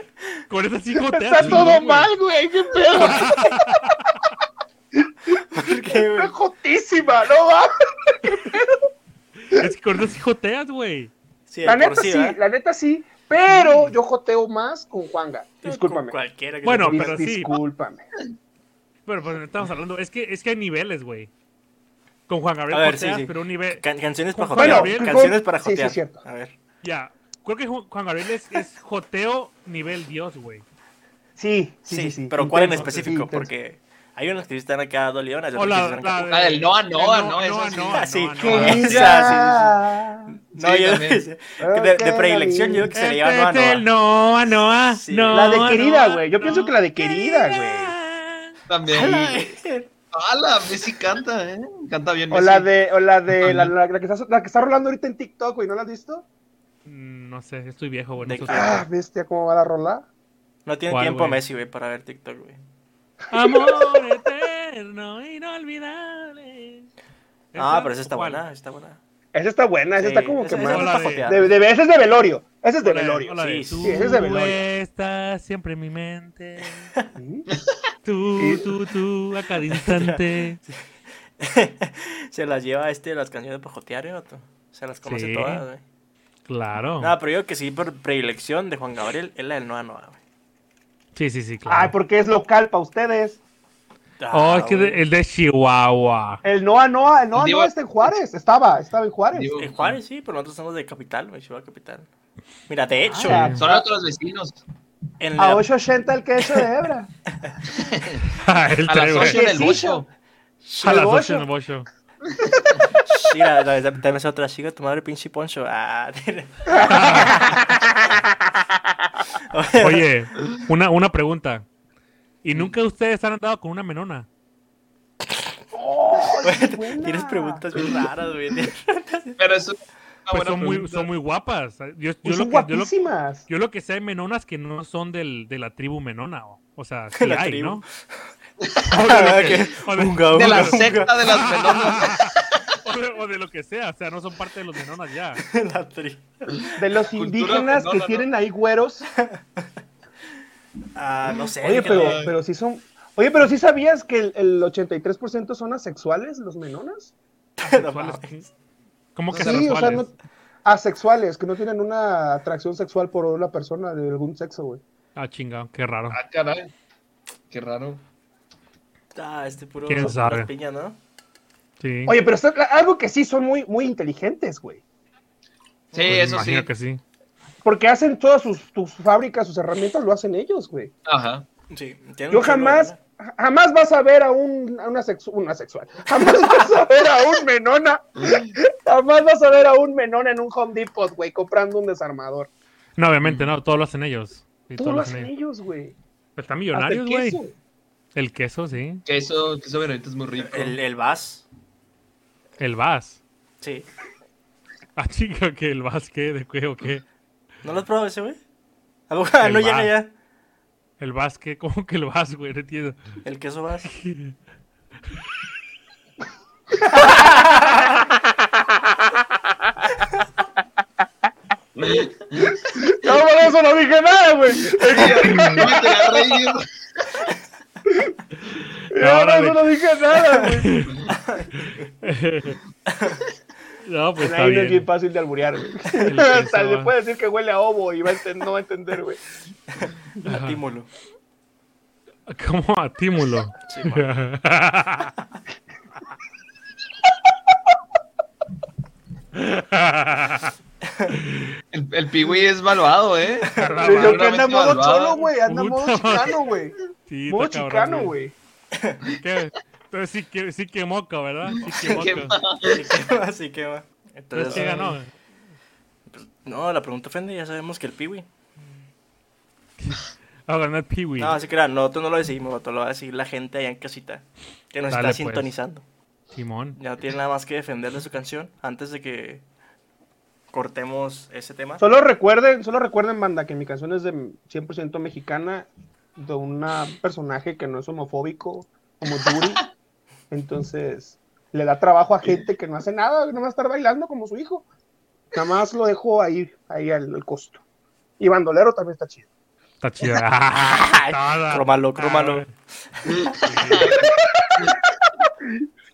Speaker 3: con esa sí joteas,
Speaker 1: Está
Speaker 3: sí,
Speaker 1: todo
Speaker 3: güey.
Speaker 1: mal, güey. Qué pedo.
Speaker 2: ¿Por qué, güey?
Speaker 1: Está jotísima, no va.
Speaker 3: Es que con esa sí joteas, güey.
Speaker 1: Sí, la neta sí, ¿eh? la neta sí, pero yo joteo más con Juanga. Discúlpame.
Speaker 2: Con cualquiera que se-
Speaker 3: Bueno, pero sí.
Speaker 1: Discúlpame.
Speaker 3: Pero pues estamos hablando, es que, es que hay niveles, güey. Con Juan Gabriel
Speaker 2: A ver,
Speaker 3: Cortés,
Speaker 2: sí, sí.
Speaker 3: pero un nivel.
Speaker 2: Can- canciones para
Speaker 3: Bueno,
Speaker 2: jotear.
Speaker 3: Gabriel-
Speaker 2: canciones para
Speaker 1: sí, sí,
Speaker 2: jotear.
Speaker 1: es cierto.
Speaker 2: A ver.
Speaker 3: Ya. Creo que Ju- Juan Gabriel es, es joteo nivel Dios, güey.
Speaker 1: Sí, sí,
Speaker 2: Sí,
Speaker 1: sí, sí.
Speaker 2: pero ¿cuál en
Speaker 1: Intenso,
Speaker 2: específico?
Speaker 1: sí, intenso.
Speaker 2: Porque hay unos que están acá dolidonas.
Speaker 3: O la,
Speaker 2: otros que
Speaker 3: la
Speaker 2: están acá-
Speaker 3: de-
Speaker 4: La del Noah, Noah,
Speaker 3: la
Speaker 4: ¿no? Esa
Speaker 3: Noah,
Speaker 4: sí.
Speaker 2: Ah, sí.
Speaker 3: Noah, Noah,
Speaker 1: Que
Speaker 3: Noah.
Speaker 2: Sí, sí, sí.
Speaker 1: diga,
Speaker 2: No,
Speaker 4: Sí,
Speaker 2: yo
Speaker 4: también.
Speaker 2: que de, de predilección, yo creo que se le llama Noa
Speaker 3: Este es el Noah, Noa,
Speaker 2: Sí.
Speaker 1: La
Speaker 3: Noa,
Speaker 1: de querida,
Speaker 3: Noa,
Speaker 1: güey. Yo pienso que la de querida, güey.
Speaker 3: Noa.
Speaker 4: También.
Speaker 3: eh.
Speaker 4: ¡Hala! Messi canta, ¿eh? Canta bien.
Speaker 1: O
Speaker 4: Messi.
Speaker 1: la de, o la de la,
Speaker 4: Ajá.
Speaker 1: la- la que está, la que está rolando ahorita en TikTok, güey, ¿no la has visto?
Speaker 3: Mm, No sé, estoy viejo, güey. no
Speaker 2: De-
Speaker 3: sé.
Speaker 1: Ah, bestia, cómo va la rola.
Speaker 2: No tiene
Speaker 3: ¿Cuál,
Speaker 2: tiempo
Speaker 3: güey?
Speaker 2: Messi, güey, para ver TikTok, güey.
Speaker 3: Amor eterno, inolvidable.
Speaker 2: Ah, pero esa está
Speaker 3: ¿Cuál?
Speaker 2: buena, está buena.
Speaker 1: Esa está buena, Ah, esa
Speaker 2: Sí,
Speaker 1: está como que
Speaker 2: esa-
Speaker 1: más.
Speaker 2: esa no es para
Speaker 3: Hola,
Speaker 2: jotear.
Speaker 1: De, de- ese es de velorio. Ese es de
Speaker 3: Hola,
Speaker 1: velorio.
Speaker 3: hola,
Speaker 2: sí,
Speaker 3: tú
Speaker 1: sí, ese es de velorio.
Speaker 3: estás siempre en mi mente.
Speaker 1: Sí.
Speaker 3: Tú, tú, tú, a cada instante.
Speaker 2: se las lleva este las canciones para jotear, ¿eh, vato? Se las conoce
Speaker 3: Sí. Oh.
Speaker 2: todas, güey.
Speaker 3: Claro.
Speaker 1: Ah,
Speaker 2: No, pero yo que sí, por predilección de Juan Gabriel, es la del Noa Noa, güey.
Speaker 3: Sí, sí, sí, claro.
Speaker 1: Ay, porque es local para ustedes.
Speaker 3: Oh,
Speaker 2: Ah,
Speaker 3: es que
Speaker 2: güey.
Speaker 3: de- el de Chihuahua.
Speaker 1: El Noa Noa, el Noa
Speaker 4: Digo-
Speaker 1: Noa está en Juárez. Estaba, estaba en Juárez.
Speaker 4: Digo,
Speaker 2: En Juárez, sí, pero nosotros somos de capital, güey, Chihuahua capital. Mira, de hecho,
Speaker 1: Ah,
Speaker 4: Son otros vecinos.
Speaker 2: en
Speaker 1: A
Speaker 2: la...
Speaker 1: 880 el queso de hebra.
Speaker 3: el
Speaker 4: A
Speaker 3: trae,
Speaker 4: las
Speaker 3: güey.
Speaker 4: ocho en el
Speaker 1: Quesillo.
Speaker 4: bocho.
Speaker 3: A las
Speaker 1: el
Speaker 3: 8 en
Speaker 1: bocho.
Speaker 3: el bocho.
Speaker 2: Mira, la- la- dame esa otra, chica, tu madre, pinche poncho. Ah, tira.
Speaker 3: Oye, una, una pregunta. ¿Y nunca ustedes han andado con una menona?
Speaker 2: Tienes preguntas bien raras, güey.
Speaker 4: Pero es una
Speaker 3: Pues
Speaker 4: buena
Speaker 3: son muy,
Speaker 4: pregunta.
Speaker 3: son muy guapas. Yo, yo
Speaker 1: Ah, Pues
Speaker 3: lo
Speaker 1: son
Speaker 3: que, yo, lo,
Speaker 1: guapísimas.
Speaker 3: yo lo que sé de menonas que no son del, de la tribu menona. O, o sea, sí
Speaker 2: De la
Speaker 3: hay,
Speaker 2: tribu.
Speaker 3: ¿no?
Speaker 2: Que- Unga,
Speaker 4: De la
Speaker 2: unga,
Speaker 4: secta de las pelotas.
Speaker 3: o, de, o de lo que sea. O sea, no son parte de los menonas ya.
Speaker 2: unga. La tri-
Speaker 1: De los
Speaker 4: Cultura
Speaker 1: indígenas
Speaker 4: fenómeno,
Speaker 1: que
Speaker 4: ¿no?
Speaker 1: tienen ahí güeros.
Speaker 2: Ah, no sé.
Speaker 1: Oye,
Speaker 2: fíjate.
Speaker 1: pero, pero sí son. Oye, pero sí sabías que el, el 83% son asexuales, los menonas.
Speaker 2: No mames.
Speaker 3: Asexuales. ¿Cómo que
Speaker 1: Ah, Sí,
Speaker 3: son
Speaker 1: o sea,
Speaker 3: asexuales?
Speaker 1: no, asexuales, que no tienen una atracción sexual por una persona de algún sexo, güey.
Speaker 3: Ah, chingado, qué raro.
Speaker 4: Ah, caray. Qué raro.
Speaker 2: Ah, este puro.
Speaker 3: ¿Quién
Speaker 2: puro
Speaker 3: sabe?
Speaker 2: piña, ¿no?
Speaker 3: Sí.
Speaker 1: Oye, pero está- algo que sí son muy, muy inteligentes, güey.
Speaker 4: Sí,
Speaker 3: Pues
Speaker 4: eso
Speaker 3: imagino
Speaker 4: sí.
Speaker 3: que sí.
Speaker 1: Porque hacen todas sus, tus fábricas, sus herramientas, lo hacen ellos, güey.
Speaker 4: Ajá.
Speaker 2: Sí. tiene
Speaker 1: Yo
Speaker 2: un chorro de
Speaker 1: jamás,
Speaker 2: lana.
Speaker 1: jamás vas a ver a un, a una sexu- una sexual. Jamás vas a ver a un menona. Jamás vas a ver a un menona en un Home Depot, güey, comprando un desarmador.
Speaker 3: No, obviamente, no, todos lo hacen ellos. Sí,
Speaker 1: Todo lo hacen ellos, güey.
Speaker 3: Pero están
Speaker 1: Hasta el
Speaker 3: millonarios, güey.
Speaker 1: queso.
Speaker 3: El queso, sí.
Speaker 4: Que eso, que eso verdaderamente es muy rico.
Speaker 2: El, el Vaz.
Speaker 3: El vas.
Speaker 2: Sí.
Speaker 3: Ah, chica, que el vas, ¿qué? ¿De qué o qué?
Speaker 2: ¿No lo has probado ese, güey? ¿A poco- ah,
Speaker 3: El
Speaker 2: no llega
Speaker 3: Vaz.
Speaker 2: ya.
Speaker 3: El vas, ¿qué? ¿Cómo que el vas, güey? No entiendo.
Speaker 2: El queso Vaz.
Speaker 1: No, por eso no dije nada, güey.
Speaker 4: No me quería reír.
Speaker 1: No, por
Speaker 3: Órale.
Speaker 1: eso no dije nada, güey.
Speaker 3: No, pues
Speaker 1: Ahí
Speaker 3: está
Speaker 1: no es bien
Speaker 3: bien.
Speaker 1: fácil de alburear, güey.
Speaker 3: El
Speaker 1: Hasta
Speaker 3: queso, ah.
Speaker 1: le
Speaker 3: va.
Speaker 1: puede decir que huele a ovo y va a enten- no va a entender, güey.
Speaker 2: A Tímulo.
Speaker 3: ¿Cómo a Tímulo?
Speaker 2: Sí, man.
Speaker 4: El, el pigüí es malvado, ¿eh?
Speaker 3: Ah,
Speaker 1: Yo
Speaker 3: va,
Speaker 1: que
Speaker 4: una vez
Speaker 1: anda modo
Speaker 4: malvado.
Speaker 1: cholo, güey. Anda modo
Speaker 3: Puta madre.
Speaker 1: chicano, güey.
Speaker 3: Sí,
Speaker 1: Modo
Speaker 3: está cabrón,
Speaker 1: chicano, güey.
Speaker 3: ¿Qué? Entonces sí que, sí que moca, ¿verdad? Sí que
Speaker 4: Qué
Speaker 3: moca.
Speaker 4: mal.
Speaker 2: Sí quema, sí quema.
Speaker 3: Entonces,
Speaker 2: Entonces,
Speaker 3: ¿qué ganó?
Speaker 2: no, la pregunta ofende, ya sabemos que el piwi.
Speaker 3: Ah, ganó el Piwi.
Speaker 2: No, así que era, nosotros no lo decidimos, vato, lo va a decir la gente allá en casita, que nos está
Speaker 3: Dale, pues.
Speaker 2: sintonizando.
Speaker 3: Simón.
Speaker 2: Ya no tiene nada más que defender de su canción antes de que cortemos ese tema.
Speaker 1: Solo recuerden, solo recuerden, banda, que mi canción es de 100% mexicana, de un personaje que no es homofóbico, como Duri. Entonces, le da trabajo a gente que no hace nada, que no va a estar bailando como su hijo. Nada más lo dejo ahí, ahí al, al costo. Y Bandolero también está chido.
Speaker 3: Está chida. Ah,
Speaker 2: Crómalo, crómalo.
Speaker 3: güey.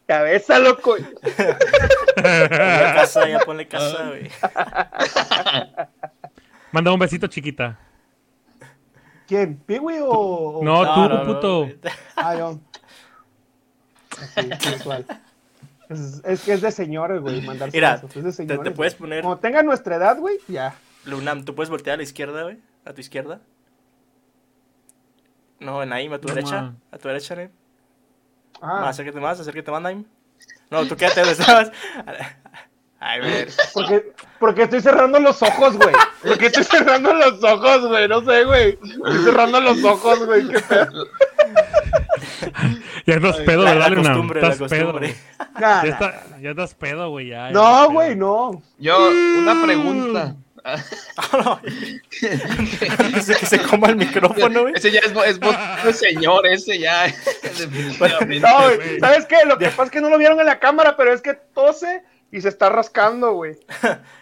Speaker 1: cabeza, loco.
Speaker 2: Ponle casa, ya ponle
Speaker 3: Ah.
Speaker 2: casa, güey.
Speaker 3: Manda un besito, chiquita.
Speaker 1: ¿Quién? ¿Piwi o.?
Speaker 3: No,
Speaker 2: No,
Speaker 3: tú,
Speaker 2: no, no,
Speaker 3: puto.
Speaker 2: güey.
Speaker 1: Ah, yo. Así, sensual. Es, es que es de señores, güey, mandarse
Speaker 2: Mira,
Speaker 1: besos, es de
Speaker 2: Te, te
Speaker 1: señores,
Speaker 2: puedes
Speaker 1: güey.
Speaker 2: poner,
Speaker 1: Como tenga nuestra edad, güey, ya.
Speaker 2: Lunam, tú puedes voltear a la izquierda, güey. A tu izquierda. No, Naim, a tu
Speaker 3: No,
Speaker 2: derecha.
Speaker 3: ma.
Speaker 2: A tu derecha, Naim.
Speaker 1: Ah,
Speaker 2: Más, acércate más, acércate más, Naim. No, tú quédate donde estabas. Ay, ver.
Speaker 1: porque, porque estoy cerrando los ojos, güey. Porque estoy cerrando los ojos, güey. No sé, güey. Estoy cerrando los ojos, güey. Qué pedo.
Speaker 3: Ya estás pedo,
Speaker 2: La, la
Speaker 3: ¿verdad, Luna?
Speaker 2: costumbre, la
Speaker 3: Estás pedo.
Speaker 2: costumbre.
Speaker 3: güey.
Speaker 1: Nah, nah.
Speaker 3: Ya, está- ya estás pedo, güey. ya, ya estás
Speaker 1: No,
Speaker 3: pedo.
Speaker 1: güey, no.
Speaker 4: Yo, una pregunta.
Speaker 2: No, Dice que se coma el micrófono, güey.
Speaker 4: Ese ya es, vo- es voz de señor, ese ya. definitivamente.
Speaker 1: No, güey.
Speaker 3: güey.
Speaker 1: ¿Sabes qué? Lo que pasa es que no lo vieron en la cámara, pero es que tose y se está rascando, güey.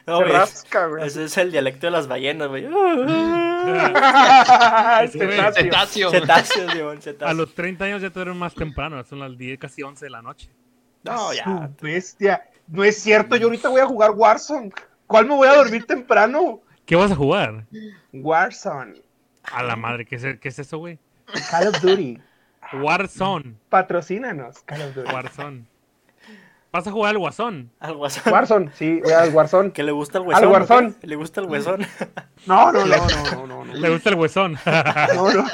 Speaker 2: No,
Speaker 1: se
Speaker 2: güey,
Speaker 1: rasca, güey.
Speaker 2: Ese es el dialecto de las ballenas, güey.
Speaker 1: El
Speaker 3: Ese güey.
Speaker 1: cetáceo.
Speaker 4: Cetáceo.
Speaker 2: Cetáceos, León,
Speaker 3: A
Speaker 2: cetáceos.
Speaker 3: los 30 años ya te duermen más temprano. Son las 10, casi 11 de la noche.
Speaker 2: No, ya.
Speaker 1: Ah, Su bestia. No es cierto, yo ahorita voy a jugar Warzone. ¿Cuál me voy a dormir temprano?
Speaker 3: ¿Qué vas a jugar?
Speaker 1: Warzone.
Speaker 3: A la madre, ¿qué es, qué es eso, güey?
Speaker 1: Call of Duty.
Speaker 3: Warzone.
Speaker 1: Patrocínanos, Call of Duty.
Speaker 3: Warzone. ¿Vas a jugar al Guasón?
Speaker 2: Al guasón.
Speaker 1: Warzone, sí, voy al Warzone.
Speaker 2: Que le gusta el huesón.
Speaker 1: guasón.
Speaker 2: ¿no? Le gusta el huesón.
Speaker 1: No, no, no, no, no, no, no.
Speaker 3: ¿Le gusta el Huesón?
Speaker 1: no, no.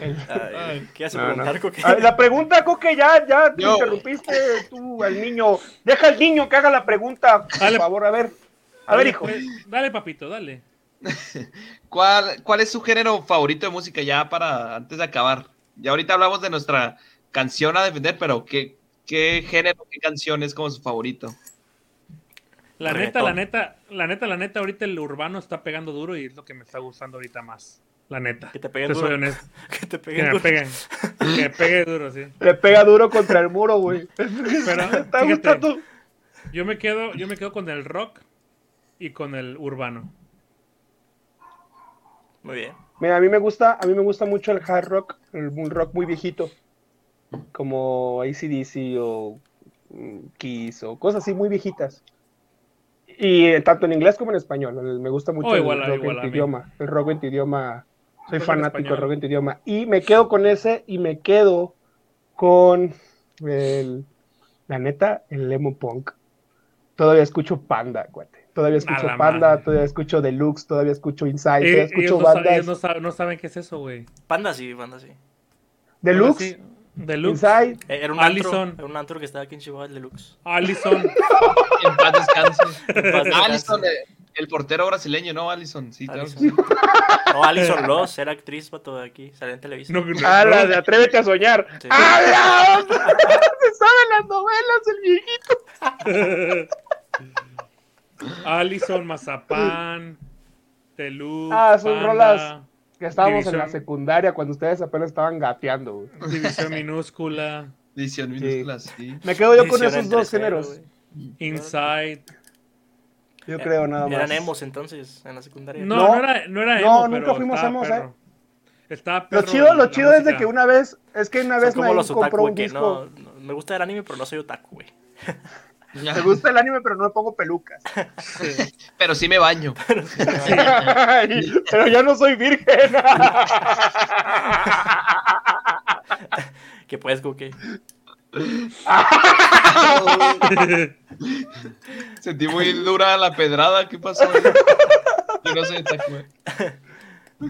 Speaker 2: Ay, ¿Qué hace
Speaker 1: No, no.
Speaker 2: preguntar, Coque?
Speaker 1: Ah, La pregunta, Coque, ya, ya te
Speaker 4: Yo.
Speaker 1: interrumpiste tú al niño. Deja al niño que haga la pregunta, por
Speaker 3: Dale.
Speaker 1: favor, a ver. A ver, hijo.
Speaker 3: Dale, pues. papito, dale.
Speaker 4: ¿Cuál, ¿Cuál es su género favorito de música ya para antes de acabar? Ya ahorita hablamos de nuestra canción a defender, pero ¿qué, qué género, qué canción es como su favorito?
Speaker 3: La neta,
Speaker 2: Reggaetón.
Speaker 3: la neta, la neta, la neta, ahorita el urbano está pegando duro y es lo que me está gustando ahorita más. La neta.
Speaker 2: Que te peguen
Speaker 3: Te soy
Speaker 2: duro.
Speaker 3: honesto.
Speaker 2: Que te
Speaker 3: Que
Speaker 2: peguen
Speaker 3: me
Speaker 2: duro.
Speaker 3: peguen. Que me pegue duro, sí.
Speaker 1: Le pega duro contra el muro, güey.
Speaker 3: Pero
Speaker 1: Está
Speaker 3: fíjate,
Speaker 1: gustando.
Speaker 3: yo me quedo, yo me quedo con el rock y con el urbano.
Speaker 2: Muy bien.
Speaker 1: Mira, a mí me gusta, a mí me gusta mucho el hard rock, el un rock muy viejito, como ACDC o mm, Kiss o cosas así muy viejitas. Y eh, tanto en inglés como en español, el- me gusta mucho
Speaker 3: Oh,
Speaker 1: el
Speaker 3: igual a-
Speaker 1: rock
Speaker 3: igual
Speaker 1: en
Speaker 3: a
Speaker 1: tu
Speaker 3: mí.
Speaker 1: idioma, el rock en tu idioma, soy
Speaker 3: Rock en
Speaker 1: fanático del
Speaker 3: español.
Speaker 1: rock en tu idioma. Y me quedo con ese y me quedo con el, la neta, el lemon punk. Todavía escucho Panda, cuate. Todavía escucho
Speaker 3: la
Speaker 1: Panda,
Speaker 3: madre.
Speaker 1: todavía escucho Deluxe, todavía escucho Inside,
Speaker 3: Eh,
Speaker 1: todavía
Speaker 3: ellos,
Speaker 1: escucho
Speaker 3: no saben,
Speaker 1: bandas.
Speaker 3: ellos no saben, no saben qué es eso, güey.
Speaker 2: Panda sí, panda sí.
Speaker 1: Deluxe,
Speaker 3: Ahora sí, Deluxe.
Speaker 1: Inside,
Speaker 2: Eh, Era un
Speaker 3: Allison.
Speaker 2: antro. Era un antro que estaba aquí en Chihuahua, el deluxe.
Speaker 3: Allison.
Speaker 4: En paz descanse.
Speaker 2: paz descanse.
Speaker 4: Allison, el, el portero brasileño, ¿no? Allison, sí, claro.
Speaker 2: Allison. No, Alison Loss, era actriz para todo aquí. Salía en Televisa.
Speaker 3: No, Ah, no,
Speaker 1: a Ah, la
Speaker 3: no.
Speaker 1: de Atrévete a soñar.
Speaker 2: Sí.
Speaker 1: ¡A la otra! Se saben las novelas, el viejito.
Speaker 3: Allison, Mazapán, Telú.
Speaker 1: Ah, son
Speaker 3: Panda,
Speaker 1: rolas Que estábamos en la
Speaker 3: División.
Speaker 1: secundaria cuando ustedes apenas estaban gateando. güey.
Speaker 3: División minúscula,
Speaker 4: Edición minúscula, sí.
Speaker 1: Me quedo yo con
Speaker 2: Edición
Speaker 1: esos
Speaker 2: entre
Speaker 1: dos
Speaker 2: cero,
Speaker 1: géneros.
Speaker 2: güey.
Speaker 3: Inside.
Speaker 1: Yo creo nada más.
Speaker 2: Eran emos entonces, en la secundaria.
Speaker 3: No,
Speaker 1: No.
Speaker 3: no, era, no era
Speaker 1: No,
Speaker 3: emo,
Speaker 1: nunca
Speaker 3: pero
Speaker 1: fuimos
Speaker 3: estaba
Speaker 1: emos,
Speaker 3: perro. Estaba
Speaker 1: Lo
Speaker 3: perro
Speaker 1: chido, lo
Speaker 3: la
Speaker 1: chido es de
Speaker 3: música.
Speaker 1: que una vez, es que una
Speaker 2: Son
Speaker 1: vez
Speaker 2: como
Speaker 1: Naim
Speaker 2: los
Speaker 1: compró
Speaker 2: otaku,
Speaker 1: un
Speaker 2: que
Speaker 1: disco.
Speaker 2: no, no- Me gusta el anime, pero no soy otaku, güey.
Speaker 1: Me gusta el anime, pero no le pongo pelucas.
Speaker 4: Pero sí me baño.
Speaker 1: Ay, pero ya no soy virgen.
Speaker 2: Que puedes, Coque.
Speaker 4: Sentí muy dura la pedrada. ¿Qué pasó? Yo no soy otaku.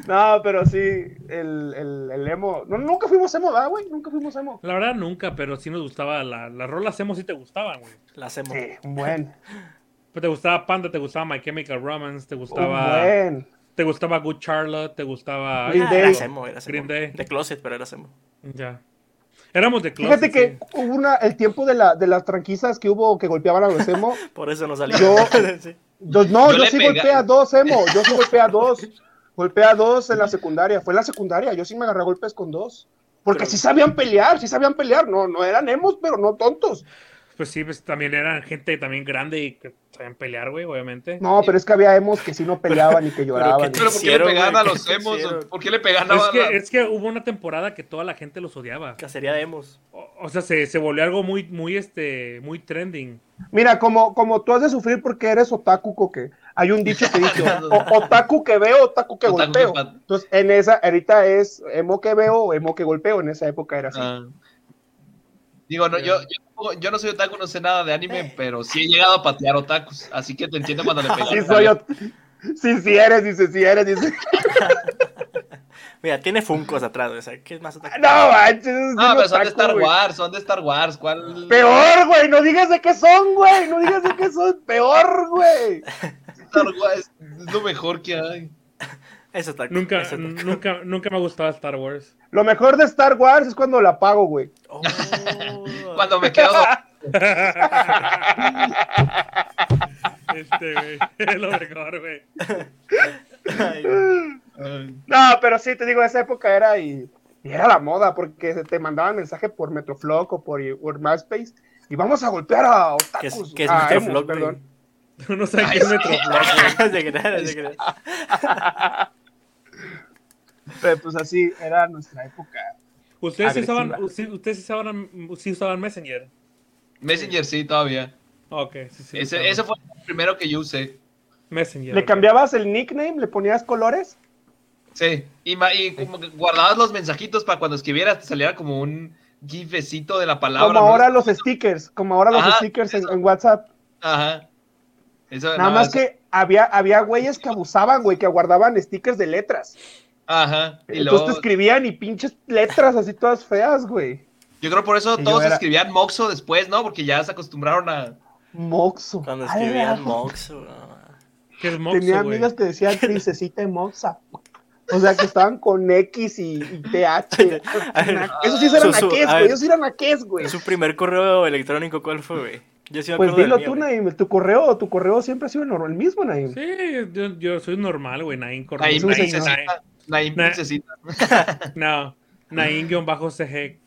Speaker 1: No, pero sí, el, el, el emo. No, nunca fuimos emo, ¿verdad, güey? Nunca fuimos emo.
Speaker 3: La verdad, nunca, pero sí nos gustaba. La, las rolas emo sí te gustaban, güey.
Speaker 2: La hacemos.
Speaker 1: Sí, un buen.
Speaker 3: Pues te gustaba Panda, te gustaba My Chemical Romance, te
Speaker 1: Un
Speaker 3: gustaba.
Speaker 1: buen.
Speaker 3: Te gustaba Good Charlotte, te gustaba.
Speaker 1: Green
Speaker 2: Ah,
Speaker 1: Day.
Speaker 2: Era emo, era
Speaker 3: Green
Speaker 2: emo.
Speaker 3: Day.
Speaker 2: De closet, pero era emo.
Speaker 3: Ya. Éramos de closet.
Speaker 1: Fíjate que hubo una, el tiempo de, la, de las tranquisas que hubo que golpeaban a los emo.
Speaker 2: Por eso no salió.
Speaker 1: Yo-
Speaker 2: Sí.
Speaker 1: Yo- no,
Speaker 4: Yo
Speaker 1: yo,
Speaker 4: le
Speaker 1: sí
Speaker 4: pega-
Speaker 1: golpeé a dos emo. Yo sí golpeé a dos. Golpeé a dos en la secundaria. Fue en la secundaria. Yo sí me agarré a golpes con dos. Porque
Speaker 2: Pero-
Speaker 1: sí sabían pelear, sí sabían pelear. No, no eran emos, pero no tontos.
Speaker 3: Pues sí, pues también eran gente también grande y que sabían pelear, güey, obviamente.
Speaker 1: No, pero es que había emos que sí no peleaban y que lloraban.
Speaker 4: Eh, Pero ¿por qué
Speaker 2: hicieron,
Speaker 4: le pegaban
Speaker 2: güey?
Speaker 4: a los
Speaker 2: ¿Qué
Speaker 4: emos?
Speaker 2: hicieron?
Speaker 4: ¿Por qué le pegaban
Speaker 3: es,
Speaker 4: a la-
Speaker 3: que, es que hubo una temporada que toda la gente los odiaba.
Speaker 2: Cacería de emos.
Speaker 3: O, o sea, se, se volvió algo muy, muy, este, muy trending.
Speaker 1: Mira, como, como tú has de sufrir porque eres otaku, coque. Hay un dicho que dice, o- otaku que veo, otaku que
Speaker 4: Otaku que
Speaker 1: golpeo.
Speaker 4: pat-
Speaker 1: Entonces, en esa, ahorita es emo que veo o emo que golpeo. En esa época era así.
Speaker 4: Ah. Digo, no, yo, yo, tampoco- yo no soy otaku, no sé nada de anime, pero sí he llegado a patear otakus, así que te entiendo cuando le pegan.
Speaker 1: Sí, soy ot- Sí, sí eres, dice, sí eres, dice.
Speaker 2: Mira, tiene Funkos atrás, o sea, ¿qué más otra-
Speaker 1: No, manches. es un
Speaker 4: No, Ah, pero son de
Speaker 1: otaku,
Speaker 4: Star
Speaker 1: güey.
Speaker 4: Wars, son de Star Wars, ¿cuál?
Speaker 1: Peor, güey, no digas de qué son, güey, no digas de qué son, peor, güey.
Speaker 4: Star Wars es lo mejor que hay.
Speaker 2: Eso está
Speaker 3: Nunca, mm.
Speaker 2: eso está-
Speaker 3: nunca, nunca me ha gustado Star Wars.
Speaker 1: Lo mejor de Star Wars es cuando la apago, güey.
Speaker 2: Oh.
Speaker 4: Cuando me quedo...
Speaker 3: Este, güey, es lo mejor, güey.
Speaker 2: Ay, güey.
Speaker 1: No, pero sí, te digo, esa época era y, y era la moda, porque se te mandaban mensaje por Metroflog o por, por MySpace y vamos a golpear a
Speaker 2: Que es,
Speaker 1: otakus.
Speaker 2: que es
Speaker 1: a
Speaker 2: nuestro
Speaker 1: emos,
Speaker 2: vlog, güey.
Speaker 1: perdón.
Speaker 3: Tú no sabes qué es Metroflog.
Speaker 2: Se crean, se crean.
Speaker 1: Pero, pues así era nuestra época.
Speaker 3: Ustedes sí
Speaker 1: Agresiva.
Speaker 3: usaban, sí- ustedes sí usaban, sí usaban Messenger. Ah,
Speaker 4: Messenger sí, todavía.
Speaker 3: Ok, sí, sí.
Speaker 4: Ese,
Speaker 3: usaban.
Speaker 4: ese fue el primero que yo usé.
Speaker 3: Messenger.
Speaker 1: ¿Le
Speaker 3: ok.
Speaker 1: cambiabas el nickname? ¿Le ponías colores?
Speaker 4: Sí, y, ma- y como que guardabas los mensajitos para cuando escribieras te saliera como un gifecito de la palabra.
Speaker 1: Como
Speaker 4: ¿no?
Speaker 1: ahora los stickers, como ahora los
Speaker 4: Ajá,
Speaker 1: stickers en,
Speaker 4: eso.
Speaker 1: en WhatsApp.
Speaker 4: Ajá. Eso,
Speaker 1: Nada
Speaker 4: no,
Speaker 1: más
Speaker 4: eso-
Speaker 1: que había, había güeyes que abusaban, güey, que guardaban stickers de letras.
Speaker 4: Ajá. Y
Speaker 1: Entonces
Speaker 4: luego-
Speaker 1: te escribían y pinches letras así todas feas, güey.
Speaker 4: Yo creo por eso
Speaker 1: Y yo
Speaker 4: todos
Speaker 1: era-
Speaker 4: escribían Moxo después, ¿no? Porque ya se acostumbraron a.
Speaker 1: Moxo.
Speaker 2: Cuando
Speaker 1: Ay,
Speaker 2: escribían
Speaker 1: la-
Speaker 2: Mox. o-
Speaker 3: ¿Qué es Moxo,
Speaker 1: Tenía
Speaker 3: güey?
Speaker 1: amigas que decían princesita y Moxa. O sea, que estaban con X y, y TH.
Speaker 2: A ver,
Speaker 1: Esos sí eran
Speaker 2: Su- su-
Speaker 1: aqués,
Speaker 2: a
Speaker 1: güey.
Speaker 2: ver.
Speaker 1: Esos sí eran aqués, güey.
Speaker 2: Su primer correo electrónico, ¿cuál fue, güey? Yo sí me
Speaker 1: Pues
Speaker 2: acuerdo del
Speaker 1: dilo
Speaker 2: mío,
Speaker 1: tú,
Speaker 2: güey.
Speaker 1: Naim. Tu correo, tu correo siempre ha sido normal, el mismo, Naim.
Speaker 3: Sí, yo, yo soy normal, güey. Nain Correa.
Speaker 4: Naim
Speaker 1: un
Speaker 3: Nain-
Speaker 1: señor.
Speaker 4: Princesita. Naim
Speaker 3: Na-
Speaker 4: Princesita.
Speaker 3: Nain- No, Nain-CG.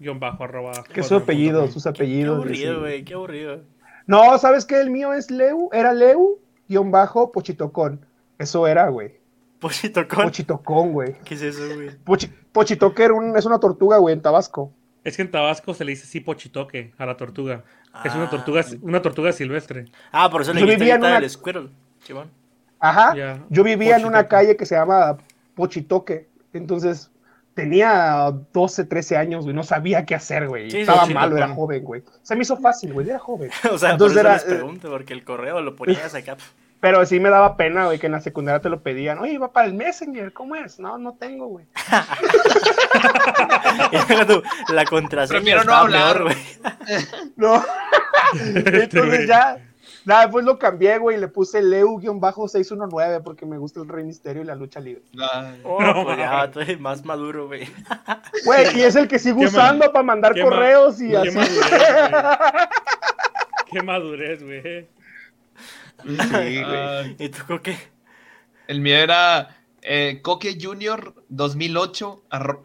Speaker 3: Guión bajo arroba.
Speaker 2: Pues
Speaker 1: Que su
Speaker 3: hotmail punto
Speaker 1: apellido,
Speaker 3: com.
Speaker 1: sus
Speaker 2: Qué
Speaker 1: apellidos.
Speaker 2: aburrido,
Speaker 1: sí.
Speaker 2: güey, qué aburrido.
Speaker 1: No, ¿sabes qué? El mío es Leu, era Leu, guión bajo, Pochitocón. Eso era, güey.
Speaker 2: Pochito con.
Speaker 1: Pochitocón, güey.
Speaker 2: ¿Qué es eso, güey?
Speaker 1: Pochi- Pochitoque era un- es una tortuga, güey, en Tabasco.
Speaker 3: Es que en Tabasco se le dice sí pochitoque a la tortuga. Es
Speaker 2: Ah.
Speaker 3: una tortuga, una tortuga silvestre.
Speaker 2: Ah, por eso le
Speaker 1: Yo
Speaker 2: dijiste
Speaker 1: vivía en
Speaker 2: ahorita
Speaker 1: una-
Speaker 2: del Squirrel, chivón.
Speaker 1: Ajá.
Speaker 3: Ya.
Speaker 1: Yo vivía en una
Speaker 3: Pochitoque.
Speaker 1: calle que se llama Pochitoque. Entonces tenía 12, 13 años, güey. No sabía qué hacer, güey.
Speaker 2: Sí,
Speaker 1: Estaba
Speaker 2: sí,
Speaker 1: malo,
Speaker 3: sí,
Speaker 1: era
Speaker 3: sí.
Speaker 1: joven, güey. Se me hizo fácil, güey. Era joven.
Speaker 2: O sea,
Speaker 1: Entonces
Speaker 2: por
Speaker 1: era,
Speaker 2: eso les
Speaker 1: eh,
Speaker 2: pregunto, porque el correo lo ponías acá. pf,
Speaker 1: Pero sí me daba pena, güey, que en la secundaria te lo pedían. Oye, va para el Messenger, ¿cómo es? No, no tengo, güey.
Speaker 2: y deja tú, la contraseña
Speaker 4: Prefiero no
Speaker 2: estaba
Speaker 4: hablar.
Speaker 2: peor, güey.
Speaker 1: No.
Speaker 3: Este, güey.
Speaker 1: Entonces ya. Nada, después lo cambié, güey, y le puse Leu-619 porque me gusta el Rey Misterio y la lucha libre.
Speaker 4: Ah,
Speaker 2: Oh,
Speaker 3: No,
Speaker 2: pues ya,
Speaker 3: mames.
Speaker 2: estoy más maduro, güey.
Speaker 1: Güey, y es el que sigo
Speaker 3: Qué mal-
Speaker 1: usando para mandar
Speaker 3: qué mal-
Speaker 1: correos y
Speaker 3: Qué
Speaker 1: así.
Speaker 3: madurez, güey. Qué madurez, güey.
Speaker 1: Sí, güey.
Speaker 4: ay.
Speaker 2: ¿Y tú con qué?
Speaker 4: Ah, El mío era eh, Coque Junior 2008 arro-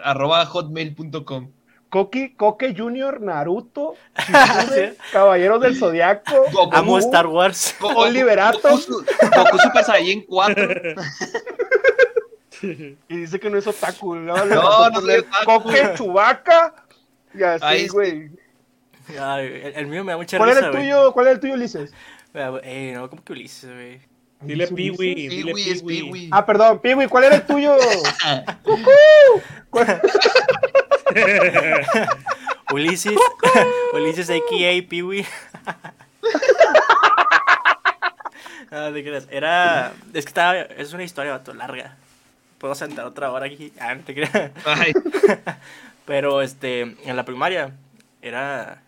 Speaker 4: arroba hotmail.com.
Speaker 1: Coqui, Coque Junior, Naruto,
Speaker 2: Sí.
Speaker 1: Caballeros del Zodiaco,
Speaker 4: Goku.
Speaker 2: Amo Star Wars.
Speaker 4: Go-
Speaker 1: Oliver Atom.
Speaker 4: Goku, su- Goku Super Saiyan 4.
Speaker 1: Y dice que no es otaku. No,
Speaker 4: No,
Speaker 1: no,
Speaker 4: no soy otaku.
Speaker 1: Coque, Chubaca. Y
Speaker 4: Ahí
Speaker 1: así,
Speaker 4: está.
Speaker 1: güey.
Speaker 2: Ay, el, el mío me da mucha
Speaker 1: ¿Cuál era
Speaker 2: risa,
Speaker 1: el
Speaker 2: güey.
Speaker 1: tuyo? ¿Cuál era el tuyo, Ulises?
Speaker 2: Me da- Eh, no, ¿cómo que Ulises, güey?
Speaker 3: Dile
Speaker 1: ¿Ulises?
Speaker 3: piwi, dile
Speaker 4: Piwi es
Speaker 3: piwi.
Speaker 4: Piwi.
Speaker 1: Ah, perdón, Piwi, ¿cuál era el tuyo? ¿Cuál-
Speaker 2: Ulises, Ulises a.k.a. Piwi. ah, te creas. Era. Es que estaba. Es una historia vato, larga. Puedo sentar otra hora aquí. Ah, no te creas.
Speaker 4: Ay,
Speaker 2: Pero este. En la primaria. Era.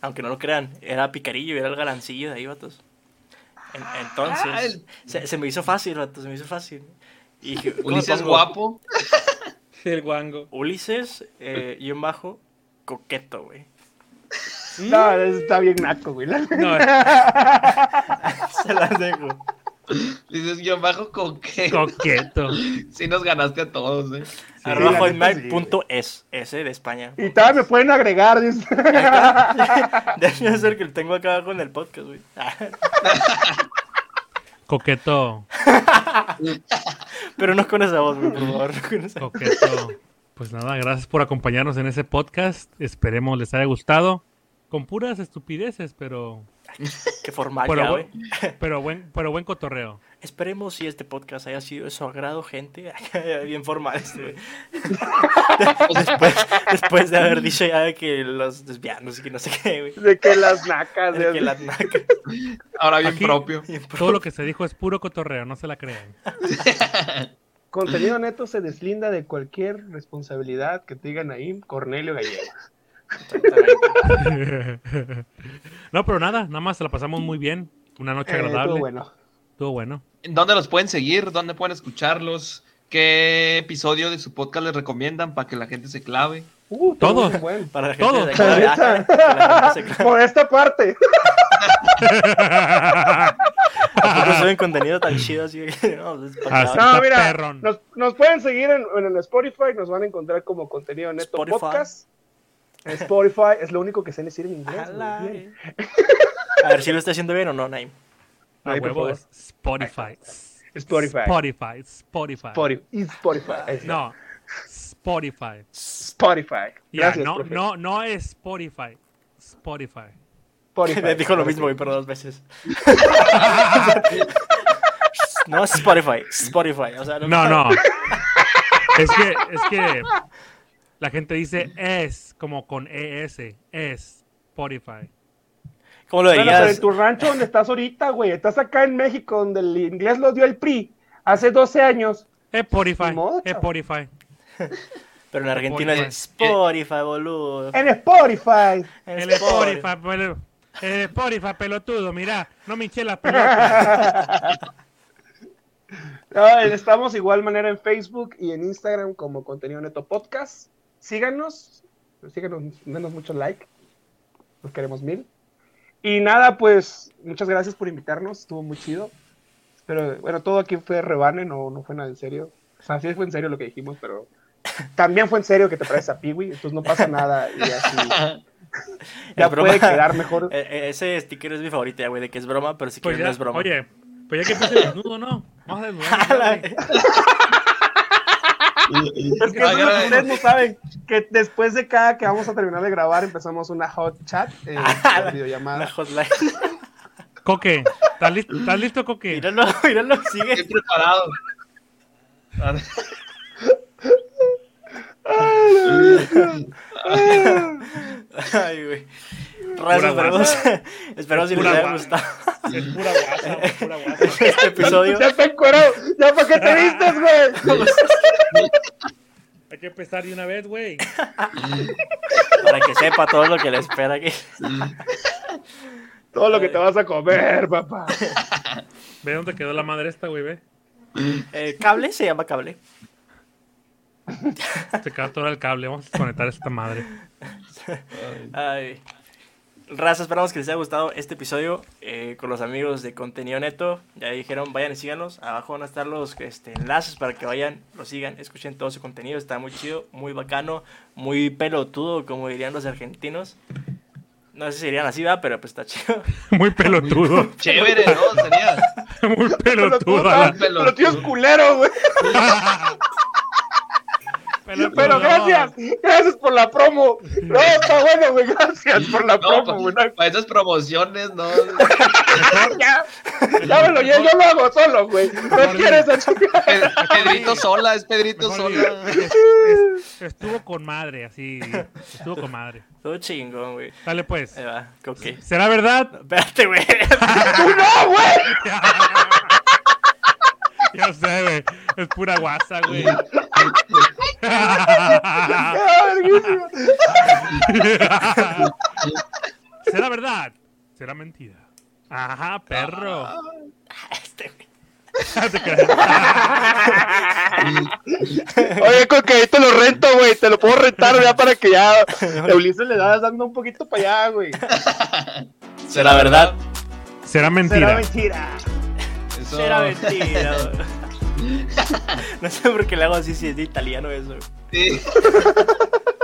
Speaker 2: Aunque no lo crean, era picarillo, era el galancillo de ahí, vatos. En- entonces.
Speaker 4: Ah, el-
Speaker 2: se, se me hizo fácil, vatos, se me hizo fácil. Y dije, ¿cómo le
Speaker 4: Ulises
Speaker 2: pongo?
Speaker 4: guapo.
Speaker 3: El guango.
Speaker 2: Ulises, eh, y en bajo, coqueto, güey.
Speaker 3: eh.
Speaker 1: No, está bien naco, güey.
Speaker 3: No,
Speaker 2: Se las dejo.
Speaker 4: Dices guión bajo coqueto.
Speaker 3: Coqueto.
Speaker 4: Sí nos ganaste a todos, eh.
Speaker 2: Arroba
Speaker 1: la neta,
Speaker 2: hotmail
Speaker 1: sí,
Speaker 2: punto es, ese de España.
Speaker 1: Y todavía me pueden agregar, dice.
Speaker 2: Debe ser que lo tengo acá abajo en el podcast, güey.
Speaker 3: Coqueto.
Speaker 2: Pero no con esa voz, güey, por favor. no con esa-
Speaker 3: Coqueto. Pues nada, gracias por acompañarnos en ese podcast. Esperemos les haya gustado. Con puras estupideces, pero,
Speaker 2: Qué formal,
Speaker 3: Bueno,
Speaker 2: ya,
Speaker 3: bueno.
Speaker 2: güey.
Speaker 3: pero, buen, pero buen cotorreo.
Speaker 2: Esperemos si este podcast haya sido de su agrado, gente. Bien formal este, güey. después, después de haber dicho ya que los desvianos y que no sé qué, güey.
Speaker 1: De que las nacas.
Speaker 2: De que
Speaker 1: Dios.
Speaker 2: la naca.
Speaker 4: Ahora bien
Speaker 3: Aquí-
Speaker 4: propio.
Speaker 2: bien pro-
Speaker 3: Todo lo que se dijo es puro cotorreo, no se la crean.
Speaker 1: Contenido neto se deslinda de cualquier responsabilidad que te digan ahí, Cornelio Gallego.
Speaker 3: no, pero nada, nada más se la pasamos muy bien. Una noche
Speaker 1: Eh,
Speaker 3: agradable.
Speaker 1: estuvo
Speaker 3: Estuvo
Speaker 1: bueno.
Speaker 3: bueno.
Speaker 4: ¿Dónde los pueden seguir? ¿Dónde pueden escucharlos? ¿Qué episodio de su podcast les recomiendan para que la gente se clave?
Speaker 1: Uh,
Speaker 3: Todo.
Speaker 1: tuvimos un buen.
Speaker 2: Para la
Speaker 3: Todo.
Speaker 2: gente de acá, de acá, para la gente se-
Speaker 1: Por esta parte.
Speaker 2: ¿A poco suben contenido tan chido así? güey? No, pues, es para
Speaker 1: No,
Speaker 2: nada.
Speaker 3: Así. Ah, Está
Speaker 1: mira,
Speaker 3: perrón.
Speaker 1: nos, nos pueden seguir en, en Spotify, nos van a encontrar como contenido neto
Speaker 2: Spotify.
Speaker 1: podcast. Spotify es lo único que sé decir en inglés. muy
Speaker 2: Ala,
Speaker 1: bien.
Speaker 2: eh. A ver si lo está haciendo bien o no, Naim.
Speaker 3: A
Speaker 1: Ahí, por
Speaker 3: huevo
Speaker 1: favor.
Speaker 3: es Spotify.
Speaker 1: Spotify.
Speaker 3: Spotify. Spotify.
Speaker 1: Spotify. y Spotify. ahí está.
Speaker 3: No. Spotify.
Speaker 1: Spotify.
Speaker 3: Ya,
Speaker 1: Gracias,
Speaker 3: no,
Speaker 1: profe.
Speaker 3: no, no es Spotify. Spotify.
Speaker 1: Spotify.
Speaker 2: Dijo lo
Speaker 1: Ahora
Speaker 2: mismo,
Speaker 1: sí.
Speaker 2: güey, pero dos veces. No, Spotify, Spotify. O sea,
Speaker 3: No, no. es que, es que la gente dice es como con ES. Es Spotify.
Speaker 2: ¿Cómo lo
Speaker 1: Bueno, pero
Speaker 2: dirías?
Speaker 1: en tu rancho donde estás ahorita, güey, estás acá en México donde el inglés lo dio el PRI hace 12 años.
Speaker 3: Es Spotify.
Speaker 1: Ni modo,
Speaker 3: Es Spotify.
Speaker 2: Pero en Argentina
Speaker 3: Spotify. Eh,
Speaker 2: es Spotify, boludo.
Speaker 1: En Spotify.
Speaker 2: En
Speaker 3: El Spotify, pelo- el Spotify, pelotudo. Mirá, no me hinché las pelotas.
Speaker 1: No, estamos igual manera en Facebook y en Instagram como contenido neto podcast. Síganos, síganos, denos mucho like. Nos queremos mil. Y nada, pues muchas gracias por invitarnos, estuvo muy chido. Pero bueno, todo aquí fue rebane, no, no fue nada en serio. O sea, sí fue en serio lo que dijimos, pero también fue en serio que te traes a Piwi, entonces no pasa nada y así. Ya
Speaker 2: Es broma.
Speaker 1: puede quedar mejor.
Speaker 2: E- e- ese sticker es mi favorita, güey, de que es broma, pero si
Speaker 3: Pues
Speaker 2: quieren
Speaker 3: ya,
Speaker 2: no es broma.
Speaker 3: oye, pues ya que empieza el desnudo, ¿no? Vamos a desnudar.
Speaker 2: Ala,
Speaker 3: güey.
Speaker 2: güey.
Speaker 1: Es que eso es lo que
Speaker 4: Oigan,
Speaker 1: ustedes no saben, que después de cada que vamos a terminar de grabar empezamos una hot chat, eh, por
Speaker 3: Ah.
Speaker 2: La
Speaker 1: videollamada.
Speaker 2: hotline.
Speaker 3: Coque, ¿estás listo,
Speaker 1: Mm.
Speaker 3: ¿estás listo, Coque?
Speaker 2: Míralo, míralo, sigue.
Speaker 4: Bien preparado.
Speaker 2: Ay, güey. Raza,
Speaker 3: Pura
Speaker 2: esperemos, esperemos si les
Speaker 3: Pura
Speaker 2: haya
Speaker 3: guasa.
Speaker 2: gustado
Speaker 3: Es pura guasa, güey, pura guasa.
Speaker 2: este episodio.
Speaker 1: Ya te encuerado, ya para qué te vistes, güey.
Speaker 3: Hay que empezar de una vez, güey.
Speaker 2: Para que sepa todo lo que le espera aquí.
Speaker 1: Todo lo que te vas a comer, papá.
Speaker 3: Ve dónde quedó la madre esta, güey, ve.
Speaker 2: Eh, ¿Cable? Se llama cable.
Speaker 3: Se quedó todo el cable. Vamos a desconectar esta madre.
Speaker 2: Ay. Raza, esperamos que les haya gustado este episodio eh, con los amigos de Contenido Neto. Ya dijeron, vayan y síganlos. Abajo van a estar los este, enlaces para que vayan, lo sigan, escuchen todo su contenido. Está muy chido, muy bacano, muy pelotudo, como dirían los argentinos. No sé si dirían así, va, pero pues está chido.
Speaker 3: Muy pelotudo.
Speaker 4: Chévere, ¿no? Sería.
Speaker 3: Muy
Speaker 1: Pero tú,
Speaker 3: pelotudo.
Speaker 1: estás-
Speaker 3: Alan.
Speaker 1: pero tío es culero, güey.
Speaker 3: Pelotudo.
Speaker 1: Pero gracias, gracias por la promo. No, está bueno, güey, gracias por la
Speaker 4: No, pues,
Speaker 1: promo, güey. no
Speaker 4: para,
Speaker 1: hay-
Speaker 4: esas promociones, ¿no?
Speaker 1: Ya, ya me lo llevo, yo lo hago solo, güey. No quieres a chingar.
Speaker 4: Pe- Pedrito Sola, es Pedrito
Speaker 3: Mejor
Speaker 4: Sola.
Speaker 3: digo, es- es- Estuvo con madre, así. Estuvo con madre.
Speaker 2: Todo chingón, güey.
Speaker 3: Dale, pues.
Speaker 2: Ahí va, ok.
Speaker 3: ¿Será verdad?
Speaker 2: Espérate, güey.
Speaker 1: ¡Tú no, güey!
Speaker 3: Ya sé, güey. Es pura guasa, güey.
Speaker 1: Ah, verguísima.
Speaker 3: ¿Será verdad? ¿Será mentira? Ajá, perro.
Speaker 2: Este, güey.
Speaker 3: Te creas.
Speaker 1: Oye, Coque, ahí te lo rento, güey. Te lo puedo rentar ya para que ya. A Ulises le das dando un poquito para allá, güey.
Speaker 2: Será verdad.
Speaker 1: Será
Speaker 3: ¿Será mentira?
Speaker 1: mentira.
Speaker 4: Es eso.
Speaker 2: Será mentira. güey. no sé por qué le hago así si es de italiano eso.
Speaker 4: Sí.